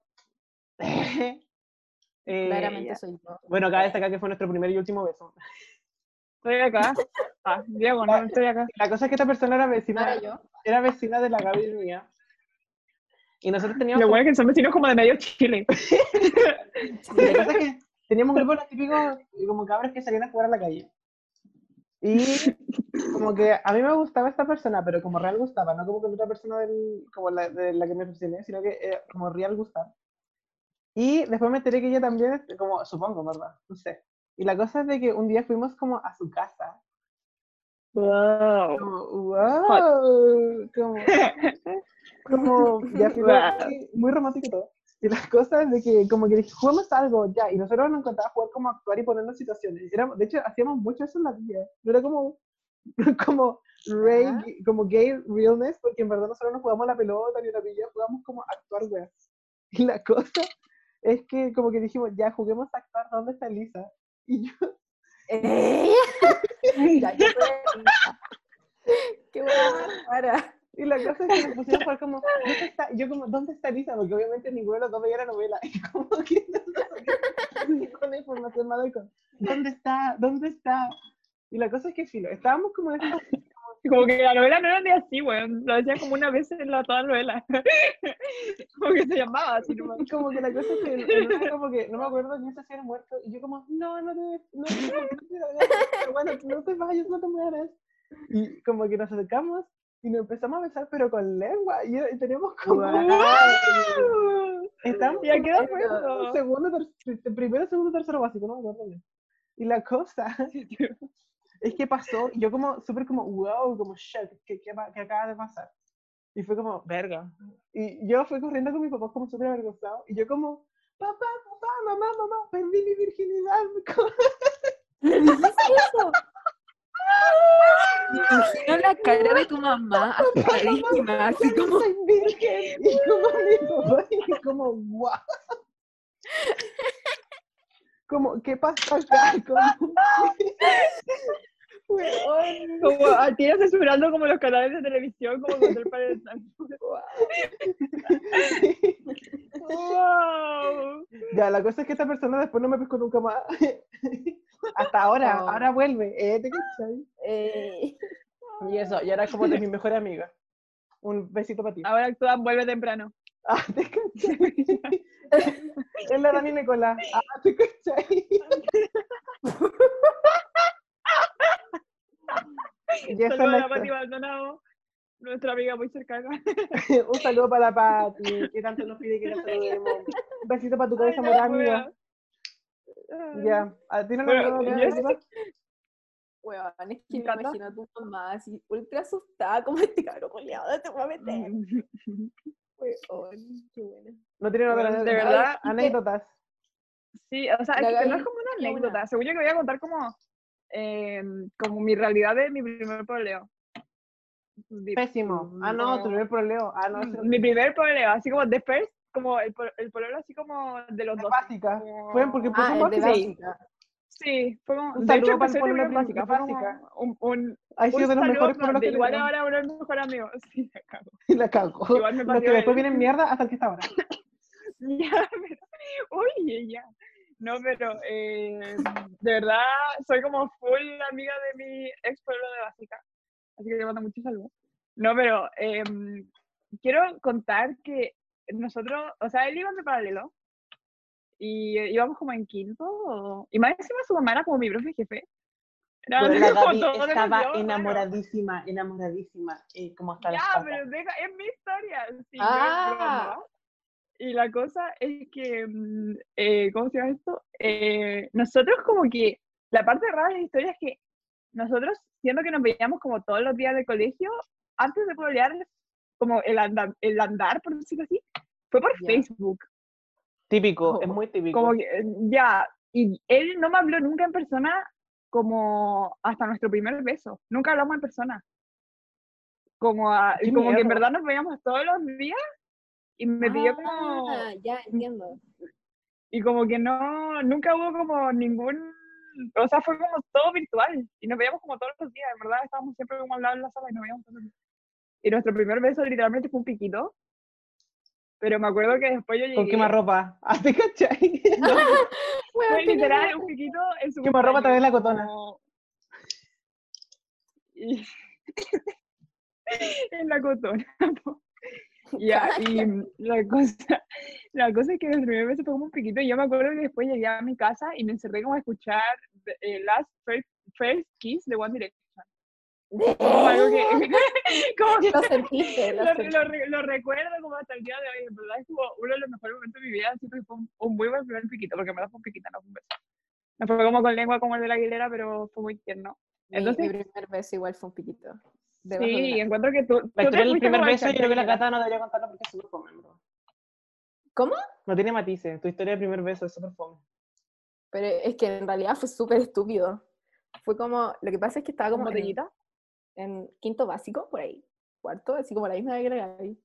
S2: Eh,
S1: Claramente
S2: ya.
S1: soy yo.
S2: Bueno, cabe destacar que fue nuestro primer y último beso.
S3: Estoy acá. Ah, Diego, no, estoy acá.
S2: La cosa es que esta persona era
S1: Ahora
S2: vecina,
S1: yo.
S2: era vecina de la Gaby mía. Y nosotros teníamos
S3: Lo bueno es que son vecinos como de medio Chile.
S2: La cosa es que teníamos un grupo de los típicos eh, como cabros que salían a jugar a la calle. Y como que a mí me gustaba esta persona, pero como real gustaba, no como con otra persona del- como la, de la que me obsesioné, sino que eh, como real gustaba. Y después me enteré que ella también, es- como supongo, ¿verdad? No sé. Y la cosa es de que un día fuimos como a su casa.
S3: Wow.
S2: Como, wow, como, como ya filo,
S3: Wow.
S2: muy- muy romántico todo. Y las cosas de que como que dije, juguemos algo ya, y nosotros nos encantaba jugar como actuar y ponernos situaciones. Era, de hecho, hacíamos mucho eso en la vida. No era como, como, rey,
S1: Ajá.
S2: como gay realness, porque en verdad nosotros no jugamos a la pelota ni a la pilla, jugamos como a actuar, weas. Y la cosa es que como que dijimos, ya, juguemos a actuar, ¿dónde está Elisa? Y yo,
S1: Eh, ya, qué buena. Qué buena cara.
S2: Y la cosa es que nos pusimos a jugar como, ¿dónde está? Y yo como, ¿dónde está Lisa? Porque obviamente ninguno de los dos veía la novela. Y como que no con la información más de con, ¿dónde está? ¿Dónde está? Y la cosa es que, filo, estábamos como en esta-
S3: Como que la novela no era ni así, weón. Lo decía como una vez en la toda novela. Como que se llamaba así nomás.
S2: como que la cosa es que, en- en una como que, no me acuerdo quién se hacía muerto. Y yo como, no, no te, no, no, no, te- no, te- bueno, no te vayas, no te mueras. Y como que nos acercamos Y nos empezamos a besar, pero con lengua. Y era- y teníamos como.
S7: Guau.
S2: Estamos
S3: ¿Y a
S2: como
S3: qué edad
S2: en
S3: fue eso?
S2: Segundo, ter- ter- primero, segundo, tercero básico, no me acuerdo bien. Y la cosa es que pasó, y yo como súper como, wow, como shock, ¿qué, qué, va- qué acaba de pasar? Y fue como, verga. Y yo fui corriendo con mi papá como súper avergonzado, y yo como, papá, papá, mamá, mamá, perdí mi virginidad.
S1: ¿Le dijiste eso? Me imagino la cara de tu mamá asustadísima, así
S2: yo
S1: como,
S2: soy virgen. Y como mi papá, y como, wow. Como, ¿qué pasó acá? Como, Weón.
S3: Como a ti censurando como los canales de televisión, como con el padre ¡Wow!
S2: Ya, la cosa es que esta persona después no me pescó nunca más. Hasta ahora,
S1: Oh.
S2: ahora vuelve. Eh, ¿te cachai?
S1: eh,
S2: Y eso, y ahora es como de mi mejor amiga. Un besito para ti.
S3: Ahora actúa, vuelve temprano.
S2: Ah, ¿te cachai? es la Dani Nicolás. Ah, ¿te cachai? y esa es
S3: Saludos a la
S2: la
S3: Pati Maldonado, nuestra amiga muy cercana.
S2: historia. Un saludo para la Pati, que tanto nos pide que nos saludemos. Un besito para tu cabeza
S3: Ay, no,
S2: morada, amiga.
S3: wea.
S2: Ya, ah, a ti no
S3: Bueno,
S2: me
S3: yo sé
S1: weón, es que me
S3: Gata.
S1: imagino a tu mamá así ultra asustada, como este cabrón goleado te voy a meter, weón, qué bueno.
S2: No tiene nada
S3: Bueno,
S2: que
S3: de
S2: ver.
S3: verdad,
S2: Anécdotas.
S3: Sí, o sea, es
S1: La
S3: que
S1: Gaby
S3: no es como una
S1: tiene una.
S3: anécdota. Según yo que voy a contar como, eh, como mi realidad de mi primer poleo. Mi,
S2: Pésimo. Ah, no, tu primer problema. Ah,
S3: Mm,
S2: no, eso
S3: mi primer poleo, así como the first, como el, pol- el poleo así como de los
S2: es
S3: dos.
S2: básica.
S3: como-
S2: Fue porque puso
S1: Ah,
S2: un
S1: el de
S2: boxer.
S1: básica.
S3: Sí, fue como...
S2: Un
S3: de hecho,
S2: saludo para el
S3: empezó el
S2: poleo
S3: poleo
S2: prim-
S3: básica. Fue como
S2: básica.
S3: un, un,
S2: Ha sido
S3: un
S2: de los
S3: saludo,
S2: mejores problemas
S3: de
S2: que
S3: igual
S2: tenemos.
S3: ahora uno de mis mejores amigos. Sí, la cago.
S2: Y la cago.
S3: Igual me
S2: Los que
S3: pateó
S2: después
S3: él.
S2: vienen mierda hasta el que está ahora.
S3: Ya, pero- oye, ya. No, pero eh, de verdad soy como full amiga de mi ex pueblo de Básica. Así que le mando muchos saludos. No, pero em, quiero contar que nosotros, o sea, él iba de paralelo y eh, íbamos como en quinto. o- Y más encima su mamá era como mi profe jefe. Era
S2: Bueno, Pues la
S3: como
S2: Gaby
S3: todo
S2: estaba
S3: demasiado raro.
S2: enamoradísima, enamoradísima, eh, como hasta las
S3: Ya,
S2: patas.
S3: pero deja, es mi historia. sí, no es
S1: Ah.
S3: broma. Y la cosa es que, mm, eh, ¿cómo se llama esto? Eh, nosotros como que, la parte rara de la historia es que nosotros, siendo que nos veíamos como todos los días del colegio, antes de pololear, como el, anda- el andar, por decirlo así, fue por
S1: Ya.
S3: Facebook.
S7: Típico, es muy típico.
S3: Como que, eh, ya, y él no me habló nunca en persona como hasta nuestro primer beso. Nunca hablamos en persona. Como, a-
S2: ¡Qué
S3: como que en
S2: mierda!
S3: verdad nos veíamos todos los días y me pidió como...
S1: Ah, ya entiendo.
S3: Y como que no, nunca hubo como ningún... O sea, fue como todo virtual y nos veíamos como todos los días, en verdad estábamos siempre como al lado en la sala y nos veíamos todos los días. Y nuestro primer beso literalmente fue un piquito, pero me acuerdo que después yo
S2: Con
S3: llegué...
S2: quemarropa. Ah, ¿te cachai?
S1: Weón,
S3: Fue
S1: qué
S3: literal,
S1: miedo.
S3: un piquito en su
S2: Quemarropa también la cotona.
S3: cumpleaños, como- Y- en la cotona. po. Ya, y mm, la cosa, la cosa es que los primeros meses fue como un piquito. y Yo me acuerdo que después llegué a mi casa y me encerré como a escuchar de- eh, Last First, First Kiss de One Direction. Como algo que,
S2: ¡Oh!
S3: como que
S1: Lo sentiste, lo
S3: lo,
S1: sentiste.
S3: lo re- lo recuerdo como hasta el día de hoy. En verdad es como uno de los mejores momentos de mi vida. Siento que fue un, un muy buen primer piquito, porque en verdad fue un piquito, no fue un beso. No fue como con lengua como el de la Aguilera, pero fue muy tierno.
S1: Mi-
S3: Entonces-
S1: mi, primer beso igual fue un piquito. debajo de
S3: Sí,
S1: la-
S3: encuentro que tú.
S2: La
S3: tú te
S2: historia del
S3: fuiste
S2: primer
S3: como al
S2: beso, yo creo que la
S3: cartel, ¿verdad?
S2: Cata no debería contarlo porque es súper fome, en verdad.
S1: ¿Cómo?
S2: No tiene matices. Tu historia del primer beso es súper fome.
S1: Pero es que en realidad fue súper estúpido. Fue como, lo que pasa es que estaba como en,
S3: botellita?
S1: en quinto básico, por ahí, cuarto, así como la misma edad que la Gaby.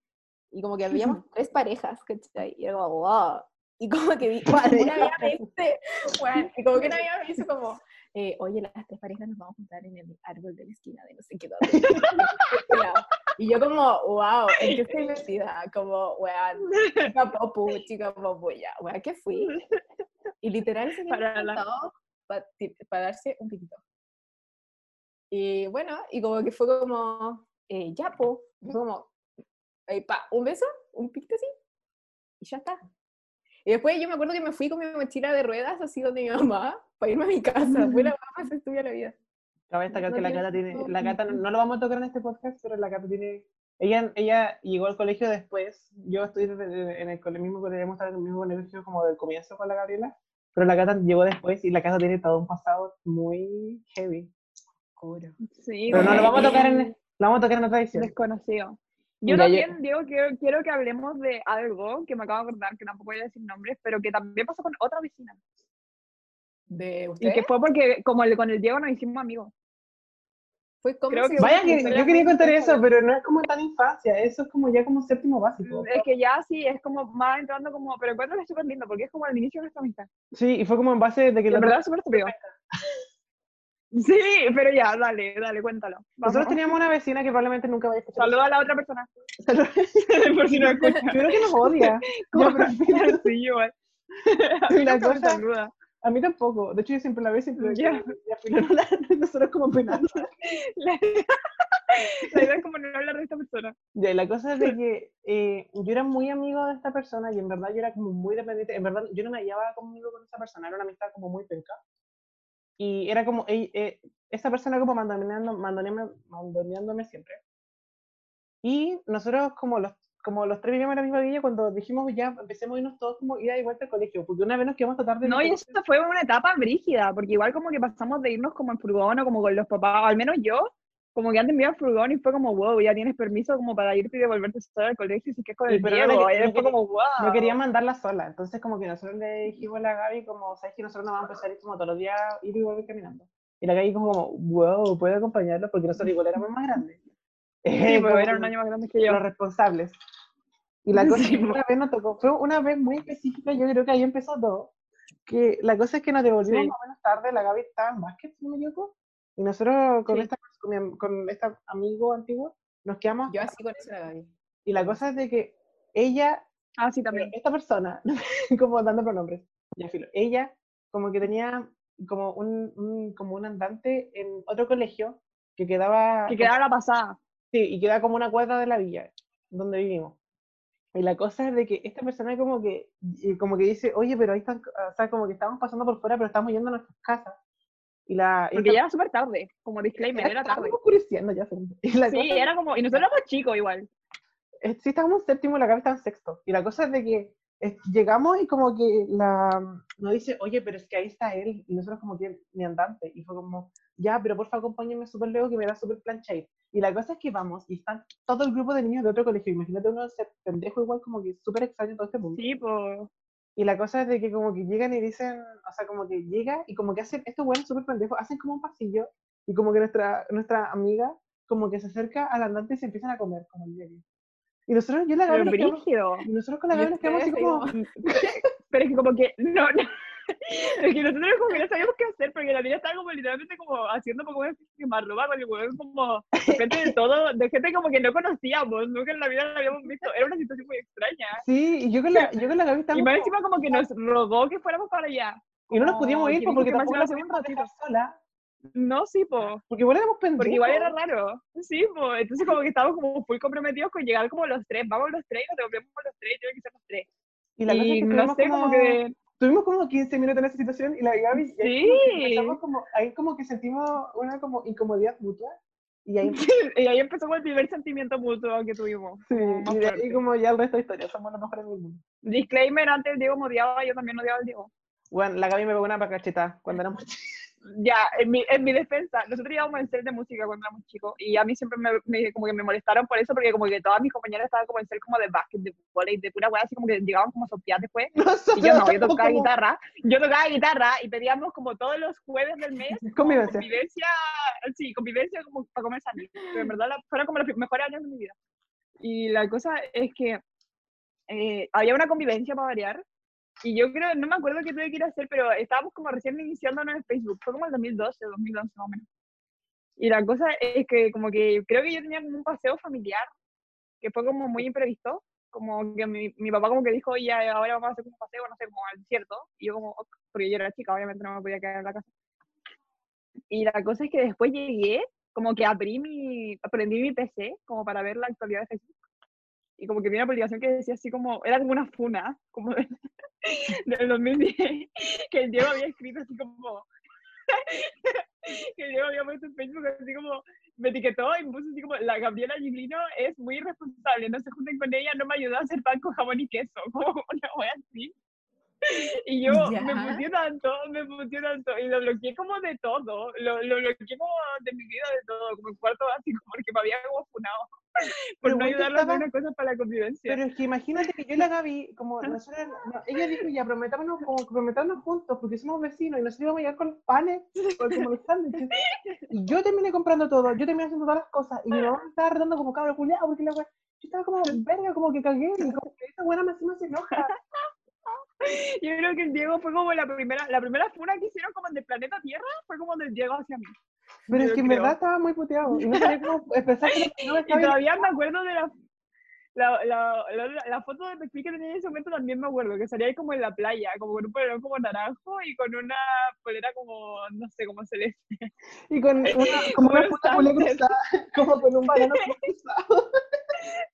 S1: Y como que habíamos tres parejas, ¿cachai? Y era como, wow. Y como que di- una
S2: Parejas.
S1: había este, bueno, y como que una había me hizo como, eh, oye, las tres parejas nos vamos a juntar en el árbol de la esquina de no sé qué lado. Y yo como, wow, ¿en qué estoy metida? Como, weón, chica popu, chica popu, ya, weón, ¿qué fui? Y literal se
S3: Para la-
S1: para, darse un piquito. Y bueno, y como que fue como, eh, ya, po, y fue como, ahí, pa, un beso, un piquito así, y ya está. Y después yo me acuerdo que me fui con mi mochila de ruedas así donde mi mamá, para irme a mi casa, fue la weá más estúpida de la vida.
S2: Cabe destacar
S1: No
S2: que la
S1: quiero
S2: Cata tiene,
S1: decir
S2: la
S1: todo.
S2: Cata, no, no lo vamos a tocar en este podcast, pero la Cata tiene, ella, ella llegó al colegio después, yo estoy desde- en el cole- mismo colegio, hemos estado en el mismo colegio como del comienzo con la Gabriela, pero la Cata llegó después y la Cata tiene todo un pasado muy heavy. Oscuro.
S3: Sí,
S2: Pero no
S3: como
S2: lo vamos a tocar en,
S3: bien
S2: lo vamos a tocar en otra edición.
S3: desconocido. Yo
S2: Mira, yo-
S3: también, Diego, quiero, quiero que hablemos de algo que me acabo de acordar, que tampoco voy a decir nombres, pero que también pasó con otra vecina.
S1: ¿De
S3: Y
S1: usted?
S3: que fue porque, como el- con el Diego nos hicimos amigos.
S1: Fue como
S3: creo
S1: se
S3: que-
S1: llama?
S2: Vaya que yo quería contar eso, pero no es como tan infancia, eso es como ya como séptimo básico.
S3: Mm, Es que ya sí, es como más entrando como, pero encuentro que es súper lindo, porque es como el inicio de nuestra amistad.
S2: Sí, y fue como en base de que
S3: La
S2: la-
S3: verdad es súper estúpido. Sí, pero ya, dale, dale, cuéntalo. Vamos.
S2: nosotros teníamos una vecina que probablemente nunca vaya a escuchar.
S3: Saluda a la otra persona.
S2: Saludos.
S3: Por si no escucha.
S2: Yo creo que nos odia.
S3: Como-
S2: Ya, pero-
S3: sí, igual.
S2: Y la
S3: No me
S2: cosa-
S3: saluda.
S2: A mí tampoco. De hecho, yo siempre la veo y siempre.
S3: Ya.
S2: Y al final no la- nosotros como penando.
S3: La, la idea es como no hablar de esta persona.
S2: Ya, y la cosa es de que eh, yo era muy amigo de esta persona y en verdad yo era como muy dependiente. En verdad, yo no me hallaba conmigo con esa persona. Era una amistad como muy penca. Y era como. ey- eh, esa persona como mandoneando, mandoneando, mandoneándome siempre. Y nosotros, como los, como los tres vivíamos en la misma villa, cuando dijimos ya empecemos a irnos todos como ida y vuelta al colegio. Porque una vez nos quedamos hasta tarde. en el
S3: No, y
S2: colegio.
S3: eso fue una etapa brígida, porque igual como que pasamos de irnos como en furgón o como con los papás, o al menos yo, como que antes me iba en furgón y fue como, wow, ya tienes permiso como para irte y devolverte sola al colegio, y si que es con
S2: Sí,
S3: el
S2: pero no
S3: Diego,
S2: le-
S3: y
S2: no
S3: él fue
S2: quería-
S3: como, wow.
S2: No quería mandarla sola, entonces como que nosotros le dijimos a la Gaby como, sabes que nosotros no vamos a empezar a ir como todos los días, ir y volver caminando. Y la Gaby como, wow, ¿puedo acompañarlo? Porque nosotros igual éramos más grandes.
S3: Sí,
S2: Eh,
S3: pero
S2: como
S3: era un
S2: que
S3: año más grande que yo.
S2: Los responsables. Y la cosa es
S3: Sí, pues.
S2: que una vez nos tocó, fue una vez muy específica, yo creo que ahí empezó todo, que la cosa es que nos devolvimos
S3: Sí.
S2: más o menos tarde, la Gaby estaba en básquet, si no me equivoco, y nosotros con,
S3: Sí.
S2: esta, con, mi am- con esta amigo antiguo nos quedamos,
S1: Yo así con eso la Gaby.
S2: y la cosa es de que ella
S3: Ah, sí,
S2: pero
S3: también.
S2: esta persona, como dando pronombres, ya filo, ella como que tenía como un, un- como un andante en otro colegio que quedaba,
S3: Que quedaba la pasada.
S2: sí, y quedaba como una cuadra de la villa donde vivimos. Y la cosa es de que esta persona como que, y como que dice, oye, pero ahí están, o sea, como que estamos pasando por fuera, pero estamos yendo a nuestras casas. Y la... y
S3: Porque
S2: esta-
S3: ya era súper tarde, como disclaimer, era
S2: estábamos
S3: tarde.
S2: oscureciendo ya. Fernanda. Y la
S3: Sí,
S2: cosa-
S3: era como, y nosotros éramos chicos igual.
S2: eh, sí estábamos en séptimo y la Gaby estaba en sexto. Y la cosa es de que eh, llegamos y como que la mm, nos dice, oye, pero es que ahí está él. Y nosotros como que ni andante. Y fue como, ya, pero porfa, acompáñenme súper lejos que me da súper plancha ir. Y la cosa es que vamos y están todo el grupo de niños de otro colegio. Imagínate uno se pendejo igual como que súper extraño todo este mundo.
S3: Sí, pues.
S2: Y la cosa es de que como que llegan y dicen, o sea, como que llega y como que hacen, estos buenos súper pendejos, hacen como un pasillo y como que nuestra, nuestra amiga como que se acerca al andante y se empiezan a comer como el diario. Y nosotros, yo y la Gaby
S3: Pero
S2: nos quedamos-
S3: brígido.
S2: y nosotros con la
S1: Y
S2: Gaby nos quedamos así
S1: ustedes
S2: como,
S3: Pero es que como que, no, no. Es que nosotros como que no sabíamos qué hacer, porque la mina estaba como literalmente como haciendo como una quemarropa con el huevón como de gente de todo, de gente como que no conocíamos, nunca en la vida la habíamos visto, era una situación muy extraña.
S2: sí, y yo con la, yo con la Gaby
S3: Y
S2: estábamos
S3: más
S2: como-
S3: encima como que nos rogó que fuéramos para allá.
S2: y no nos pudimos
S3: Ay,
S2: ir
S3: que
S2: pues, porque
S3: dijo que más
S2: tampoco
S3: iba a
S2: la
S3: ser un
S2: pudimos dejar sola,
S3: No, sí, po.
S2: porque igual éramos pendejos.
S3: Porque igual era raro. Sí, pues. Entonces como que estábamos como full comprometidos con llegar como los tres. Vamos los tres y nos devolvemos los tres y tiene que ser los tres.
S2: Y la cosa es
S3: y
S2: que
S3: no
S2: tuvimos
S3: sé,
S2: como,
S3: como que...
S2: tuvimos como 15 minutos en esa situación y la Gaby, y ahí como que
S3: Sí.
S2: empezamos como, ahí como que sentimos una como incomodidad mutua y ahí
S3: Y ahí empezó como el primer sentimiento mutuo que tuvimos.
S2: Sí,
S3: como más
S2: y de ahí
S3: fuerte.
S2: como ya el resto de historia, somos los mejores del mundo.
S3: Disclaimer, antes el Diego me odiaba, yo también odiaba al Diego.
S2: Bueno, la Gaby me pegó una pacacheta cuando éramos chicos.
S3: Ya, en mi, en mi defensa, nosotros íbamos en ser de música cuando éramos chicos y a mí siempre me, me- como que me molestaron por eso porque como que todas mis compañeras estaban como en ser como de básquet, de volei, de pura weá, así como que llegaban como sopiadas después. Y yo no, yo tocaba guitarra, yo tocaba guitarra y pedíamos como todos los jueves del mes como
S2: Convivencia.
S3: convivencia, sí, convivencia como para comer sándwich. Pero en verdad la- fueron como los mejores años de mi vida. Y la cosa es que eh, había una convivencia para variar. Y yo creo, no me acuerdo qué tuve que ir a hacer, pero estábamos como recién iniciándonos en Facebook. Fue como el 2012, 2011 más o menos. Y la cosa es que como que creo que yo tenía como un paseo familiar que fue como muy imprevisto. Como que mi, mi papá como que dijo, ya, ahora vamos a hacer un paseo, no sé, como al desierto. Y yo como, "Ok", porque yo era chica, obviamente no me podía quedar en la casa. Y la cosa es que después llegué, como que abrí mi, aprendí mi PC, como para ver la actualidad de Facebook. Y como que vi una publicación que decía así como, era como una funa, como de- del 2010, que el Diego había escrito así como, que yo había puesto en Facebook así como, me etiquetó y me puso así como, la Gabriela Giglino es muy irresponsable, no se junten con ella, no me ayudó a hacer pan con jamón y queso, como una wea así. Y yo
S1: Ya.
S3: me puse tanto, me puse tanto, y lo bloqueé como de todo, lo, lo bloqueé como de mi vida, de todo, como en cuarto básico, porque me había como funado por
S2: Pero
S3: no
S2: igual te
S3: ayudarlo a hacer
S2: estabas-
S3: una cosa para la convivencia.
S2: Pero es que imagínate que yo y la Gaby, como nosotros, no, ella dijo ya, prometámonos, como prometámonos juntos, porque somos vecinos y nos íbamos a llevar con los panes, o como los sándwiches. Y yo terminé comprando todo, yo terminé haciendo todas las cosas, y mi mamá me estaba retando como cabro culiado, porque la wea, yo estaba como, verga, como que cagué, y como que esta buena más encima se enoja.
S3: Yo creo que el Diego fue como la primera, la primera funa que hicieron como del planeta Tierra, fue como del Diego hacia mí.
S2: Pero es
S3: Yo
S2: que en
S3: creo.
S2: verdad estaba muy puteado, y no sabía cómo expresar que no me
S3: Y
S2: estaba bien.
S3: todavía me acuerdo de la, la, la, la- la foto de perfil que tenía en ese momento también me acuerdo, que salía ahí como en la playa, como con un polerón como naranjo y con una polera como, no sé, como celeste.
S2: Y con una, como una
S3: Como
S2: puta culia
S3: sándwich.
S2: cruzada, como con un banano cruzado.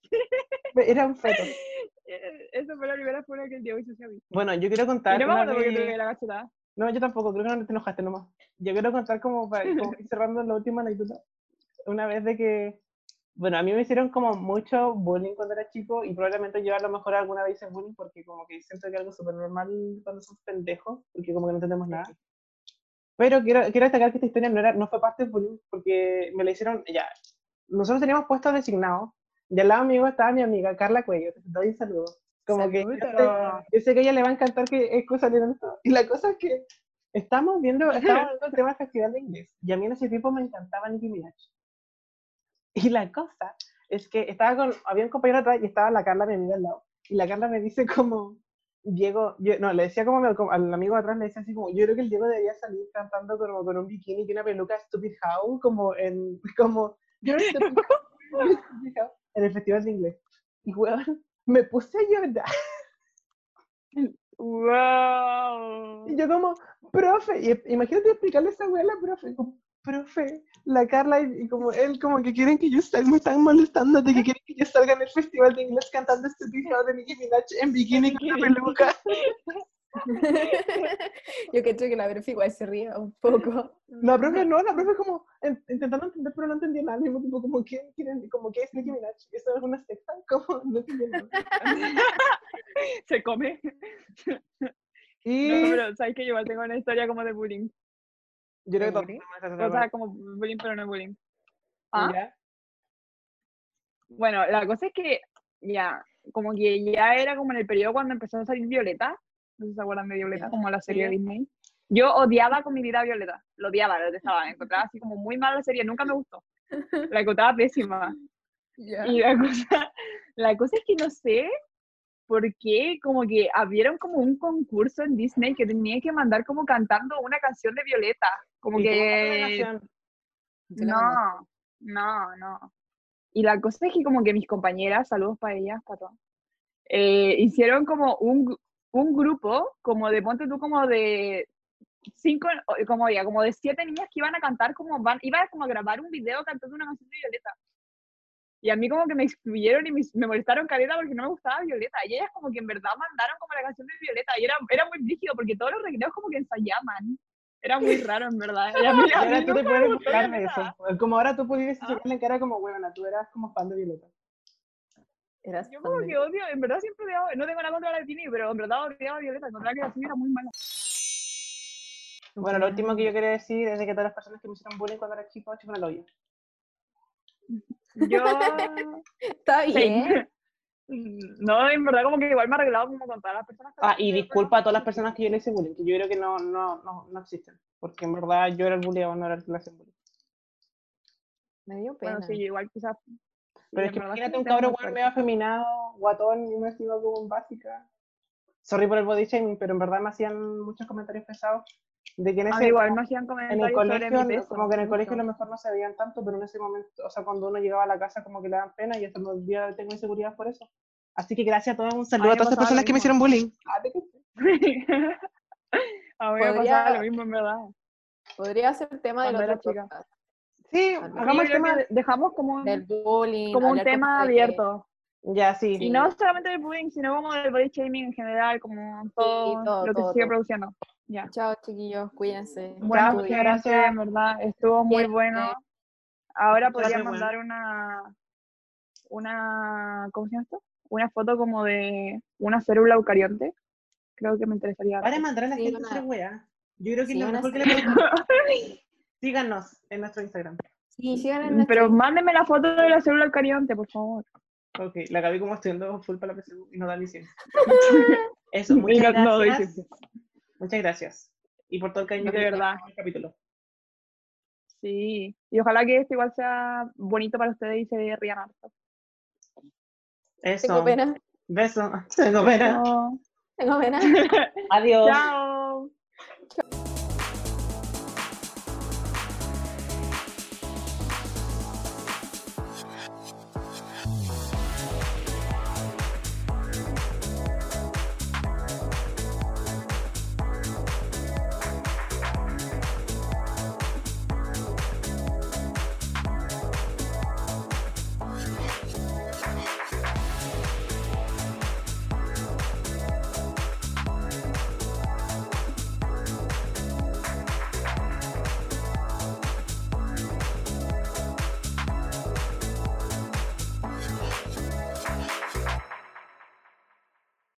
S2: Era un feto.
S3: Eh, Esa fue la primera funa que el Diego hizo hacia mí.
S2: Bueno, yo quiero
S3: Y
S2: contar
S3: no me
S2: una
S3: acuerdo porque
S2: vez-
S3: tuve la cachetada.
S2: No, yo tampoco, creo que no te enojaste nomás. Yo quiero contar como para como ir cerrando la última anécdota. Una vez de que, bueno, a mí me hicieron como mucho bullying cuando era chico y probablemente yo a lo mejor alguna vez hice bullying porque como que siento que es algo súper normal cuando sos pendejo, porque como que no entendemos nada. Pero quiero, quiero destacar que esta historia no, era, no fue parte del bullying porque me la hicieron, ya, nosotros teníamos puestos designados y al lado mío estaba mi amiga Carla Cuello, te doy un saludo. Como que este yo sé-
S3: Saludos.
S2: yo sé que a ella le va a encantar que escuche salir en esto. Y la cosa es que estamos viendo, estamos hablando del tema del festival de inglés. Y a mí en ese tiempo me encantaba Nicki Minaj. Y la cosa es que estaba con, había un compañero atrás y estaba la Carla, mi amiga al lado. Y la Carla me dice como, Diego, yo, no, le decía como al, como al amigo de atrás, le decía así como, yo creo que el Diego debería salir cantando como con un bikini y una peluca Stupid How, como en, como, "You're stupid how, you're stupid how", en el festival de inglés. Y weón, me puse a llorar.
S3: ¡Wow!
S2: Y yo como, profe, y, e-, imagínate explicarle a esa abuela, profe, como, profe, la Carla y, y como él, como que quieren que yo salga, me están molestando de que quieren que yo salga en el festival de inglés cantando este video de Nicki Minaj en bikini con una peluca.
S1: Yo creo que la profe igual se ría un poco.
S2: La profe no, la profe como en- intentando entender, pero no entendía nada al mismo tiempo, como que quieren, como que es Nicki Minaj, eso es una secta, como no entendía nada.
S3: Se come.
S2: Y
S3: No, pero sabes que yo igual tengo una historia como de bullying.
S2: yo creo que
S1: ¿Seguro?
S2: también
S3: O sea, como bullying, pero no bullying. ¿Ah?
S2: ¿Ah?
S3: Bueno, la cosa es que ya, como que ya era como en el periodo cuando empezó a salir Violeta, no sé si se acuerdan de Violeta, como la serie de Disney. Yo odiaba con mi vida a Violeta, lo odiaba, lo detestaba, encontraba así como muy mala la serie, nunca me gustó, la encontraba pésima.
S1: Ya.
S3: Y la cosa, la cosa es que no sé por qué, como que abrieron como un concurso en Disney que tenía que mandar como cantando una canción de Violeta, como que
S1: Yo la mandé.
S3: no, no, no. Y la cosa es que como que mis compañeras, saludos para ellas, para todas, eh, hicieron como un, gru- un grupo, como de, ponte tú, como de cinco, o- como ya, como de siete niñas que iban a cantar, como van, iban como a grabar un video cantando una canción de Violeta. Y a mí como que me excluyeron y me, me molestaron Caleta porque no me gustaba Violeta. Y ellas como que en verdad mandaron como la canción de Violeta. Y era, era muy rígido porque todos los recreos como que ensayaban. Era muy raro, en verdad. Y a mí-
S2: Y
S3: a
S2: ahora
S3: mí
S2: tú te
S3: nunca me
S2: puedes
S3: gustó
S2: burlar de
S3: Violeta.
S2: eso. Como ahora tú pudieras
S3: Ah.
S2: echarle en cara como, huevona, tú eras como fan de Violeta.
S1: Eras
S3: Yo como
S1: fan de-
S3: que odio, en verdad siempre odiaba, no tengo nada contra la Tini, pero en verdad odiaba a Violeta, encontraba que la Tini era muy mala.
S2: Bueno, lo último que yo quería decir es de que todas las personas que me hicieron bullying cuando era chico, chupan al hoyo.
S3: Yo...
S1: Está
S3: sí.
S1: bien.
S3: No, en verdad como que igual me he arreglado como con todas las personas. que-
S2: Ah, y disculpa a todas las personas que yo le hice bullying, que yo creo que no, no, no, no existen. Porque en verdad yo era el bullying, no era el que le hacen bullying.
S1: Me dio pena.
S3: Bueno, sí, igual quizás...
S2: Pero es que imagínate un cabrón weón medio afeminado, guatón, y me iba como en básica. Sorry por el body shaming, pero en verdad me hacían muchos comentarios pesados de que en
S3: A
S2: ese
S3: mí Ah, igual me hacían
S2: en el
S3: comentarios sobre mi
S2: colegio,
S3: peso,
S2: como que en el colegio a lo
S3: mucho.
S2: mejor no se veían tanto, pero en ese momento, o sea, cuando uno llegaba a la casa como que le dan pena y hasta el día de hoy tengo inseguridad por eso. Así que gracias a todos, un saludo
S3: me
S2: a todas las
S3: pasaba
S2: personas
S3: lo
S2: que me
S3: mismo.
S2: hicieron bullying.
S3: a mí me
S1: Podría-
S3: pasaba lo mismo, en verdad.
S1: Podría ser tema del
S3: Cuando era
S1: otro
S3: chica.
S1: podcast,
S2: Sí,
S1: Ah, no.
S2: hagamos el
S3: Yo creo
S2: tema.
S3: que dejamos como un,
S1: del bullying.
S3: como un
S1: hablar
S3: tema
S1: de que-
S3: abierto.
S2: Ya, sí.
S3: Y no solamente del bullying, sino como del body shaming en general, como todo
S1: todo,
S3: lo que
S1: todo,
S3: se sigue
S1: todo.
S3: produciendo. Ya.
S1: Chao, chiquillos, cuídense.
S3: Bueno,
S1: Estudien.
S3: muchas gracias, en verdad. Estuvo muy
S1: Siempre.
S3: bueno. Ahora podría
S2: Gracias, bueno.
S3: mandar una, una, ¿cómo se llama esto? Una foto como de una célula eucarionte. Creo que me interesaría.
S2: Para mandar a la
S1: Sí,
S2: gente
S1: una-
S2: a hacer weá. Yo creo que
S1: Sí,
S2: es lo
S1: una
S2: mejor que le
S1: célula.
S2: podemos Síganos en nuestro Instagram.
S1: Sí, sigan en nuestro
S3: Pero mándenme la foto de la célula eucarionte, por favor.
S2: Ok, la Gaby como estudiando full para la PSU y no da licencia. Eso, muchas
S3: Y no-
S2: gracias.
S3: no doy licencia.
S2: muchas gracias. Y por todo el cariño
S3: De
S2: que le
S3: verdad.
S2: tenemos al capítulo.
S3: Sí. Y ojalá que este igual sea bonito para ustedes y se rían harto.
S2: Eso.
S1: Tengo pena,
S2: Beso. Tengo pena.
S3: No.
S1: tengo pena.
S2: Adiós.
S3: Chao.